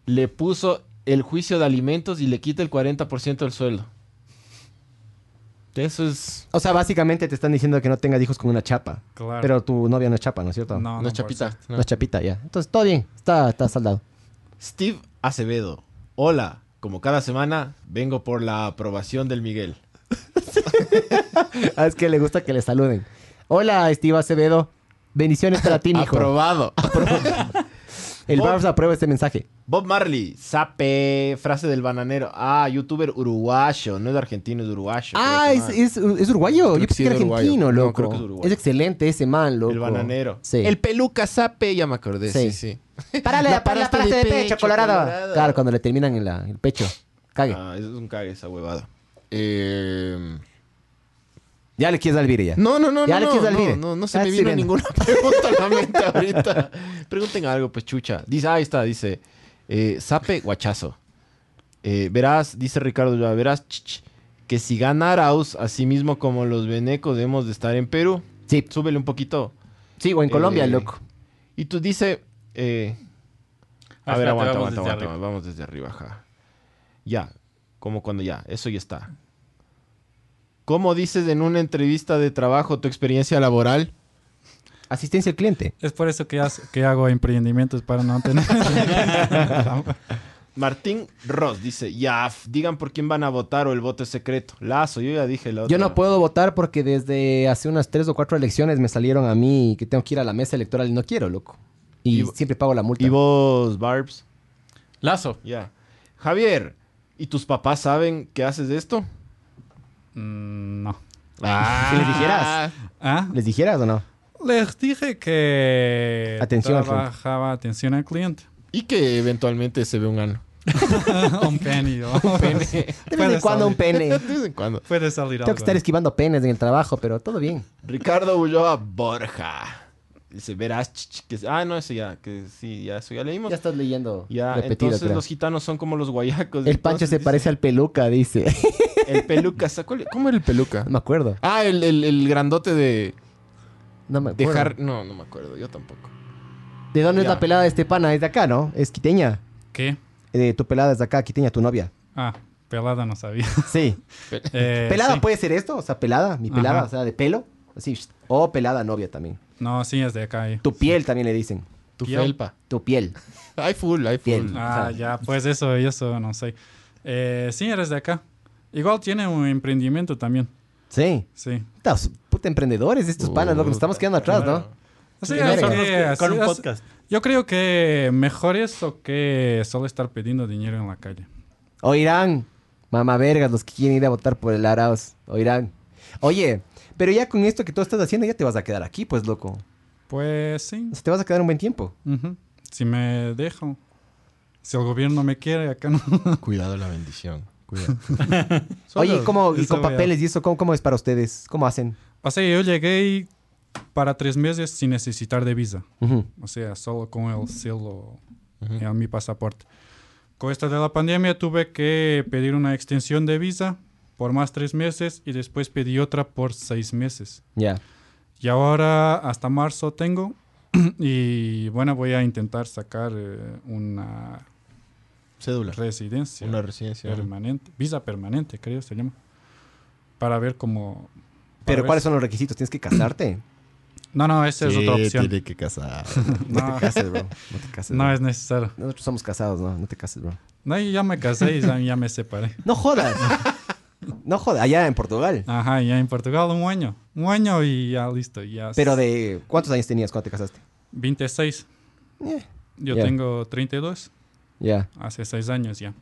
Speaker 1: le puso el juicio de alimentos y le quita el 40% del sueldo. Eso es...
Speaker 2: O sea, básicamente te están diciendo que no tengas hijos con una chapa.
Speaker 4: Claro.
Speaker 2: Pero tu novia no es chapa, ¿no es cierto?
Speaker 4: No,
Speaker 1: no
Speaker 4: no,
Speaker 1: es chapita.
Speaker 2: No
Speaker 1: no.
Speaker 2: es chapita, ya. Entonces, todo bien. Está, está saldado.
Speaker 1: Steve Acevedo. Hola, como cada semana, vengo por la aprobación del Miguel.
Speaker 2: Ah, es que le gusta que le saluden. Hola, Steve Acevedo. Bendiciones para ti, mijo.
Speaker 1: Aprobado.
Speaker 2: El Barbs aprueba este mensaje.
Speaker 1: Bob Marley, sape, frase del bananero. Ah, youtuber uruguayo, no es argentino, es uruguayo.
Speaker 2: Ah,
Speaker 1: creo
Speaker 2: es,
Speaker 1: que
Speaker 2: es, es uruguayo.
Speaker 8: Creo
Speaker 2: Yo
Speaker 8: que
Speaker 2: pensé
Speaker 8: sí
Speaker 2: que era
Speaker 8: es uruguayo.
Speaker 2: argentino,
Speaker 1: No,
Speaker 2: loco.
Speaker 1: creo que es
Speaker 2: es,
Speaker 1: uruguayo.
Speaker 2: excelente ese man,
Speaker 1: más.
Speaker 2: loco.
Speaker 1: El bananero.
Speaker 2: Sí.
Speaker 1: El peluca sape, ya me acordé. Sí, sí.
Speaker 2: Parale,
Speaker 1: La
Speaker 2: parale,
Speaker 1: paraste
Speaker 2: paraste
Speaker 1: de
Speaker 2: de pecho,
Speaker 1: pecho,
Speaker 2: colorado.
Speaker 1: colorado.
Speaker 2: Claro, cuando le terminan en la- el pecho. Cague.
Speaker 1: Ah, eso es un cague esa huevada. Eh,
Speaker 2: Ya le quieres dar el vire ya.
Speaker 8: No, no, no,
Speaker 2: Ya le
Speaker 8: no,
Speaker 2: quieres al
Speaker 8: no,
Speaker 2: vire.
Speaker 8: no, no se
Speaker 3: Ah,
Speaker 2: Ya
Speaker 8: me vino
Speaker 2: estoy viendo.
Speaker 8: ninguna.
Speaker 1: pregunta a la mente ahorita. Pregunten algo, pues chucha. Dice, ahí está, dice. eh, sape, guachazo. Eh, verás, dice Ricardo, Ulloa, verás ch, ch, que si gana Arauz, así mismo como los venecos, debemos de estar en Perú.
Speaker 2: Sí.
Speaker 1: Súbele un poquito.
Speaker 2: Sí, o en Colombia,
Speaker 1: Eh,
Speaker 2: loco.
Speaker 1: Y tú dice. eh, a
Speaker 3: Ah,
Speaker 1: ver, aguanta,
Speaker 3: espérate, vamos
Speaker 1: aguanta,
Speaker 3: desde
Speaker 1: aguanta.
Speaker 3: arriba.
Speaker 1: Vamos desde arriba, ajá. Ya. Como cuando ya. Eso ya está. ¿Cómo dices en una entrevista de trabajo tu experiencia laboral?
Speaker 2: Asistencia al cliente.
Speaker 4: Es por eso que, hace- que hago emprendimientos para no tener.
Speaker 1: Martín Ross dice: Ya, f- digan por quién van a votar o el voto es secreto. Lazo, yo ya dije la
Speaker 2: Yo
Speaker 1: otra.
Speaker 2: no puedo votar porque desde hace unas tres o cuatro elecciones me salieron a mí que tengo que ir a la mesa electoral y no quiero, loco. Y,
Speaker 1: Y vo-
Speaker 2: siempre pago la multa.
Speaker 1: ¿Y vos, Barbs?
Speaker 3: Lazo.
Speaker 1: Ya. Javier, ¿y tus papás saben que haces esto?
Speaker 4: Mm, no.
Speaker 1: Ah.
Speaker 2: ¿Qué les dijeras?
Speaker 4: ¿Ah?
Speaker 2: ¿Les dijeras o no?
Speaker 4: Les dije que
Speaker 2: Atención al cliente.
Speaker 4: trabajaba atención al cliente.
Speaker 1: Y que eventualmente se ve un ano.
Speaker 4: un penny. ¿no?
Speaker 2: De vez
Speaker 4: Puede
Speaker 2: en cuando un
Speaker 4: salir.
Speaker 2: pene.
Speaker 1: De vez en cuando.
Speaker 4: Puede salir
Speaker 2: Tengo que
Speaker 4: algo.
Speaker 2: estar esquivando penes en el trabajo, pero todo bien.
Speaker 1: Ricardo Ulloa Borja. Dice, verás, ch, ch, que, ah, no, eso ya, que sí, ya, eso ya leímos.
Speaker 2: Ya
Speaker 1: Ya,
Speaker 2: estás leyendo repetido,
Speaker 1: entonces
Speaker 2: creo.
Speaker 1: los gitanos son como los guayacos.
Speaker 2: El Pancho se parece al peluca, dice.
Speaker 1: El peluca, ¿sa- cuál- ¿cómo era el peluca?
Speaker 2: no me acuerdo.
Speaker 1: Ah, el, el- el grandote de
Speaker 2: No me acuerdo.
Speaker 1: dejar, no, no me acuerdo, yo tampoco.
Speaker 2: ¿De dónde es
Speaker 1: Ya.
Speaker 2: la pelada de este pana? Es de acá, ¿no? Es quiteña.
Speaker 4: ¿Qué?
Speaker 2: Eh, tu pelada es de acá, quiteña, tu novia.
Speaker 4: Ah, pelada no sabía.
Speaker 2: Sí.
Speaker 4: Eh,
Speaker 2: ¿Pelada pues.
Speaker 4: sí.
Speaker 2: puede ser esto? O sea, pelada, mi pelada,
Speaker 4: Ajá.
Speaker 2: o sea, de pelo. Así. sh- O pelada novia también.
Speaker 4: No, sí, es de acá. eh.
Speaker 2: Tu piel también le dicen.
Speaker 1: Tu
Speaker 4: Yo-
Speaker 1: felpa.
Speaker 2: Tu piel.
Speaker 1: Hay full, hay full.
Speaker 2: Piel.
Speaker 4: Ah, ya, pues eso, eso, no sé. Eh, sí, eres de acá. Igual tiene un emprendimiento también.
Speaker 2: Sí.
Speaker 4: Sí.
Speaker 2: Puta, os- puta emprendedores estos panas, loco. Nos estamos quedando atrás, ¿no?
Speaker 4: Sí,
Speaker 2: Claro.
Speaker 4: así
Speaker 2: Con
Speaker 4: que- así-
Speaker 3: Con un
Speaker 4: así-
Speaker 3: podcast.
Speaker 4: Yo creo que mejor eso que solo estar pidiendo dinero en la calle.
Speaker 2: Oirán, Mamá vergas, los que quieren ir a votar por el Arauz. Oirán. Oye, pero ya con esto que tú estás haciendo, ya te vas a quedar aquí, pues, loco.
Speaker 4: Pues sí.
Speaker 2: O sea, te vas a quedar un buen tiempo.
Speaker 4: Ujú. Si me dejo. Si el gobierno me quiere, acá no.
Speaker 1: Cuidado la bendición. Cuidado.
Speaker 4: Solo
Speaker 2: Oye, ¿y, cómo, y
Speaker 4: esa
Speaker 2: con
Speaker 4: wea.
Speaker 2: papeles y eso, ¿cómo, cómo es para ustedes? ¿Cómo hacen?
Speaker 4: O sea, yo llegué y para tres meses sin necesitar de visa.
Speaker 2: Ujú.
Speaker 4: O sea, solo con el cielo en mi pasaporte. Con esta de la pandemia tuve que pedir una extensión de visa por más tres meses y después pedí otra por seis meses.
Speaker 2: Ya.
Speaker 4: Y ahora hasta marzo tengo. y bueno, voy a intentar sacar eh, una
Speaker 1: Cédula.
Speaker 4: residencia
Speaker 1: Una residencia.
Speaker 4: permanente, visa permanente, creo se llama. Para ver cómo.
Speaker 2: Pero
Speaker 4: para ver
Speaker 2: ¿cuáles
Speaker 4: si-
Speaker 2: son los requisitos? ¿Tienes que casarte?
Speaker 4: No, no, esa es otra opción.
Speaker 6: tiene que casar.
Speaker 2: No
Speaker 4: No.
Speaker 2: te cases, bro. No te cases.
Speaker 4: No
Speaker 2: bro.
Speaker 4: es necesario.
Speaker 2: Nosotros somos casados, no, no te cases, bro.
Speaker 4: No, yo ya me casé y ya, ya me separé.
Speaker 2: No jodas. no jodas, allá en Portugal.
Speaker 4: Ajá, ya en Portugal un año. Un año y ya listo. Ya
Speaker 2: Pero de ¿cuántos años tenías cuando te casaste?
Speaker 4: 26.
Speaker 2: Eh,
Speaker 4: Yo
Speaker 2: Ya.
Speaker 4: tengo 32.
Speaker 2: Ya.
Speaker 4: Hace 6 años ya.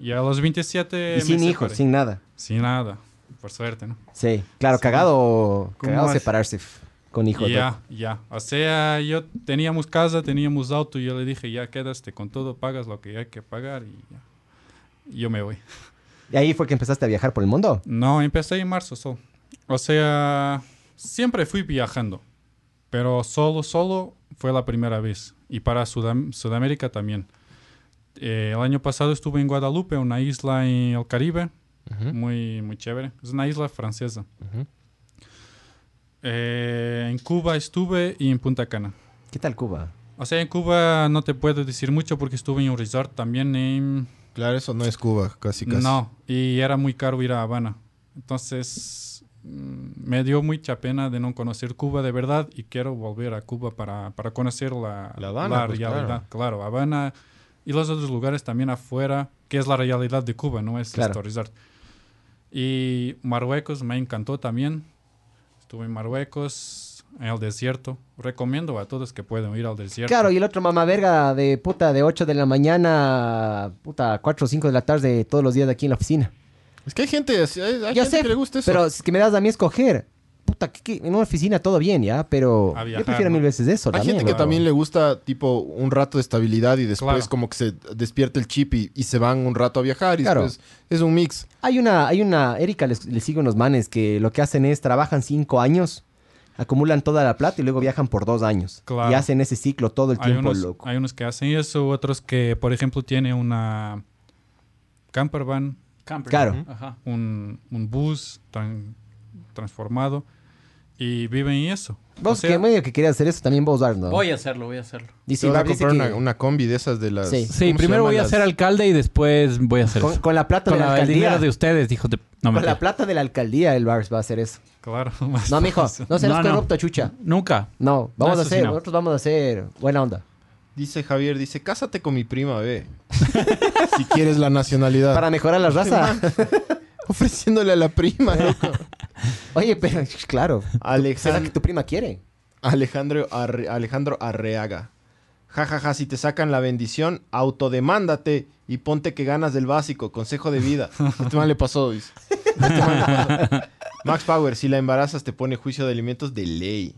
Speaker 4: Y a los 27.
Speaker 2: Y
Speaker 4: me
Speaker 2: sin hijos,
Speaker 4: separé.
Speaker 2: sin nada.
Speaker 4: Sin nada. Por suerte, ¿no?
Speaker 2: Sí, claro, cagado,
Speaker 4: ¿Cómo
Speaker 2: cagado
Speaker 4: hace?
Speaker 2: separarse f- con hijos.
Speaker 4: Y
Speaker 2: loco.
Speaker 4: ya, ya. O sea, yo teníamos casa, teníamos auto. Y yo le dije, ya quédaste con todo, pagas lo que hay que pagar y ya. Y Yo me voy.
Speaker 2: Y ahí fue que empezaste a viajar por el mundo.
Speaker 4: No, empecé en marzo solo. O sea, siempre fui viajando, pero solo, solo fue la primera vez. Y para Sudam- Sudamérica también. Eh, el año pasado estuve en Guadalupe, una isla en el Caribe, muy, muy chévere. Es una isla francesa. Eh, en Cuba estuve y en Punta Cana.
Speaker 2: ¿Qué tal Cuba?
Speaker 4: O sea, en Cuba no te puedo decir mucho porque estuve en un resort también en
Speaker 6: Claro, eso no es Cuba, casi casi.
Speaker 4: no, y era muy caro ir a Habana. Entonces, mm, me dio mucha pena de no conocer Cuba de verdad y quiero volver a Cuba para, para conocer la,
Speaker 1: La Habana,
Speaker 4: la
Speaker 1: pues,
Speaker 4: realidad. Claro. Habana y los otros lugares también afuera, que es la realidad de Cuba, no es
Speaker 2: Claro.
Speaker 4: esto resort. Y Marruecos me encantó también. Estuve en Marruecos, en el desierto. Recomiendo a todos que puedan ir al desierto.
Speaker 2: Claro, y el otro mamá verga de puta de 8 de la mañana, puta, 4 o 5 de la tarde todos los días de aquí en la oficina.
Speaker 1: Es que hay gente, así, hay, hay
Speaker 2: Ya
Speaker 1: gente
Speaker 2: sé,
Speaker 1: que le gusta eso.
Speaker 2: pero es que me das a mí escoger. Puta, que, que en una oficina todo bien, ¿ya? Pero
Speaker 4: A viajar,
Speaker 2: yo prefiero
Speaker 4: ¿no?
Speaker 2: mil veces eso.
Speaker 1: hay
Speaker 2: también,
Speaker 1: gente que
Speaker 2: bro.
Speaker 1: también le gusta tipo un rato de estabilidad y después
Speaker 4: Claro.
Speaker 1: como que se despierta el chip y, y se van un rato a viajar y
Speaker 2: Claro.
Speaker 1: después es un mix.
Speaker 2: Hay una, hay una, Erika les, les sigue unos manes que lo que hacen es trabajan cinco años, acumulan toda la plata y luego viajan por dos años.
Speaker 4: Claro.
Speaker 2: Y hacen ese ciclo todo el
Speaker 4: hay
Speaker 2: tiempo,
Speaker 4: unos,
Speaker 2: loco.
Speaker 4: hay unos que hacen eso, otros que, por ejemplo, tienen una camper van,
Speaker 2: Claro.
Speaker 4: ajá, un, un bus tran- transformado y viven en eso. O
Speaker 2: Vos
Speaker 4: sea,
Speaker 2: que medio que querías hacer eso también vos, Arno.
Speaker 9: Voy a hacerlo, voy a hacerlo.
Speaker 2: Y
Speaker 1: Se
Speaker 2: sí,
Speaker 1: van a
Speaker 2: me parece
Speaker 1: comprar
Speaker 2: que
Speaker 1: una, una combi de esas de las...
Speaker 2: Sí.
Speaker 1: ¿cómo
Speaker 3: Sí,
Speaker 1: se
Speaker 3: primero
Speaker 1: llaman
Speaker 3: voy a
Speaker 1: las-
Speaker 3: ser alcalde y después voy a hacer
Speaker 2: con,
Speaker 3: eso.
Speaker 2: con la plata
Speaker 3: Con
Speaker 2: de la
Speaker 3: la- el
Speaker 2: alcaldía.
Speaker 3: dinero de ustedes, hijo de... No,
Speaker 2: con la
Speaker 3: mentira.
Speaker 2: plata de la alcaldía el Bars va a hacer eso.
Speaker 4: Claro. más
Speaker 2: No, mijo,
Speaker 4: fácil.
Speaker 2: no seas
Speaker 3: No, no.
Speaker 2: corrupto, chucha.
Speaker 3: Nunca.
Speaker 2: No, vamos
Speaker 3: No,
Speaker 2: a
Speaker 3: eso sí
Speaker 2: hacer,
Speaker 3: no.
Speaker 2: nosotros vamos a hacer buena onda.
Speaker 1: Dice Javier, dice, cásate con mi prima, ve. si quieres la nacionalidad.
Speaker 2: Para mejorar la raza.
Speaker 1: Ofreciéndole a la prima, loco.
Speaker 2: Oye, pero claro. ¿Será que
Speaker 1: Alejandro,
Speaker 2: tu prima quiere?
Speaker 1: Alejandro, Arre- Alejandro Arreaga. Ja, ja, ja, si te sacan la bendición, autodemándate y ponte que ganas del básico. Consejo de vida. Este man le pasó, dice. Este man le pasó. Max Power, si la embarazas te pone juicio de alimentos de ley.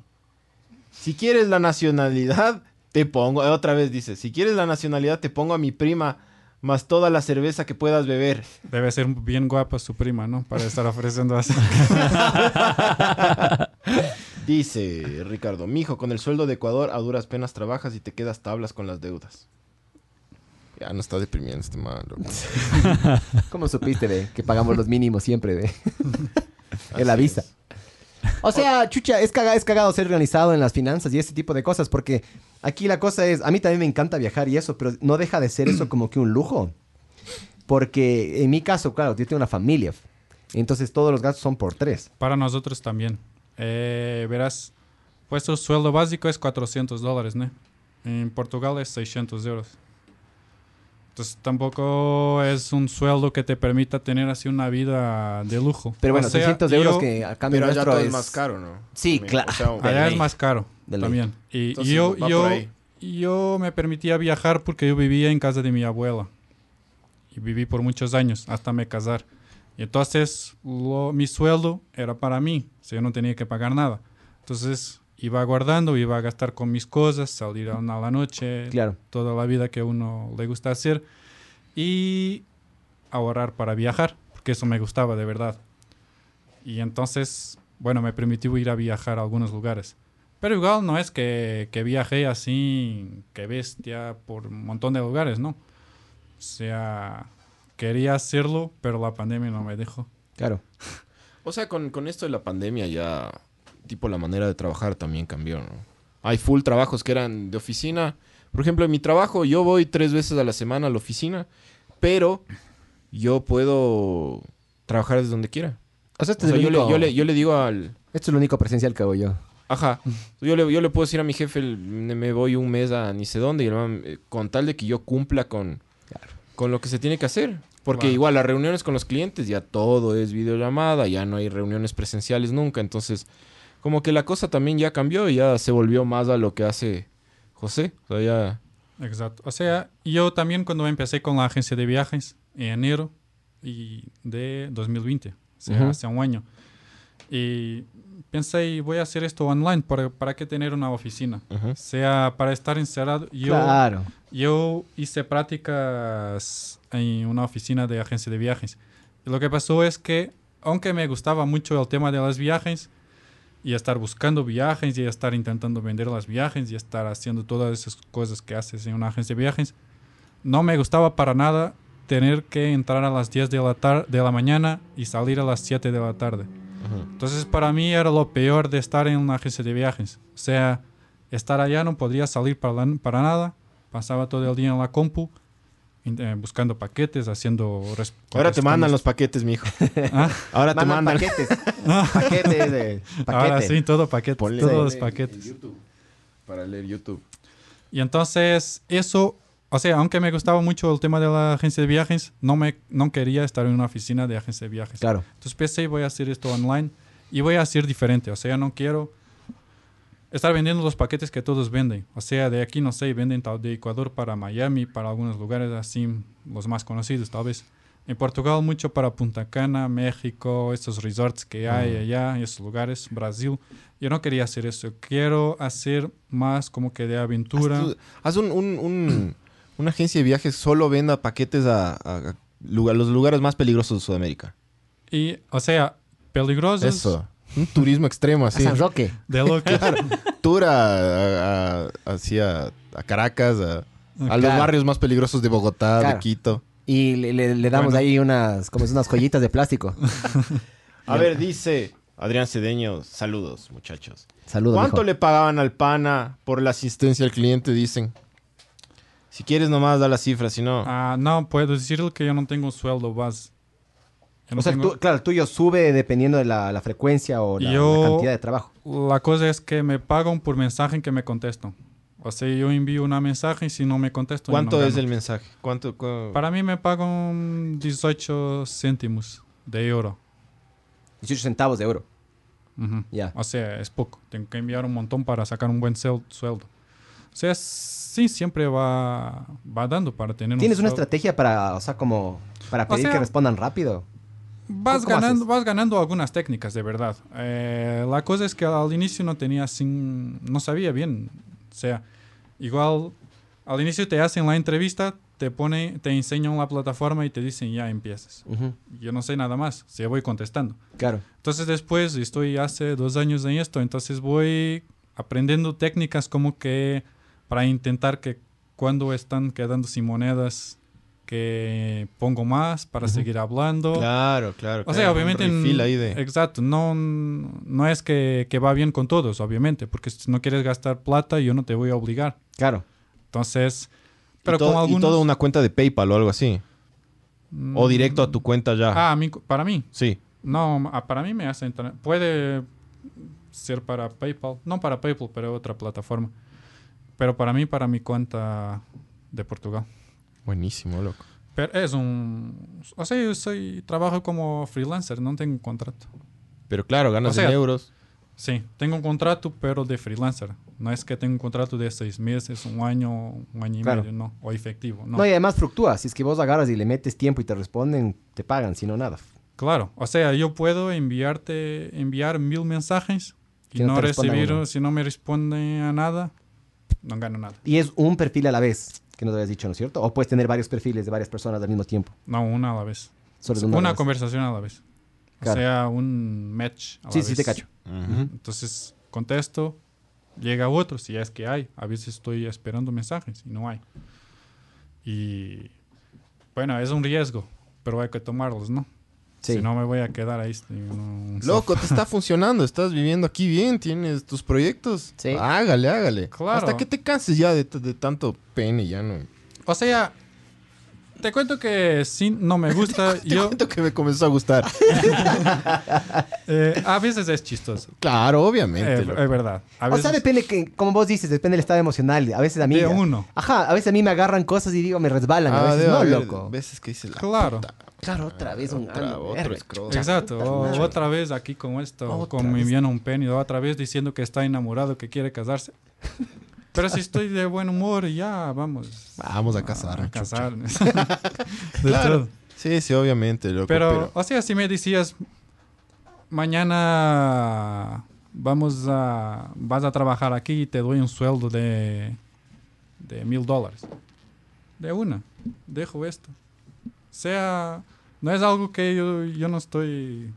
Speaker 1: Si quieres la nacionalidad, te pongo... eh, Otra vez dice, si quieres la nacionalidad, te pongo a mi prima más toda la cerveza que puedas beber.
Speaker 4: Debe ser bien guapa su prima, ¿no? Para estar ofreciendo así.
Speaker 1: Dice Ricardo, mijo, con el sueldo de Ecuador a duras penas trabajas y te quedas tablas con las deudas. Ya no está deprimiendo este man. loco.
Speaker 2: ¿Cómo supiste, ve? Que pagamos los mínimos siempre, ve. en la visa. O sea, chucha, es, caga- es cagado ser organizado en las finanzas y ese tipo de cosas, porque aquí la cosa es, a mí también me encanta viajar y eso, pero no deja de ser eso como que un lujo. Porque en mi caso, claro, yo tengo una familia, entonces todos los gastos son por tres.
Speaker 4: Para nosotros también. Eh, verás, pues su sueldo básico es 400 dólares, ¿no? En Portugal es 600 euros. Entonces tampoco es un sueldo que te permita tener así una vida de lujo.
Speaker 2: Pero
Speaker 4: O
Speaker 2: bueno,
Speaker 4: sea,
Speaker 2: 600 euros
Speaker 4: yo-
Speaker 2: que a cambio
Speaker 1: Pero allá
Speaker 2: nuestro
Speaker 1: todo
Speaker 2: es-
Speaker 1: es más caro, ¿no?
Speaker 2: Sí,
Speaker 1: También,
Speaker 2: claro.
Speaker 1: o sea, un-
Speaker 4: Allá
Speaker 2: ley.
Speaker 4: es más caro
Speaker 2: De ley.
Speaker 4: también. Y
Speaker 1: Entonces,
Speaker 4: yo,
Speaker 1: va
Speaker 4: yo,
Speaker 1: por ahí.
Speaker 4: yo me permitía viajar porque yo vivía en casa de mi abuela. y viví por muchos años hasta me casar. Y entonces lo- mi sueldo era para mí, o sea, yo no tenía que pagar nada. Entonces iba guardando, iba a gastar con mis cosas, salir a una a la noche,
Speaker 2: Claro.
Speaker 4: toda la vida que a uno le gusta hacer y ahorrar para viajar, porque eso me gustaba de verdad. Y entonces, bueno, me permitió ir a viajar a algunos lugares. Pero igual no es que, que viajé así, que bestia, por un montón de lugares, ¿no? O sea, quería hacerlo, pero la pandemia no me dejó.
Speaker 2: Claro.
Speaker 1: O sea, con, con esto de la pandemia ya, tipo, la manera de trabajar también cambió, ¿no? Hay full trabajos que eran de oficina. Por ejemplo, en mi trabajo yo voy tres veces a la semana a la oficina, pero yo puedo trabajar desde donde quiera.
Speaker 2: O sea, este
Speaker 1: O sea,
Speaker 2: es el
Speaker 1: yo, le,
Speaker 2: único-
Speaker 1: yo le- yo le digo al...
Speaker 2: Esto es lo único presencial que hago yo.
Speaker 1: Ajá. Yo le, yo le puedo decir a mi jefe, el- me me voy un mes a ni sé dónde, y el man, eh, con tal de que yo cumpla con, con lo que se tiene que hacer. Porque
Speaker 4: Wow.
Speaker 1: igual las reuniones con los clientes, ya todo es videollamada, ya no hay reuniones presenciales nunca. Entonces, como que la cosa también ya cambió y ya se volvió más a lo que hace José. O sea, ya...
Speaker 4: Exacto. O sea, yo también cuando empecé con la agencia de viajes en enero y de 2020, o sea,
Speaker 1: Ujú.
Speaker 4: hace un año. Y pensé, voy a hacer esto online, ¿para, para qué tener una oficina? O sea, para estar encerrado. Yo,
Speaker 2: Claro.
Speaker 4: yo hice prácticas en una oficina de agencia de viajes. Y lo que pasó es que, aunque me gustaba mucho el tema de los viajes, y estar buscando viajes, y estar intentando vender los viajes, y estar haciendo todas esas cosas que haces en una agencia de viajes, no me gustaba para nada tener que entrar a las 10 de la, tar- de la mañana y salir a las 7 de la tarde. Entonces para mí era lo peor de estar en una agencia de viajes. O sea, estar allá no podría salir para, la- para nada. Pasaba todo el día en la compu, in- eh, buscando paquetes, haciendo... res-
Speaker 1: Ahora te mandan
Speaker 4: contestando-
Speaker 1: los paquetes, mijo.
Speaker 4: Ah.
Speaker 1: Ahora te mandan.
Speaker 2: paquetes. paquetes de. Paquete.
Speaker 4: Ahora sí, todo paquete,
Speaker 1: Ponle-
Speaker 4: todos los
Speaker 1: ponle
Speaker 4: paquetes.
Speaker 1: YouTube, para leer YouTube.
Speaker 4: Y entonces eso, o sea, aunque me gustaba mucho el tema de la agencia de viajes, no me no quería estar en una oficina de agencia de viajes.
Speaker 2: Claro.
Speaker 4: Entonces pensé, voy a hacer esto online y voy a hacer diferente. O sea, no quiero estar vendiendo los paquetes que todos venden. O sea, de aquí, no sé, venden tal- de Ecuador para Miami, para algunos lugares así, los más conocidos tal vez. En Portugal mucho para Punta Cana, México, estos resorts que hay allá, esos lugares, Brasil. Yo no quería hacer eso. Quiero hacer más como que de
Speaker 1: Haz
Speaker 4: aventura.
Speaker 1: tú- Haz un, un- un- una agencia de viajes solo venda paquetes a, a- a lugar- los lugares más peligrosos de Sudamérica.
Speaker 4: Y, o sea, peligrosos
Speaker 1: Eso.
Speaker 10: Un turismo extremo
Speaker 2: A
Speaker 10: así.
Speaker 2: San Roque.
Speaker 4: de lo que...
Speaker 10: Tour a, a- a- así a- a Caracas, a, a los
Speaker 2: Claro.
Speaker 10: barrios más peligrosos de Bogotá,
Speaker 2: Claro.
Speaker 10: de Quito.
Speaker 2: Y le, le- le damos
Speaker 4: Bueno.
Speaker 2: ahí unas, como es, unas joyitas de plástico.
Speaker 1: A ver, dice Adrián Cedeño, saludos muchachos.
Speaker 2: Saludos.
Speaker 1: ¿Cuánto
Speaker 2: mijo.
Speaker 1: le pagaban al pana por la asistencia al cliente? Dicen. Si quieres nomás da la cifra, si no...
Speaker 4: Ah, no, puedo decirle que yo no tengo un sueldo base. Yo no
Speaker 2: O sea,
Speaker 4: tengo-
Speaker 2: tú- claro, el tuyo sube dependiendo de la, la frecuencia o la,
Speaker 4: Yo-
Speaker 2: la cantidad de trabajo.
Speaker 4: La cosa es que me pagan por mensaje en que me contestan. O sea, yo envío una mensaje y si no me contestan... yo
Speaker 1: ¿Cuánto
Speaker 4: no
Speaker 1: es
Speaker 4: gano.
Speaker 1: el mensaje? ¿Cuánto? cu-
Speaker 4: Para mí me pagan 18 céntimos de euro.
Speaker 2: 18 centavos de euro.
Speaker 4: Ujú.
Speaker 2: Ya.
Speaker 4: O sea, es poco. Tengo que enviar un montón para sacar un buen sel- sueldo. O sea, sí, siempre va, va dando para tener
Speaker 2: ¿Tienes
Speaker 4: un
Speaker 2: una
Speaker 4: sueldo.
Speaker 2: estrategia para, o sea, como para
Speaker 4: O
Speaker 2: pedir
Speaker 4: sea-
Speaker 2: que respondan rápido?
Speaker 4: Vas
Speaker 2: ¿Cómo
Speaker 4: ganando,
Speaker 2: haces?
Speaker 4: vas ganando algunas técnicas, de verdad. Eh, la cosa es que al inicio no tenía sin, no sabía bien. O sea, igual al inicio te hacen la entrevista, te pone, te enseñan la plataforma y te dicen ya empiezas.
Speaker 2: Ujú,
Speaker 4: Yo no sé nada más, se voy contestando.
Speaker 2: Claro.
Speaker 4: Entonces después estoy hace dos años en esto, entonces voy aprendiendo técnicas como que para intentar que cuando están quedando sin monedas que pongo más para seguir hablando.
Speaker 1: Claro, claro.
Speaker 4: O
Speaker 1: claro,
Speaker 4: sea,
Speaker 1: un
Speaker 4: obviamente.
Speaker 1: refill ahí de-
Speaker 4: Exacto. No, no es que, que va bien con todos, obviamente. Porque si no quieres gastar plata, yo no te voy a obligar.
Speaker 2: Claro.
Speaker 4: Entonces.
Speaker 1: y
Speaker 4: Pero
Speaker 1: todo-
Speaker 4: con
Speaker 1: Y
Speaker 4: algunos.
Speaker 1: toda una cuenta de PayPal o algo así.
Speaker 4: mm,
Speaker 1: O directo a tu cuenta ya.
Speaker 4: Ah, a mí- para mí.
Speaker 1: Sí.
Speaker 4: No, a- para mí me hacen. tra- Puede ser para PayPal. No para PayPal, pero otra plataforma. Pero para mí, para mi cuenta de Portugal.
Speaker 1: Buenísimo, loco.
Speaker 4: Pero es un. O sea, yo soy, trabajo como freelancer, no tengo un contrato.
Speaker 1: Pero claro, ganas
Speaker 4: O sea,
Speaker 1: en euros.
Speaker 4: Sí, tengo un contrato, pero de freelancer. No es que tenga un contrato de seis meses, un año, un año y
Speaker 2: Claro.
Speaker 4: medio, no. O efectivo, no.
Speaker 2: No, y además fluctúa. Si es que vos agarras y le metes tiempo y te responden, te pagan, si no nada.
Speaker 4: Claro, o sea, yo puedo enviarte, enviar mil mensajes y
Speaker 2: Que no
Speaker 4: no,
Speaker 2: te respondan
Speaker 4: recibir,
Speaker 2: uno.
Speaker 4: si no me responden a nada, no gano nada.
Speaker 2: Y es un perfil a la vez, que nos habías dicho, ¿no es cierto? O puedes tener varios perfiles de varias personas al mismo tiempo.
Speaker 4: No, una a la vez.
Speaker 2: Solo es uno a la
Speaker 4: Una
Speaker 2: vez.
Speaker 4: conversación a la vez.
Speaker 2: Claro.
Speaker 4: O sea, un match a la
Speaker 2: Sí,
Speaker 4: vez.
Speaker 2: sí, te cacho.
Speaker 4: Entonces, contesto, llega otro, si es que hay. A veces estoy esperando mensajes y no hay. Y bueno, es un riesgo, pero hay que tomarlos, ¿no?
Speaker 2: Sí.
Speaker 4: Si no, me voy a quedar ahí. sin un- un
Speaker 1: Loco, te está funcionando, estás viviendo aquí bien, tienes tus proyectos.
Speaker 2: Sí.
Speaker 1: Hágale, hágale.
Speaker 4: Claro.
Speaker 1: Hasta que te canses ya de, de tanto pene, ya no.
Speaker 4: O sea, te cuento que sí, no me gusta.
Speaker 1: Yo
Speaker 4: yo
Speaker 1: siento que me comenzó a gustar.
Speaker 4: eh, a veces es chistoso.
Speaker 1: Claro,
Speaker 4: Eh,
Speaker 1: obviamente.
Speaker 4: Es
Speaker 1: loco.
Speaker 4: verdad. A
Speaker 2: O
Speaker 4: veces,
Speaker 2: sea, depende, que, como vos dices, depende del estado emocional. A veces a mí.
Speaker 4: De uno.
Speaker 2: Ajá, a veces a mí me agarran cosas y digo, me resbalan.
Speaker 1: Ah,
Speaker 2: a veces
Speaker 1: debe
Speaker 2: no,
Speaker 1: haber
Speaker 2: loco.
Speaker 1: veces que dices, la
Speaker 4: Claro.
Speaker 1: puta,
Speaker 2: Claro, otra vez un
Speaker 1: otra-
Speaker 2: ah, no,
Speaker 1: otro
Speaker 2: verga.
Speaker 1: escroto.
Speaker 4: Exacto. O otra vez aquí con esto,
Speaker 2: Otra
Speaker 4: con mi bien un penny, otra vez diciendo que está enamorado, que quiere casarse. Pero si estoy de buen humor, ya vamos
Speaker 1: Vamos a
Speaker 4: a
Speaker 1: casar.
Speaker 4: casar.
Speaker 1: Claro. Sí, sí, obviamente, loco.
Speaker 4: Pero,
Speaker 1: Pero,
Speaker 4: o sea, si me decías, mañana vamos a, vas a trabajar aquí y te doy un sueldo de, de mil dólares. De una, dejo esto. O sea, no es algo que yo, yo no estoy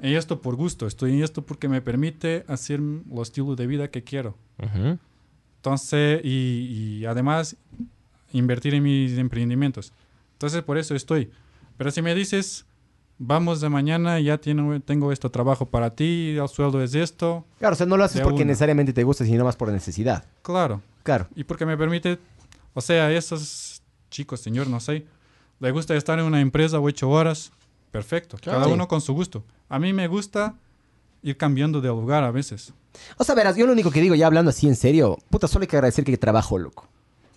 Speaker 4: en esto por gusto, estoy en esto porque me permite hacer los estilo de vida que quiero.
Speaker 1: Ujú.
Speaker 4: Entonces, y, y además, invertir en mis emprendimientos. Entonces, por eso estoy. Pero si me dices, vamos de mañana, ya tiene- tengo este trabajo para ti, el sueldo es esto,
Speaker 2: Claro, o sea, no lo haces
Speaker 4: De
Speaker 2: porque
Speaker 4: uno.
Speaker 2: necesariamente te gusta, sino más por necesidad.
Speaker 4: claro.
Speaker 2: Claro.
Speaker 4: Y porque me permite, o sea, esos chicos, señor, no sé, le gusta estar en una empresa ocho horas, perfecto. Cada
Speaker 2: Sí.
Speaker 4: uno con su gusto. A mí me gusta ir cambiando de lugar a veces.
Speaker 2: O sea, verás, yo lo único que digo, ya hablando así en serio, puta, solo hay que agradecer que trabajo, loco.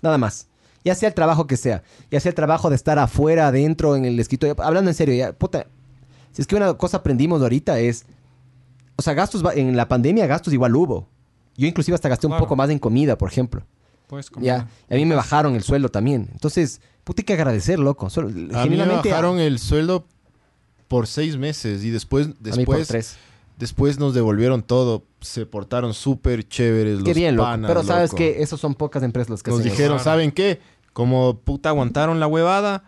Speaker 2: Nada más. Ya sea el trabajo que sea. Ya sea el trabajo de estar afuera, adentro, en el escritorio. Hablando en serio, ya, puta. Si es que una cosa aprendimos ahorita es. O sea, gastos. va- En la pandemia, gastos igual hubo. Yo inclusive hasta gasté un
Speaker 4: Claro.
Speaker 2: poco más en comida, por ejemplo.
Speaker 4: Pues, como
Speaker 2: Ya. Y a mí me bajaron el sueldo también. Entonces, puta, hay que agradecer, loco. Solo,
Speaker 1: a mí me
Speaker 2: genuinamente, ah.
Speaker 1: bajaron el sueldo por seis meses y después,
Speaker 2: a- a mí por
Speaker 1: después,
Speaker 2: tres.
Speaker 1: después nos devolvieron todo. Se portaron súper chéveres
Speaker 2: Qué
Speaker 1: los
Speaker 2: bien, loco.
Speaker 1: panas,
Speaker 2: Pero sabes
Speaker 1: loco.
Speaker 2: que esos son pocas empresas las que
Speaker 1: Nos
Speaker 2: hacen eso.
Speaker 1: dijeron,
Speaker 4: Claro.
Speaker 1: ¿saben qué? Como puta aguantaron la huevada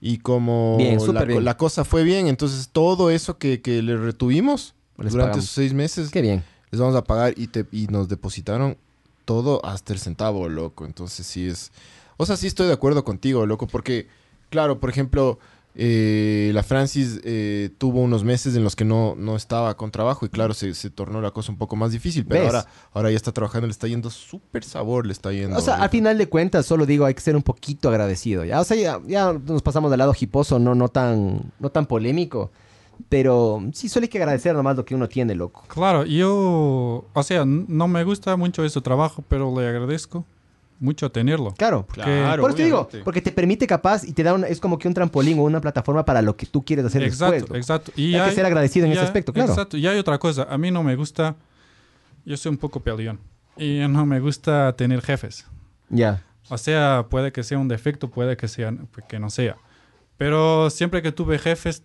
Speaker 1: y como
Speaker 2: Bien,
Speaker 1: la,
Speaker 2: súper bien.
Speaker 1: la cosa fue bien, entonces todo eso que, que le retuvimos
Speaker 2: Les
Speaker 1: durante
Speaker 2: pagamos.
Speaker 1: esos seis meses,
Speaker 2: Qué bien.
Speaker 1: les vamos a pagar y, te, y nos depositaron todo hasta el centavo, loco. Entonces sí es... O sea, sí estoy de acuerdo contigo, loco, porque, claro, por ejemplo, eh, la Francis eh, tuvo unos meses en los que no, no estaba con trabajo y claro, se, se tornó la cosa un poco más difícil, pero
Speaker 2: ¿Ves?
Speaker 1: ahora, ahora ya está trabajando, le está yendo súper sabor, le está yendo...
Speaker 2: O sea,
Speaker 1: loco.
Speaker 2: al final de cuentas, solo digo, hay que ser un poquito agradecido. ¿ya? O sea, ya, ya nos pasamos del lado hiposo, no, no, tan, no tan polémico. Pero sí, solo hay que agradecer nomás lo que uno tiene, loco.
Speaker 4: Claro, yo, o sea, n- no me gusta mucho ese trabajo, pero le agradezco mucho tenerlo.
Speaker 2: Claro.
Speaker 4: Claro,
Speaker 2: Por eso te digo, porque te permite capaz y te da un, es como que un trampolín o una plataforma para lo que tú quieres hacer
Speaker 4: exacto,
Speaker 2: después. loco.
Speaker 4: exacto. Y
Speaker 2: Hay que ser agradecido en ese aspecto, claro.
Speaker 4: Exacto, y hay otra cosa, a mí no me gusta, yo soy un poco peleón, y no me gusta tener jefes.
Speaker 2: Ya.
Speaker 4: O sea, puede que sea un defecto, puede que, sea, pues, que no sea. Pero siempre que tuve jefes,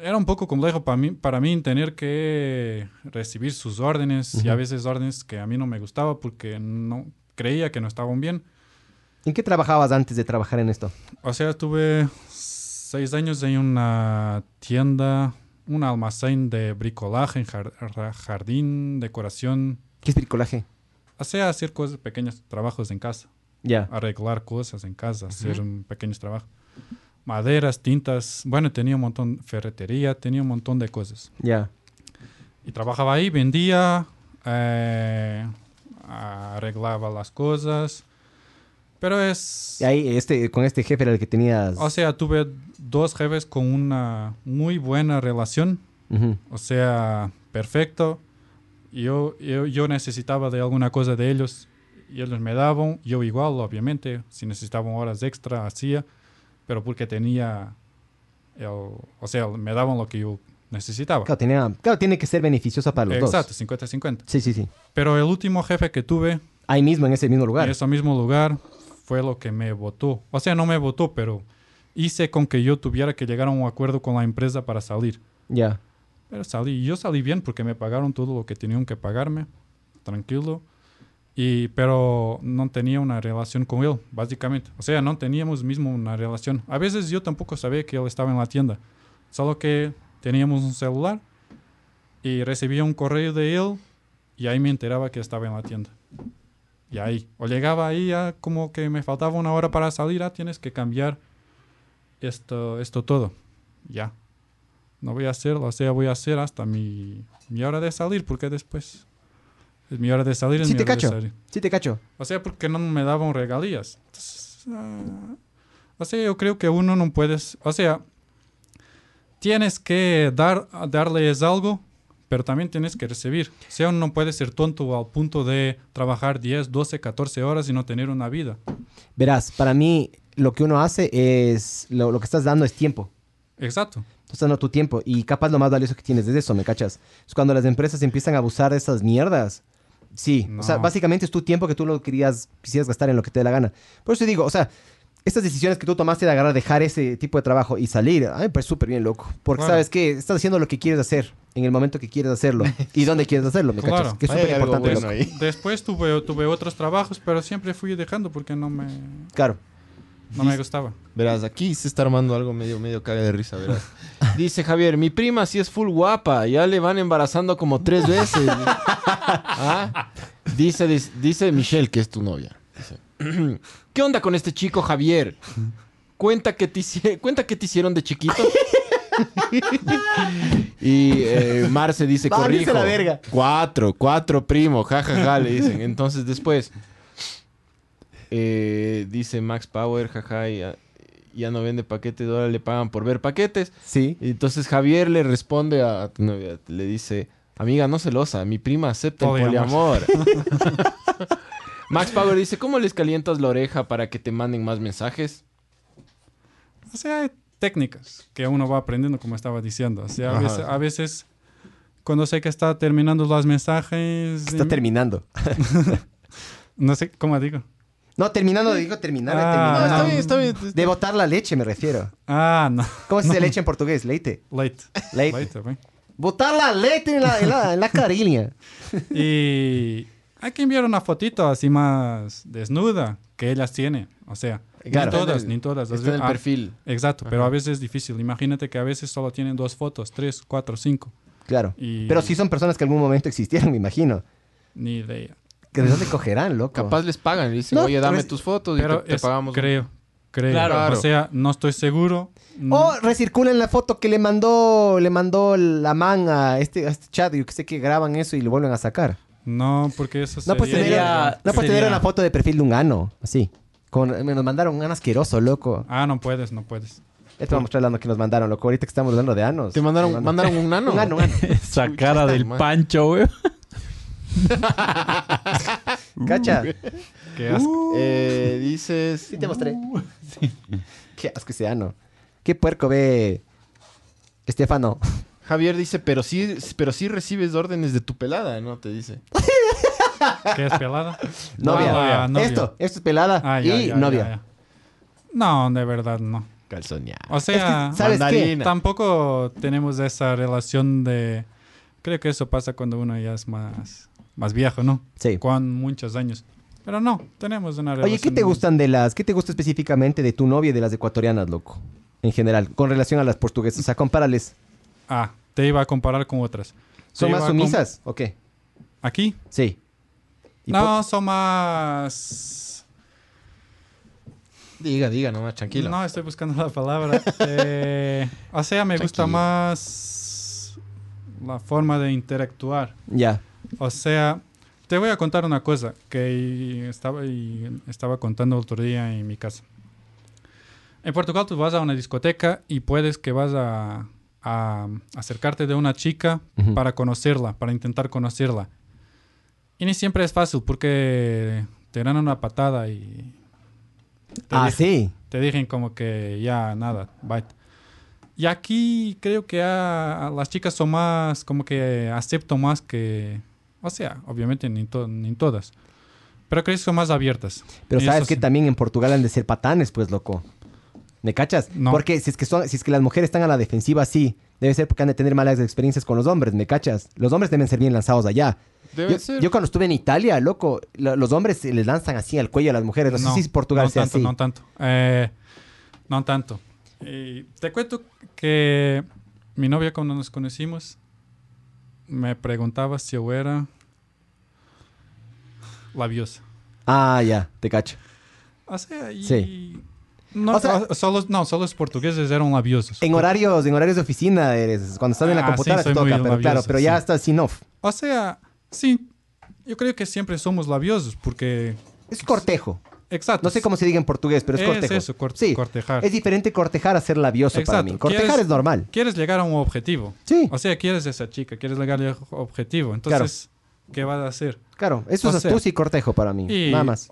Speaker 4: era un poco complejo para mí, para mí tener que recibir sus órdenes y a veces órdenes que a mí no me gustaba porque no creía que no estaban bien.
Speaker 2: ¿En qué trabajabas antes de trabajar en esto?
Speaker 4: O sea, estuve seis años en una tienda, un almacén de bricolaje, jar- ra- jardín, decoración.
Speaker 2: ¿Qué es bricolaje?
Speaker 4: O sea, hacer cosas, pequeños trabajos en casa,
Speaker 2: Ya.
Speaker 4: arreglar cosas en casa, hacer un pequeños trabajos. Maderas, tintas, bueno, tenía un montón, ferretería, tenía un montón de cosas.
Speaker 2: Ya.
Speaker 4: Y trabajaba ahí, vendía, eh, arreglaba las cosas. Pero es...
Speaker 2: Y ahí, este, con este jefe era el que tenías.
Speaker 4: O sea, tuve dos jefes con una muy buena relación.
Speaker 2: Ujú.
Speaker 4: O sea, perfecto. Yo, yo, yo necesitaba de alguna cosa de ellos y ellos me daban. Yo igual, obviamente. Si necesitaban horas extra, hacía. Pero porque tenía... el- o sea, me daban lo que yo necesitaba.
Speaker 2: Claro, tenía, claro, tiene que ser beneficiosa para los
Speaker 4: Exacto,
Speaker 2: dos.
Speaker 4: 50-50.
Speaker 2: Sí, sí, sí.
Speaker 4: Pero el último jefe que tuve
Speaker 2: Ahí mismo, en ese mismo
Speaker 4: en
Speaker 2: lugar.
Speaker 4: ese mismo lugar fue lo que me votó. O sea, no me votó, pero hice con que yo tuviera que llegar a un acuerdo con la empresa para salir.
Speaker 2: Ya.
Speaker 4: Pero salí, yo salí bien porque me pagaron todo lo que tenían que pagarme, tranquilo. Y, pero no tenía una relación con él, básicamente. O sea, no teníamos mismo una relación. A veces yo tampoco sabía que él estaba en la tienda. Solo que teníamos un celular y recibía un correo de él y ahí me enteraba que estaba en la tienda. Y ahí, o llegaba ahí ya como que me faltaba una hora para salir, ah, tienes que cambiar esto, esto todo. Ya, no voy a hacerlo, o sea, voy a hacer hasta mi, mi hora de salir, porque después es mi hora de salir, es
Speaker 2: Sí
Speaker 4: mi
Speaker 2: te
Speaker 4: hora
Speaker 2: cacho.
Speaker 4: de salir.
Speaker 2: Sí, te cacho.
Speaker 4: O sea, porque no me daban regalías. Entonces, ah, o sea, yo creo que uno no puedes, o sea, tienes que dar, darles algo, pero también tienes que recibir. O sea, uno no puede ser tonto al punto de trabajar 10, 12, 14 horas y no tener una vida.
Speaker 2: Verás, para mí lo que uno hace es, lo, lo que estás dando es tiempo.
Speaker 4: Exacto.
Speaker 2: Tú estás dando tu tiempo y capaz lo más valioso que tienes es eso, ¿me cachas? Es cuando las empresas empiezan a abusar de esas mierdas. Sí, o sea,
Speaker 4: No.
Speaker 2: básicamente es tu tiempo que tú lo querías, quisieras gastar en lo que te dé la gana. Por eso te digo, o sea, estas decisiones que tú tomaste de agarrar, dejar ese tipo de trabajo y salir, ay, pues súper bien, loco. Porque
Speaker 4: Claro.
Speaker 2: sabes que estás haciendo lo que quieres hacer en el momento que quieres hacerlo y dónde quieres hacerlo, ¿me
Speaker 4: Claro.
Speaker 2: cachas? Que es
Speaker 1: Ahí hay
Speaker 2: súper
Speaker 1: algo
Speaker 2: importante,
Speaker 1: bueno
Speaker 2: loco.
Speaker 1: ahí.
Speaker 4: Después tuve, tuve otros trabajos, pero siempre fui dejando porque no me,
Speaker 2: Claro.
Speaker 4: no me gustaba.
Speaker 11: Verás, aquí se está armando algo medio, medio caga de risa, verás.
Speaker 1: Dice Javier, mi prima sí es full guapa, ya le van embarazando como tres veces. Ah, Dice, dice, dice Michelle, que es tu novia. Dice, ¿Qué onda con este chico Javier? Cuenta que te, hici- cuenta que te hicieron de chiquito. y eh, Marce dice,
Speaker 2: Váyanse a
Speaker 1: corrijo.
Speaker 2: la verga.
Speaker 1: Cuatro, cuatro primo, jajaja, le dicen. Entonces después, eh, dice Max Power, jaja, ya, ya no vende paquetes, ahora le pagan por ver paquetes.
Speaker 2: Sí.
Speaker 1: Y entonces Javier le responde a tu novia, le dice, amiga, no celosa, mi prima acepta el
Speaker 4: Poliamor.
Speaker 1: poliamor. Max Power dice, ¿cómo les calientas la oreja para que te manden más mensajes?
Speaker 4: O sea, hay técnicas que uno va aprendiendo, como estaba diciendo. O sea, a veces, a veces, cuando sé que está terminando los mensajes...
Speaker 2: Está
Speaker 4: y-
Speaker 2: terminando.
Speaker 4: No sé cómo digo.
Speaker 2: No, terminando, digo terminar,
Speaker 4: Ah,
Speaker 2: terminar.
Speaker 4: está
Speaker 2: No.
Speaker 4: bien,
Speaker 11: está bien.
Speaker 2: De botar la leche, me refiero.
Speaker 4: Ah, no.
Speaker 2: ¿Cómo se dice leche en portugués? Leite.
Speaker 4: Late.
Speaker 2: Late.
Speaker 4: güey.
Speaker 2: Botar la leche en la, en la, en la cariña.
Speaker 4: Y hay que enviar una fotito así más desnuda que ellas tienen. O sea,
Speaker 2: Claro.
Speaker 4: ni todas, ni todas.
Speaker 1: Está en el
Speaker 4: Ah,
Speaker 1: perfil.
Speaker 4: Exacto, pero a veces es difícil. Imagínate que a veces solo tienen dos fotos, tres, cuatro, cinco.
Speaker 2: Claro.
Speaker 4: Y-
Speaker 2: Pero sí son personas que en algún momento existieron, me imagino.
Speaker 4: Ni idea.
Speaker 2: Que de dónde cogerán, loco.
Speaker 1: Capaz les pagan, le dicen,
Speaker 2: No,
Speaker 1: oye, dame
Speaker 2: pero es-
Speaker 1: tus fotos y
Speaker 4: Pero
Speaker 1: te, te
Speaker 4: es-
Speaker 1: pagamos.
Speaker 4: creo, creo.
Speaker 1: Claro.
Speaker 4: O sea, no estoy seguro.
Speaker 2: O recirculan la foto que le mandó, le mandó la man a este, a este chat. Yo que sé que graban eso y lo vuelven a sacar.
Speaker 4: No, porque eso
Speaker 2: No, pues tener,
Speaker 3: Sería-
Speaker 2: no, pues,
Speaker 3: sería-
Speaker 2: tener una foto de perfil de un ano. Así. Con, me nos mandaron un ano asqueroso, loco.
Speaker 4: Ah, no puedes, no puedes.
Speaker 2: Ya te voy a mostrar el ano que nos mandaron, loco. Ahorita que estamos hablando de anos.
Speaker 1: ¿Te mandaron,
Speaker 2: Nos
Speaker 1: mandaron
Speaker 4: Ah,
Speaker 1: un nano?
Speaker 2: Un ano, un ano.
Speaker 3: Esa cara del
Speaker 1: mal.
Speaker 3: pancho, güey.
Speaker 2: ¿Cacha?
Speaker 4: Qué
Speaker 2: Uh.
Speaker 4: asco.
Speaker 1: Eh, dices...
Speaker 2: Sí te mostré. Qué asco ese ano. Qué puerco ve. Estefano.
Speaker 1: Javier dice, pero sí, pero sí recibes órdenes de tu pelada, ¿no? Te dice.
Speaker 4: ¿Qué es pelada?
Speaker 2: Novia.
Speaker 4: Ah, novia.
Speaker 2: Esto, esto es pelada
Speaker 4: Ah, ya,
Speaker 2: y
Speaker 4: ya,
Speaker 2: novia.
Speaker 4: ya, ya. No, de verdad no.
Speaker 1: Calzoneada.
Speaker 4: O sea,
Speaker 2: Es que, ¿sabes
Speaker 1: Mandarina.
Speaker 4: tampoco tenemos esa relación de... Creo que eso pasa cuando uno ya es más, más viejo, ¿no?
Speaker 2: Sí.
Speaker 4: Con muchos años. Pero no, tenemos una relación...
Speaker 2: Oye, ¿qué te gustan de las? ¿Qué te gusta específicamente de tu novia y de las ecuatorianas, loco? En general, con relación a las portuguesas. O sea, compárales.
Speaker 4: Ah, te iba a comparar con otras. Te
Speaker 2: ¿Son
Speaker 4: iba
Speaker 2: más
Speaker 4: a com-
Speaker 2: sumisas o qué?
Speaker 4: ¿Aquí?
Speaker 2: Sí. Y
Speaker 4: No, son más...
Speaker 11: Diga, diga nomás, tranquilo.
Speaker 4: No, estoy buscando la palabra. Eh, o sea, me gusta más la forma de interactuar.
Speaker 2: po- Ya.
Speaker 4: O sea, te voy a contar una cosa que estaba, y estaba contando otro día en mi casa. En Portugal tú vas a una discoteca y puedes que vas a, a acercarte de una chica
Speaker 2: Ujú.
Speaker 4: para conocerla, para intentar conocerla. Y ni siempre es fácil porque te dan una patada y... te
Speaker 2: Ah,
Speaker 4: dejan-
Speaker 2: sí.
Speaker 4: te dije como que ya nada, bye. Y aquí creo que ah, las chicas son más, como que acepto más que, o sea, obviamente ni, to- ni todas, pero creo que son más abiertas.
Speaker 2: Pero
Speaker 4: Eso
Speaker 2: sabes que
Speaker 4: sí.
Speaker 2: también en Portugal han de ser patanes, pues, loco. ¿Me cachas?
Speaker 4: No.
Speaker 2: Porque si es, que son- si es que las mujeres están a la defensiva, sí. Debe ser porque han de tener malas experiencias con los hombres, ¿me cachas? Los hombres deben ser bien lanzados allá.
Speaker 5: Deben
Speaker 2: yo,
Speaker 5: ser.
Speaker 2: yo cuando estuve en Italia, loco, lo- los hombres se les lanzan así al cuello a las mujeres. No, sé si Portugal
Speaker 4: no
Speaker 2: sea
Speaker 4: tanto,
Speaker 2: así.
Speaker 4: No tanto, Eh, no tanto. Y te cuento que mi novia cuando nos conocimos me preguntaba si yo era labiosa.
Speaker 2: Ah, ya, te cacho.
Speaker 4: O sea, y...
Speaker 2: Sí.
Speaker 4: No,
Speaker 2: O sea-
Speaker 4: o- solo, no, solo los portugueses eran labiosos.
Speaker 2: En horarios, en horarios de oficina eres. Cuando estás en la
Speaker 4: Ah,
Speaker 2: computadora
Speaker 4: sí,
Speaker 2: te
Speaker 4: soy muy
Speaker 2: toca, pero claro,
Speaker 4: labioso,
Speaker 2: pero ya
Speaker 4: sí.
Speaker 2: estás sin off.
Speaker 4: O sea, sí, yo creo que siempre somos labiosos porque...
Speaker 2: Es cortejo.
Speaker 4: Exacto.
Speaker 2: No sé cómo se diga en portugués, pero es,
Speaker 4: Es
Speaker 2: cortejo.
Speaker 4: eso, cor-
Speaker 2: sí,
Speaker 4: cortejar.
Speaker 2: Es diferente cortejar a ser labioso para
Speaker 4: Exacto.
Speaker 2: mí. Cortejar
Speaker 4: ¿Quieres-
Speaker 2: es normal.
Speaker 4: Quieres llegar a un objetivo.
Speaker 2: Sí.
Speaker 4: O sea, quieres esa chica, quieres llegar a un objetivo. Entonces, ¿qué vas a hacer?
Speaker 2: Claro, eso
Speaker 4: O
Speaker 2: es
Speaker 4: sea-
Speaker 2: astucia y cortejo para mí.
Speaker 4: Y-
Speaker 2: Nada más.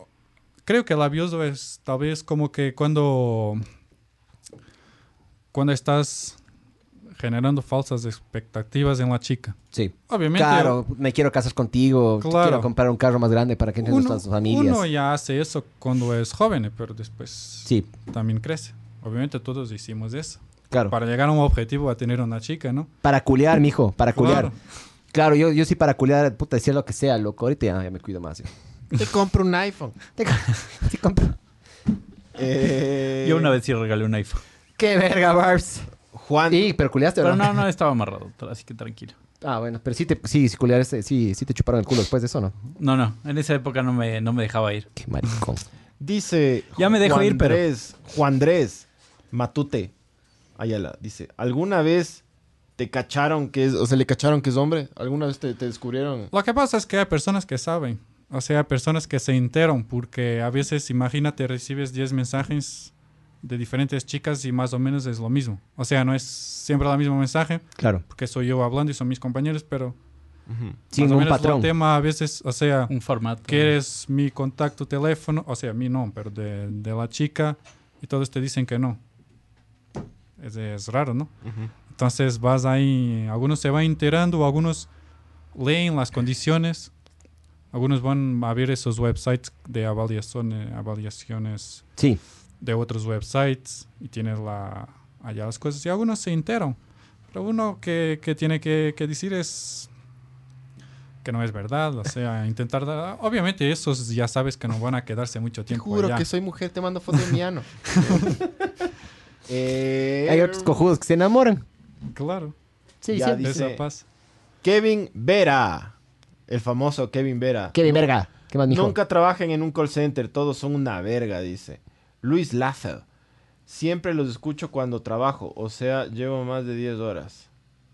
Speaker 4: Creo que labioso es tal vez como que cuando, cuando estás generando falsas expectativas en la chica.
Speaker 2: Sí.
Speaker 4: Obviamente,
Speaker 2: Claro, me quiero casar contigo, te
Speaker 4: Claro.
Speaker 2: quiero comprar un carro más grande para que entre
Speaker 4: uno,
Speaker 2: nuestras familias.
Speaker 4: uno ya hace eso cuando es joven, eh, pero después
Speaker 2: Sí,
Speaker 4: también crece. Obviamente todos hicimos eso.
Speaker 2: claro. Para,
Speaker 4: Para llegar a un objetivo a tener una chica, ¿no?
Speaker 2: culear, mijo, para culear.
Speaker 4: Claro.
Speaker 2: Claro, yo, yo sí para culear, puta, decía lo que sea, loco. Ahorita ya, ya me cuido más. yo.
Speaker 6: Te compro un iPhone.
Speaker 2: Te, co- te compro.
Speaker 5: Eh,
Speaker 3: Yo una vez sí regalé un iPhone.
Speaker 2: ¡Qué verga, Barbs!
Speaker 5: Juan,
Speaker 2: Y, pero culeaste,
Speaker 3: Pero
Speaker 2: ¿verdad?
Speaker 3: no, no estaba amarrado, así que tranquilo.
Speaker 2: Ah, bueno, pero sí, te, sí, sí, culear, este- sí, sí te chuparon el culo después de eso, ¿no?
Speaker 3: No, no, en esa época no me, no me dejaba ir.
Speaker 2: Qué maricón.
Speaker 5: dice.
Speaker 3: Ya me dejo
Speaker 5: Juan
Speaker 3: ir, pero-
Speaker 5: Andrés, Juan Andrés Matute Ayala dice: ¿Alguna vez te cacharon que es. O sea, le cacharon que es hombre? ¿Alguna vez te, te descubrieron?
Speaker 4: Lo que pasa es que hay personas que saben, o sea, hay personas que se enteran, porque a veces, imagínate, recibes 10 mensajes de diferentes chicas y más o menos es lo mismo. O sea, no es siempre el mismo mensaje,
Speaker 2: Claro.
Speaker 4: porque soy yo hablando y son mis compañeros, pero
Speaker 2: Sin
Speaker 4: más o
Speaker 2: un
Speaker 4: menos
Speaker 2: patrón.
Speaker 4: el tema a veces, o sea,
Speaker 3: Un formato.
Speaker 4: quieres mi contacto teléfono, o sea, mi no, pero de, de la chica, y todos te dicen que no. Es, es raro, ¿no? Entonces vas ahí, algunos se van enterando, algunos leen las condiciones, algunos van a ver esos websites de avaliaciones, avaliaciones
Speaker 2: Sí.
Speaker 4: de otros websites y tienes la, allá las cosas y algunos se enteran. Pero uno que, que tiene que, que decir es que no es verdad, o sea, intentar dar... Obviamente esos ya sabes que no van a quedarse mucho
Speaker 6: Te
Speaker 4: tiempo
Speaker 6: juro
Speaker 4: allá.
Speaker 6: que soy mujer, te mando foto de mi ano.
Speaker 5: Eh,
Speaker 2: Hay otros cojudos que se enamoran.
Speaker 4: Claro,
Speaker 2: Sí,
Speaker 5: Ya
Speaker 2: sí.
Speaker 5: di- Dice-
Speaker 4: eso pasa.
Speaker 5: Kevin Vera. El famoso Kevin Vera.
Speaker 2: Qué de verga. ¿Qué más, mijo?
Speaker 5: Nunca trabajen en un call center, todos son una verga, dice. Luis Laffel. Siempre los escucho cuando trabajo, o sea, llevo más de 10 horas.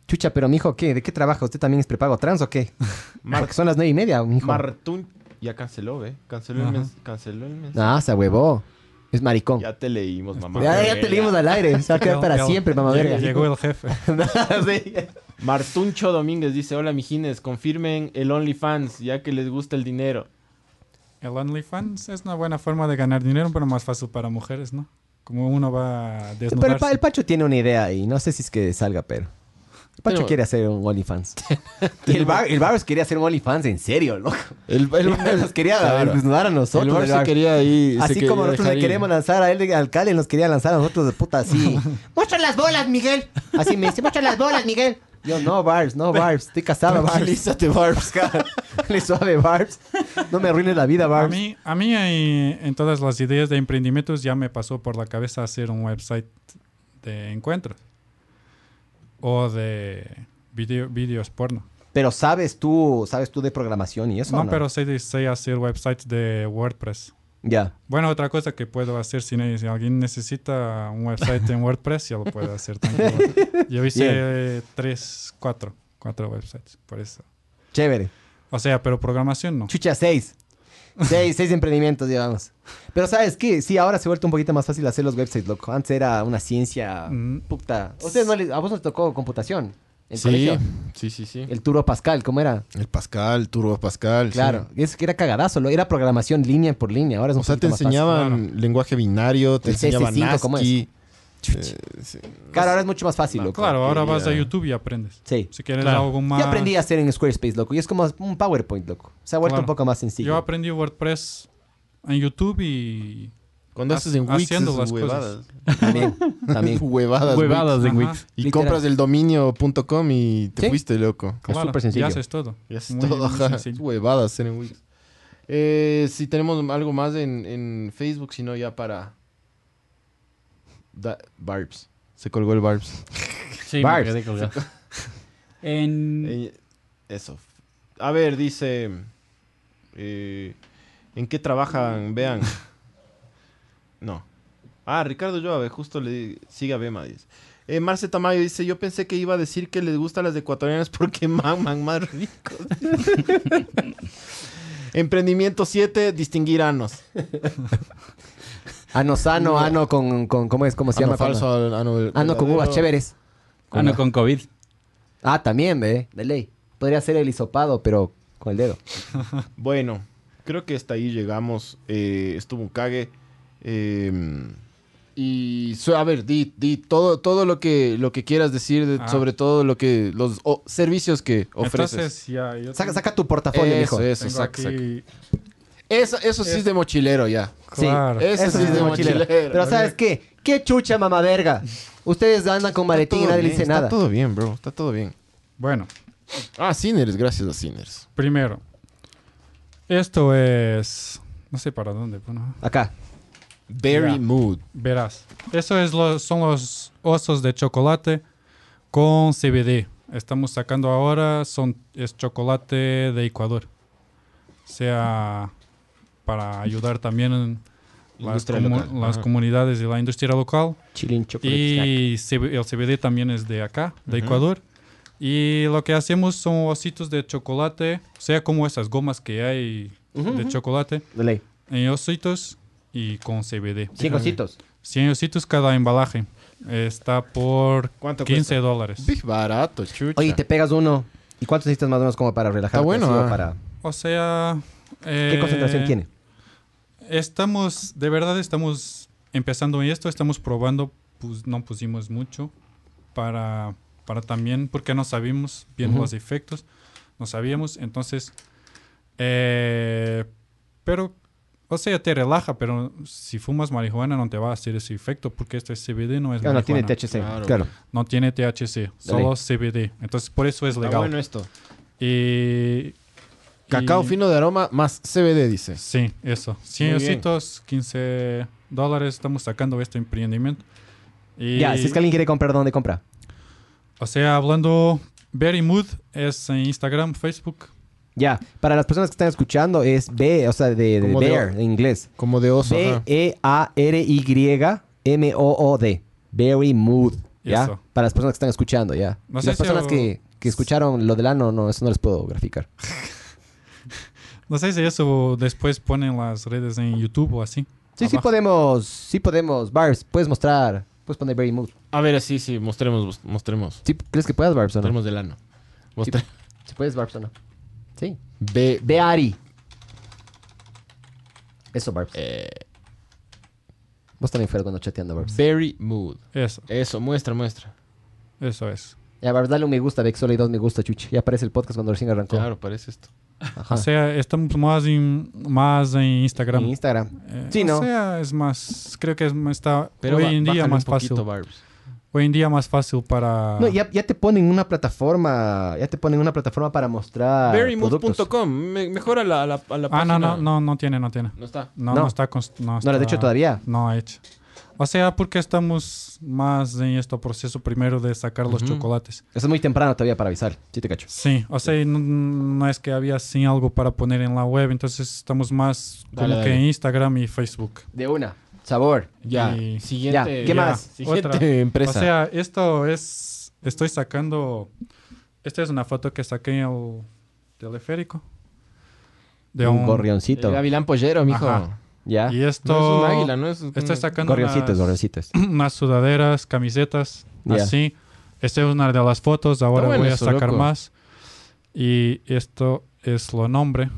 Speaker 2: Chucha, pero mijo, ¿qué? ¿De qué trabaja? ¿Usted también es prepago trans o qué?
Speaker 5: Mar
Speaker 2: Porque son las nueve y media, mijo.
Speaker 5: Martun ya canceló, ¿ve? Canceló el
Speaker 4: Ajá.
Speaker 5: mes. Canceló el mes.
Speaker 2: Ah, se huevó. Es maricón. Ya,
Speaker 5: Ya te leímos, mamá.
Speaker 2: ya, te leímos al aire. Se va a quedar
Speaker 4: Llegó-
Speaker 2: para
Speaker 4: llegó-
Speaker 2: siempre, mamá
Speaker 4: llegó-
Speaker 2: verga.
Speaker 4: Llegó el jefe.
Speaker 2: Ah, Sí.
Speaker 5: Martuncho Domínguez dice, hola mijines, confirmen el OnlyFans, ya que les gusta el dinero.
Speaker 4: El OnlyFans es una buena forma de ganar dinero, pero más fácil para mujeres, ¿no? Como uno va a
Speaker 2: Pero el,
Speaker 4: desnudarse.
Speaker 2: pa- el Pacho tiene una idea ahí. No sé si es que salga, pero... El Pacho
Speaker 6: Pero-
Speaker 2: quiere hacer un OnlyFans. y el, bar, el Barros quería hacer un OnlyFans, en serio, loco.
Speaker 6: El, el,
Speaker 2: Nos quería
Speaker 6: Claro.
Speaker 2: desnudar a nosotros.
Speaker 6: el bar
Speaker 2: el
Speaker 6: se
Speaker 2: Barros.
Speaker 6: quería ahí. se
Speaker 2: Así
Speaker 6: quería
Speaker 2: como nosotros
Speaker 6: dejar
Speaker 2: le
Speaker 6: ir.
Speaker 2: queremos lanzar a él de alcalde, nos quería lanzar a nosotros de puta así. ¡Muestra las bolas, Miguel! Así me dice, ¡muestra las bolas, Miguel! Yo, no, Barbs, no, Barbs, estoy casado, Barbs.
Speaker 6: Tranquilízate, Barbs.
Speaker 2: Le suave, Barbs. No me arruines la vida,
Speaker 4: A
Speaker 2: Barbs.
Speaker 4: mí, a mí eh, en todas las ideas de emprendimientos ya me pasó por la cabeza hacer un website de encuentros o de video, videos porno.
Speaker 2: Pero sabes tú, sabes tú de programación y eso.
Speaker 4: No,
Speaker 2: o no?
Speaker 4: pero sé, de- sé hacer websites de WordPress.
Speaker 2: Ya.
Speaker 4: Bueno, otra cosa que puedo hacer si, ne- si alguien necesita un website en WordPress, ya lo puedo hacer también. Yo hice
Speaker 2: Bien.
Speaker 4: eh, tres, cuatro, cuatro websites, por eso.
Speaker 2: Chévere.
Speaker 4: O sea, pero programación no.
Speaker 2: Chucha, seis. Seis, seis emprendimientos, digamos. Pero ¿sabes qué? Sí, ahora se ha vuelto un poquito más fácil hacer los websites, loco. Antes era una ciencia
Speaker 4: Mm.
Speaker 2: puta. Ustedes no les- a vos no les tocó computación. en
Speaker 6: Sí,
Speaker 2: colegio?
Speaker 6: sí, sí, sí.
Speaker 2: El Turo Pascal, ¿cómo era?
Speaker 1: El Pascal, Turbo Pascal. sí.
Speaker 2: Claro, es que era cagadazo, lo- era programación línea por línea, ahora es un
Speaker 1: O sea, te
Speaker 2: poquito más fácil.
Speaker 1: enseñaban lenguaje binario, te
Speaker 2: El
Speaker 1: enseñaban
Speaker 2: CS5, ¿cómo es?
Speaker 1: ASCII.
Speaker 5: Eh,
Speaker 2: Claro, ahora es mucho más fácil, loco.
Speaker 4: Claro, ahora vas a YouTube y aprendes.
Speaker 2: Sí.
Speaker 4: Si quieres
Speaker 3: Claro.
Speaker 4: algo más.
Speaker 2: Yo aprendí a hacer en Squarespace, loco. Y es como un PowerPoint, loco. Se ha vuelto
Speaker 4: Claro.
Speaker 2: un poco más
Speaker 4: Yo
Speaker 2: sencillo.
Speaker 4: aprendí WordPress en YouTube y.
Speaker 1: Cuando
Speaker 4: ha-
Speaker 1: haces en Wix
Speaker 4: haciendo
Speaker 1: esas
Speaker 4: las
Speaker 1: huevadas.
Speaker 2: También, también.
Speaker 1: Huevadas,
Speaker 3: Huevadas
Speaker 1: Wix.
Speaker 3: en
Speaker 4: Ajá.
Speaker 3: Wix.
Speaker 1: Y
Speaker 2: Literal.
Speaker 1: compras el dominio.com y te
Speaker 2: Sí.
Speaker 1: fuiste, loco.
Speaker 4: Claro,
Speaker 2: súper sencillo.
Speaker 4: Y haces todo.
Speaker 1: Ya es
Speaker 4: Muy-
Speaker 1: todo,
Speaker 4: muy
Speaker 1: ajá.
Speaker 4: sencillo.
Speaker 1: Huevadas hacer en Wix. Eh, si tenemos algo más en, en Facebook, si no ya para... Da- Barbs. Se colgó el Barbs.
Speaker 3: Sí,
Speaker 2: Bars.
Speaker 3: me quedé colgado. En...
Speaker 1: Eh, eso. A ver, dice... eh, ¿En qué trabajan? Vean. No. Ah, Ricardo Joave, justo le di- sigue a Bema, dice. Eh, Marce Tamayo dice, yo pensé que iba a decir que les gustan las ecuatorianas porque maman más ricos. Emprendimiento 7, distinguir anos.
Speaker 2: Ano sano, ano con, con- ¿Cómo es? ¿Cómo Pues se
Speaker 1: Ano
Speaker 2: llama?
Speaker 1: falso, ano,
Speaker 2: Cuando- Ano con uvas chéveres.
Speaker 3: Ah, no, con COVID.
Speaker 2: Ah, también, ve. De ley. Podría ser el hisopado, pero con el dedo.
Speaker 1: Bueno, creo que hasta ahí llegamos. Eh, estuvo un cague. Eh, y su- a ver, di, di todo, todo lo que lo que quieras decir, de-
Speaker 4: Ah.
Speaker 1: sobre todo lo que los o- servicios que ofreces.
Speaker 4: Entonces, ya. Yo
Speaker 2: Saca,
Speaker 4: tengo-
Speaker 2: saca tu portafolio,
Speaker 1: eso,
Speaker 2: hijo.
Speaker 1: eso,
Speaker 4: tengo
Speaker 1: saca, saca.
Speaker 4: aquí-
Speaker 1: Eso, eso sí es de mochilero ya.
Speaker 4: Claro.
Speaker 1: Eso, sí es de mochilero.
Speaker 2: Pero ¿sabes qué? ¿Qué chucha, mamá verga? Ustedes andan con
Speaker 1: Está
Speaker 2: maletín y
Speaker 1: todo
Speaker 2: nadie le
Speaker 1: bien,
Speaker 2: dice
Speaker 1: Está
Speaker 2: nada.
Speaker 1: todo bien, bro. Está todo bien.
Speaker 4: Bueno,
Speaker 1: Ah, Sinners, gracias a Sinners.
Speaker 4: primero. Esto es. No sé para dónde. Bueno,
Speaker 2: Acá.
Speaker 1: Berry
Speaker 4: Ya.
Speaker 1: Mood.
Speaker 4: verás. Eso es lo- son los osos de chocolate con CBD. Estamos sacando ahora. Son, es chocolate de Ecuador. O sea, para ayudar también en las,
Speaker 1: Industria
Speaker 4: comu-
Speaker 1: local.
Speaker 4: las comunidades y la industria local.
Speaker 2: Chilín, chocolate. snack.
Speaker 4: Y CB el CBD también es de acá, de Ecuador. Y lo que hacemos son ositos de chocolate, o sea, como esas gomas que hay de chocolate,
Speaker 2: De ley.
Speaker 4: en ositos y con CBD.
Speaker 2: Cien cositos.
Speaker 4: 100 ositos cada embalaje. Está por
Speaker 1: ¿Cuánto
Speaker 4: 15 dólares.
Speaker 1: Big barato, chucha.
Speaker 2: Oye, te pegas uno. ¿Y cuántos necesitas más o menos como para relajar?
Speaker 1: Está bueno, ah.
Speaker 2: Para...
Speaker 4: O sea...
Speaker 2: ¿Qué
Speaker 4: eh,
Speaker 2: concentración tiene?
Speaker 4: Estamos, de verdad estamos empezando en esto, estamos probando, pues no pusimos mucho para, para también, porque no sabíamos bien los efectos, no sabíamos, entonces, eh, pero, o sea, te relaja, pero si fumas marihuana no te va a hacer ese efecto, porque este CBD no es
Speaker 2: Claro, Ah, no tiene
Speaker 4: marihuana,
Speaker 2: THC. Claro.
Speaker 4: no tiene THC, solo CBD, entonces por eso es
Speaker 1: Está
Speaker 4: legal.
Speaker 1: Ah, bueno esto.
Speaker 4: Y-
Speaker 1: Cacao
Speaker 4: y-
Speaker 1: fino de aroma más CBD, dice.
Speaker 4: Sí, eso. 100
Speaker 1: Muy bien.
Speaker 4: ositos, 15 dólares. Estamos sacando este emprendimiento. Y,
Speaker 2: Ya, si es que alguien quiere comprar, ¿dónde compra?
Speaker 4: O sea, hablando, Berry Mood es en Instagram, Facebook.
Speaker 2: Ya, para las personas que están escuchando es B, o sea, de, de
Speaker 1: Como de-
Speaker 2: bear en inglés.
Speaker 1: Como de oso. ajá.
Speaker 2: eh, B-E-A-R-Y-M-O-O-D. Very Mood. ¿Ya?
Speaker 4: Eso.
Speaker 2: Para las personas que están escuchando, ya.
Speaker 4: No
Speaker 2: Y
Speaker 4: sé
Speaker 2: las
Speaker 4: si
Speaker 2: personas
Speaker 4: o-
Speaker 2: que, que escucharon lo del ano, no, eso no les puedo graficar.
Speaker 4: No sé si eso después ponen las redes en YouTube o así.
Speaker 2: Sí, sí
Speaker 4: Abajo.
Speaker 2: podemos, sí podemos. Barbs, puedes mostrar, puedes poner Very Mood.
Speaker 1: A ver, sí, sí, mostremos, mostremos.
Speaker 2: ¿Sí, ¿Crees que puedas, Barbs o no?
Speaker 1: Mostremos del ano. Mostre-
Speaker 2: Si puedes, Barbs o no. Sí.
Speaker 1: Ve- ve-
Speaker 2: Beari. Eso, Barbs.
Speaker 1: eh,
Speaker 2: Vos también fueras cuando chateando, Barbs.
Speaker 1: Berry Mood.
Speaker 4: Eso,
Speaker 1: Eso, muestra, muestra.
Speaker 4: eso es.
Speaker 2: Ya, Barbs, dale un me gusta, ve que solo hay dos me gusta, chuchi. Ya aparece el podcast cuando recién arrancó.
Speaker 1: Claro, parece esto.
Speaker 2: Ajá.
Speaker 4: O sea, estamos más en, más en Instagram.
Speaker 2: En Instagram.
Speaker 4: Eh,
Speaker 2: Sí, ¿no?
Speaker 4: O sea, es más, creo que es más, está
Speaker 1: Pero
Speaker 4: hoy
Speaker 1: ba-
Speaker 4: en día
Speaker 1: bájale
Speaker 4: más
Speaker 1: un poquito,
Speaker 4: fácil.
Speaker 1: Barbs.
Speaker 4: Hoy en día más fácil para...
Speaker 2: No, ya, ya te ponen una plataforma, ya te ponen una plataforma para mostrar Ah, productos.
Speaker 1: Berrymood.com. Me- mejor a la, a la, a la
Speaker 4: ah, no,
Speaker 1: página.
Speaker 4: no, no, no tiene, no tiene.
Speaker 1: No está.
Speaker 4: No,
Speaker 2: No.
Speaker 4: no, está const- No,
Speaker 2: ¿No lo has
Speaker 4: está-
Speaker 2: hecho todavía?
Speaker 4: No he hecho. O sea, porque estamos más en este proceso primero de sacar los chocolates.
Speaker 2: Eso es muy temprano todavía para avisar, sí te cacho.
Speaker 4: Sí, o sea, no, no es que había así algo para poner en la web, entonces estamos más como
Speaker 1: Dale,
Speaker 4: que
Speaker 1: dale.
Speaker 4: en Instagram y Facebook.
Speaker 2: De una. Sabor.
Speaker 1: Ya.
Speaker 4: Y-
Speaker 2: Ya,
Speaker 1: Siguiente.
Speaker 2: ¿qué más?
Speaker 1: Siguiente
Speaker 4: Otra.
Speaker 1: empresa.
Speaker 4: O sea, esto es. Estoy sacando. Esta es una foto que saqué en el teleférico. De
Speaker 2: un,
Speaker 4: un.
Speaker 2: gorrioncito.
Speaker 1: El Gavilán Pollero, mijo.
Speaker 4: Ajá.
Speaker 2: ya.
Speaker 4: Y esto.
Speaker 1: No es un águila, no es un-
Speaker 4: Estoy sacando.
Speaker 2: Gorrioncitos,
Speaker 4: unas-
Speaker 2: gorrioncitos.
Speaker 4: unas sudaderas, camisetas,
Speaker 2: Ya.
Speaker 4: así. Esta es una de las fotos, ahora
Speaker 1: bueno
Speaker 4: voy a
Speaker 1: eso,
Speaker 4: sacar
Speaker 1: loco.
Speaker 4: más. Y esto es lo nombre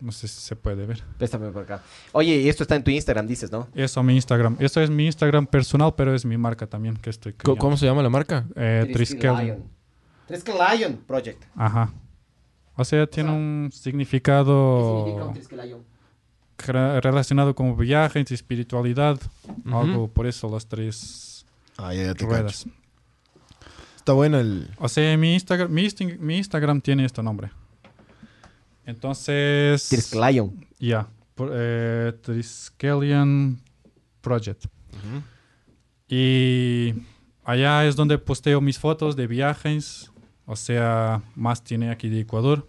Speaker 4: No sé si se puede ver.
Speaker 2: Préstame por acá. Oye, y esto está en tu Instagram, dices, ¿no?
Speaker 4: Eso, mi Instagram. Esto es mi Instagram personal, pero es mi marca también que estoy
Speaker 1: Co-
Speaker 4: creando.
Speaker 1: ¿Cómo se llama la marca?
Speaker 4: Eh, Triskel.
Speaker 2: Triskel Lion Project.
Speaker 4: Ajá. O sea, tiene un significado cra- relacionado con viajes y espiritualidad. Algo por eso las tres
Speaker 1: Ah, ya, ya te cacho.
Speaker 4: ruedas.
Speaker 1: Está bueno el...
Speaker 4: O sea, mi Instagram, mi, insti- mi Instagram tiene este nombre. Entonces...
Speaker 2: Triskel Lion.
Speaker 4: Ya. Por- eh, Triskelion Project. Y allá es donde posteo mis fotos de viajes. O sea, más tiene aquí de Ecuador.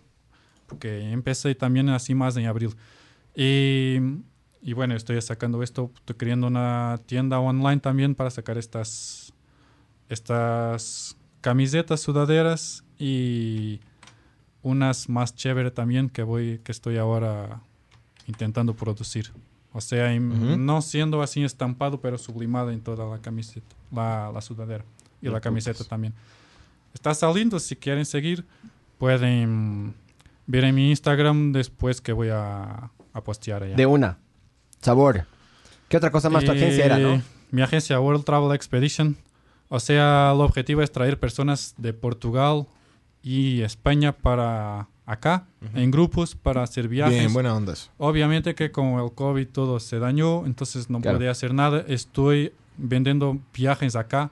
Speaker 4: Porque empecé también así más en abril. Y, y bueno, estoy sacando esto. Estoy creando una tienda online también para sacar estas, estas camisetas sudaderas y unas más chévere también que voy que estoy ahora intentando producir. O sea, en- no siendo así estampado, pero sublimado en toda la camiseta, la, la sudadera y la camiseta también. Está saliendo, si quieren seguir, pueden ver en mi Instagram después que voy a, a postear allá.
Speaker 2: De una. Sabor. ¿Qué otra cosa más tu agencia era,
Speaker 4: Eh,
Speaker 2: no?
Speaker 4: Mi agencia World Travel Expedition. O sea, el objetivo es traer personas de Portugal y España para acá, en grupos, para hacer viajes.
Speaker 1: Bien, buena onda eso.
Speaker 4: Obviamente que con el COVID todo se dañó, entonces no
Speaker 2: Claro.
Speaker 4: podía hacer nada. Estoy vendiendo viajes acá,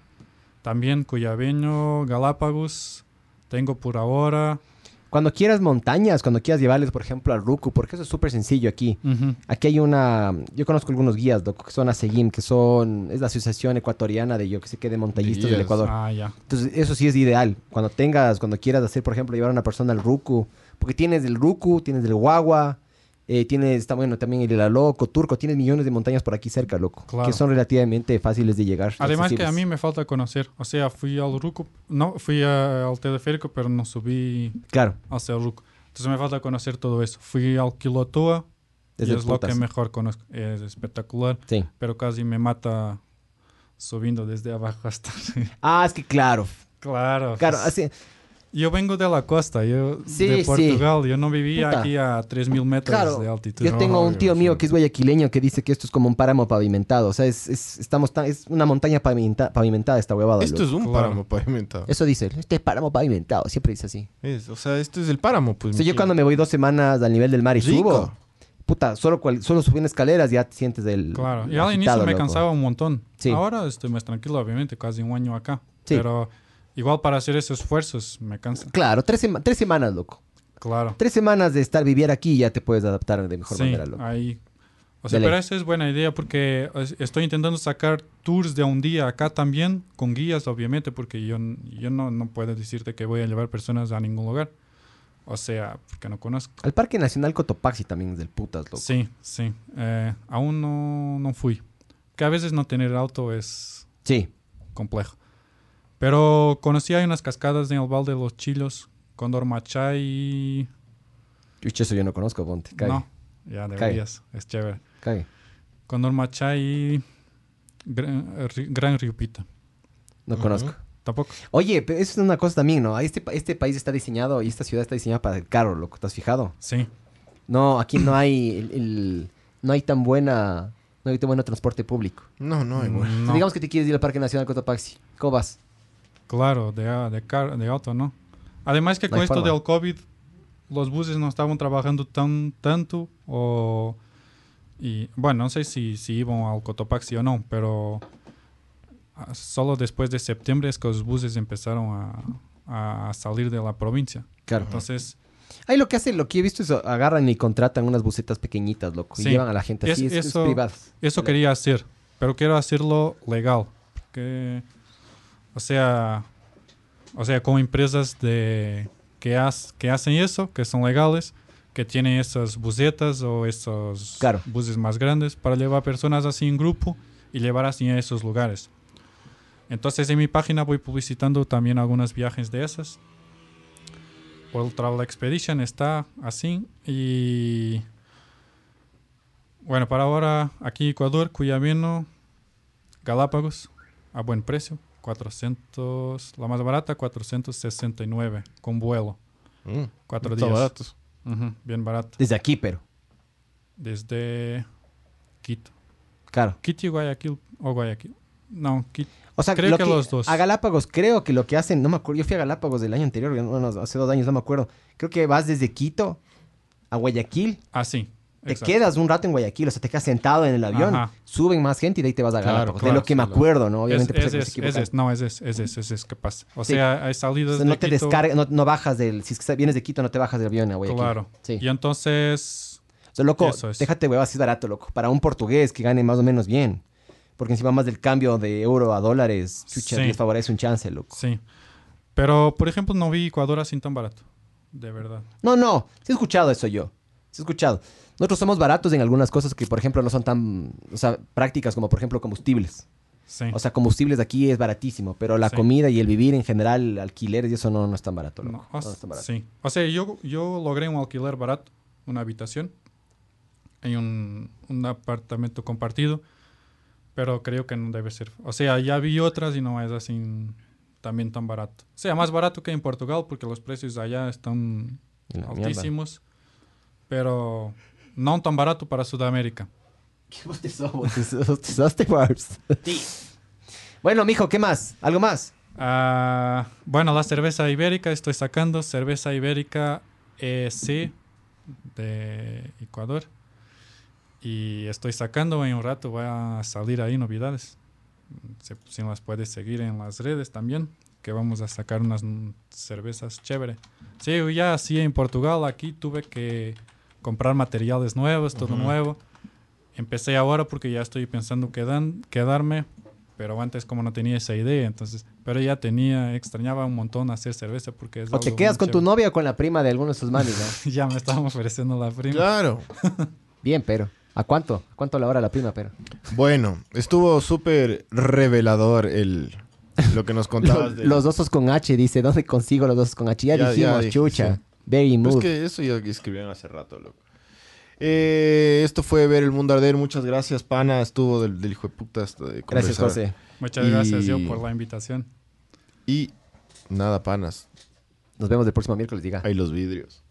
Speaker 4: también Cuyabeño, Galápagos. Tengo por ahora.
Speaker 2: Cuando quieras montañas, cuando quieras llevarles, por ejemplo, al Ruku, porque eso es súper sencillo aquí.
Speaker 4: Ujú.
Speaker 2: Aquí hay una, yo conozco algunos guías, loco, que son ASEGIM, que son, es la asociación ecuatoriana de yo que sé qué, de montañistas del
Speaker 1: guías.
Speaker 2: Ecuador.
Speaker 4: Ah, ya.
Speaker 2: Entonces, eso sí es ideal. Cuando tengas, cuando quieras hacer, por ejemplo, llevar a una persona al Ruku. Porque tienes el Ruku, tienes el Guagua, eh, tienes tam- bueno, también el Loco, Turco. Tienes millones de montañas por aquí cerca, loco.
Speaker 4: Claro.
Speaker 2: Que son relativamente fáciles de llegar.
Speaker 4: Además que a mí
Speaker 2: accesibles.
Speaker 4: me falta conocer. O sea, fui al Ruco, no, fui a- al teleférico, pero no subí
Speaker 2: Claro.
Speaker 4: al Cerruco. Entonces me falta conocer todo eso. Fui al Quilotoa y
Speaker 2: Desde
Speaker 4: es lo que
Speaker 2: putas.
Speaker 4: mejor conozco. Es espectacular,
Speaker 2: Sí.
Speaker 4: pero casi me mata subiendo desde abajo hasta...
Speaker 2: Ah, es que claro.
Speaker 4: claro.
Speaker 2: Claro,
Speaker 4: pues,
Speaker 2: así.
Speaker 4: Yo vengo de la costa, yo
Speaker 2: Sí,
Speaker 4: de
Speaker 2: sí.
Speaker 4: Portugal. Yo no vivía
Speaker 2: Puta.
Speaker 4: aquí a 3.000 metros
Speaker 2: Claro,
Speaker 4: de altitud.
Speaker 2: Yo tengo un tío mío que es guayaquileño que dice que esto es como un páramo pavimentado. O sea, es, es- estamos tan- es una montaña pavimenta- pavimentada esta huevada.
Speaker 1: Esto
Speaker 2: loco.
Speaker 1: es un
Speaker 4: Claro.
Speaker 1: páramo pues, pavimentado.
Speaker 2: Eso dice, él, este es páramo pavimentado, siempre dice así.
Speaker 1: Es- o sea, esto es el páramo, pues.
Speaker 2: O sea,
Speaker 1: mi
Speaker 2: yo
Speaker 1: chino.
Speaker 2: cuando me voy dos semanas al nivel del mar y
Speaker 1: Rico.
Speaker 2: subo, puta, solo, cual- solo subiendo escaleras ya te sientes del.
Speaker 4: Claro, y
Speaker 2: agitado,
Speaker 4: al inicio me
Speaker 2: loco.
Speaker 4: cansaba un montón.
Speaker 2: Sí.
Speaker 4: Ahora estoy más tranquilo, obviamente, casi un año acá.
Speaker 2: Sí.
Speaker 4: Pero igual para hacer esos esfuerzos me cansa.
Speaker 2: Claro, tres, sema- tres semanas, loco.
Speaker 4: Claro.
Speaker 2: Tres semanas de estar vivir aquí ya te puedes adaptar de mejor
Speaker 4: Sí,
Speaker 2: manera, loco.
Speaker 4: ahí. O sea,
Speaker 2: Dale.
Speaker 4: pero esa es buena idea porque es- estoy intentando sacar tours de un día acá también, con guías, obviamente, porque yo, n- yo no, no puedo decirte que voy a llevar personas a ningún lugar. O sea, porque no conozco.
Speaker 2: Al Parque Nacional Cotopaxi también es del putas, loco.
Speaker 4: Sí, sí. Eh, aún no, no fui. Que a veces no tener auto es
Speaker 2: Sí.
Speaker 4: complejo. Pero conocí hay unas cascadas en el Valle de los Chilos, Condor Machay y...
Speaker 2: Uch, eso yo no conozco, ponte. Cague,
Speaker 4: No, ya deberías. Es chévere.
Speaker 2: cague.
Speaker 4: Condor Machay y Gran, eh, Ri- Gran Riupita.
Speaker 2: No conozco.
Speaker 4: Tampoco.
Speaker 2: Oye, pero eso es una cosa también, ¿no? Este, pa- este país está diseñado y esta ciudad está diseñada para el carro, loco. ¿Te has fijado?
Speaker 4: Sí,
Speaker 2: No, aquí no hay el- el- no hay tan buena no hay tan buen transporte público.
Speaker 1: No, no,
Speaker 4: Mm.
Speaker 1: igual.
Speaker 2: O sea,
Speaker 4: No.
Speaker 2: digamos que te quieres ir al Parque Nacional Cotopaxi. ¿Cómo vas?
Speaker 4: claro, de, a- de, car- de auto, ¿no? Además que
Speaker 2: No
Speaker 4: con
Speaker 2: hay
Speaker 4: esto
Speaker 2: forma.
Speaker 4: del COVID, los buses no estaban trabajando tan tanto o... Y, bueno, no sé si, si iban al Cotopaxi o no, pero ah, solo después de septiembre es que los buses empezaron a, a salir de la provincia.
Speaker 2: Claro.
Speaker 4: Entonces,
Speaker 2: Ahí Pues, lo que hacen, lo que he visto es agarran y contratan unas bucetas pequeñitas, loco, y
Speaker 4: Sí.
Speaker 2: llevan a la gente así,
Speaker 4: Es-
Speaker 2: es, es
Speaker 4: eso-
Speaker 2: privadas.
Speaker 4: Eso quería hacer, pero quiero hacerlo legal. Porque, o sea, o sea, con empresas de que, haz- que hacen eso, que son legales, que tienen esas busetas o esos
Speaker 2: Claro.
Speaker 4: buses más grandes para llevar personas así en grupo y llevar así a esos lugares. Entonces en mi página voy publicitando también algunos viajes de esas. World Travel Expedition está así y bueno, para ahora aquí Ecuador, Cuyabino, Galápagos, a buen precio, 400, la más barata, 469, con vuelo,
Speaker 1: Mm,
Speaker 4: cuatro
Speaker 1: está
Speaker 4: días.
Speaker 1: baratos.
Speaker 4: Ujú, bien barato.
Speaker 2: Desde aquí, pero.
Speaker 4: desde Quito.
Speaker 2: Claro.
Speaker 4: Quito y Guayaquil o Guayaquil. No, Quito.
Speaker 2: O sea,
Speaker 4: Creo
Speaker 2: lo
Speaker 4: que los dos.
Speaker 2: A Galápagos, creo que lo que hacen, no me acuerdo, yo fui a Galápagos del año anterior, bueno, hace dos años, no me acuerdo. Creo que vas desde Quito a Guayaquil,
Speaker 4: Así.
Speaker 2: te quedas un rato en Guayaquil, o sea, te quedas sentado en el avión,
Speaker 4: Ajá.
Speaker 2: suben más gente y de ahí te vas a
Speaker 1: Claro,
Speaker 2: Galápagos.
Speaker 1: claro,
Speaker 2: de lo que me
Speaker 1: claro.
Speaker 2: acuerdo, ¿no? Obviamente,
Speaker 4: es,
Speaker 2: pues, me
Speaker 4: es,
Speaker 2: estoy
Speaker 4: es, es,
Speaker 2: equivocando.
Speaker 4: no, es, es, es, es, es, es que pasa. O
Speaker 2: Sí.
Speaker 4: sea, hay
Speaker 2: O
Speaker 4: salidas
Speaker 2: sea, no
Speaker 4: de
Speaker 2: te
Speaker 4: Quito,
Speaker 2: descargas, no, no bajas del. Si es que vienes de Quito, no te bajas del avión a Guayaquil.
Speaker 4: Claro.
Speaker 2: Sí.
Speaker 4: Y entonces,
Speaker 2: O sea, loco,
Speaker 4: Eso es.
Speaker 2: déjate, huevas, así es barato, loco. Para un portugués que gane más o menos bien. Porque encima más del cambio de euro a dólares, chucha,
Speaker 4: Sí.
Speaker 2: les favorece un chance, loco.
Speaker 4: sí. Pero, por ejemplo, no vi Ecuador así tan barato. De verdad.
Speaker 2: No, no, sí he escuchado eso yo. Sí he escuchado. Nosotros somos baratos en algunas cosas que, por ejemplo, no son tan o sea, prácticas como, por ejemplo, combustibles.
Speaker 4: Sí.
Speaker 2: O sea, combustibles de aquí es baratísimo, pero la
Speaker 4: Sí.
Speaker 2: comida y el vivir en general, alquileres y eso no, no es tan barato, loco.
Speaker 4: No,
Speaker 2: No
Speaker 4: o,
Speaker 2: es tan barato.
Speaker 4: sí. O sea, yo, yo logré un alquiler barato, una habitación, en un, un apartamento compartido, pero creo que no debe ser. O sea, ya vi otras y no es así también tan barato. O sea, más barato que en Portugal porque los precios allá están
Speaker 2: Y la mierda.
Speaker 4: altísimos, pero no tan barato para Sudamérica.
Speaker 2: ¿Qué bostezó, bostezó, bostezaste, Barbs? Bueno, mijo, ¿qué más? ¿Algo más?
Speaker 4: Ah, bueno, la cerveza ibérica, estoy sacando cerveza ibérica EC E de Ecuador. Y estoy sacando, en un rato voy a salir ahí novedades. Se- si las puedes seguir en las redes también, que vamos a sacar unas mm, cervezas chévere. Sí, yo ya así en Portugal, aquí tuve que comprar materiales nuevos, todo nuevo. Empecé ahora porque ya estoy pensando quedan, quedarme, pero antes como no tenía esa idea, entonces, pero ya tenía, extrañaba un montón hacer cerveza porque es...
Speaker 2: ¿O te
Speaker 4: Pues algo
Speaker 2: quedas
Speaker 4: muy
Speaker 2: con tu
Speaker 4: chévere.
Speaker 2: novia o con la prima de alguno de sus manes, no?
Speaker 4: Ya me estaban ofreciendo la prima.
Speaker 1: Claro.
Speaker 2: Bien, pero. ¿A cuánto? ¿A cuánto la hora la prima, pero?
Speaker 1: Bueno, estuvo súper revelador el, lo que nos contabas. de-
Speaker 2: Los osos con H, dice. ¿Dónde consigo los osos con H? Ya,
Speaker 1: Ya- ya
Speaker 2: dijimos,
Speaker 1: dije,
Speaker 2: chucha.
Speaker 1: sí.
Speaker 2: Very
Speaker 1: Pero
Speaker 2: mood.
Speaker 1: Pues es que eso ya escribieron hace rato, loco. Eh, esto fue Ver el Mundo Arder. Muchas gracias, pana. Estuvo del, del hijo de puta. hasta de
Speaker 2: Gracias,
Speaker 1: conversar.
Speaker 2: José.
Speaker 4: Muchas
Speaker 1: Y-
Speaker 4: gracias yo por la invitación.
Speaker 1: Y nada, panas.
Speaker 2: Nos vemos el próximo miércoles, diga.
Speaker 1: Hay los vidrios.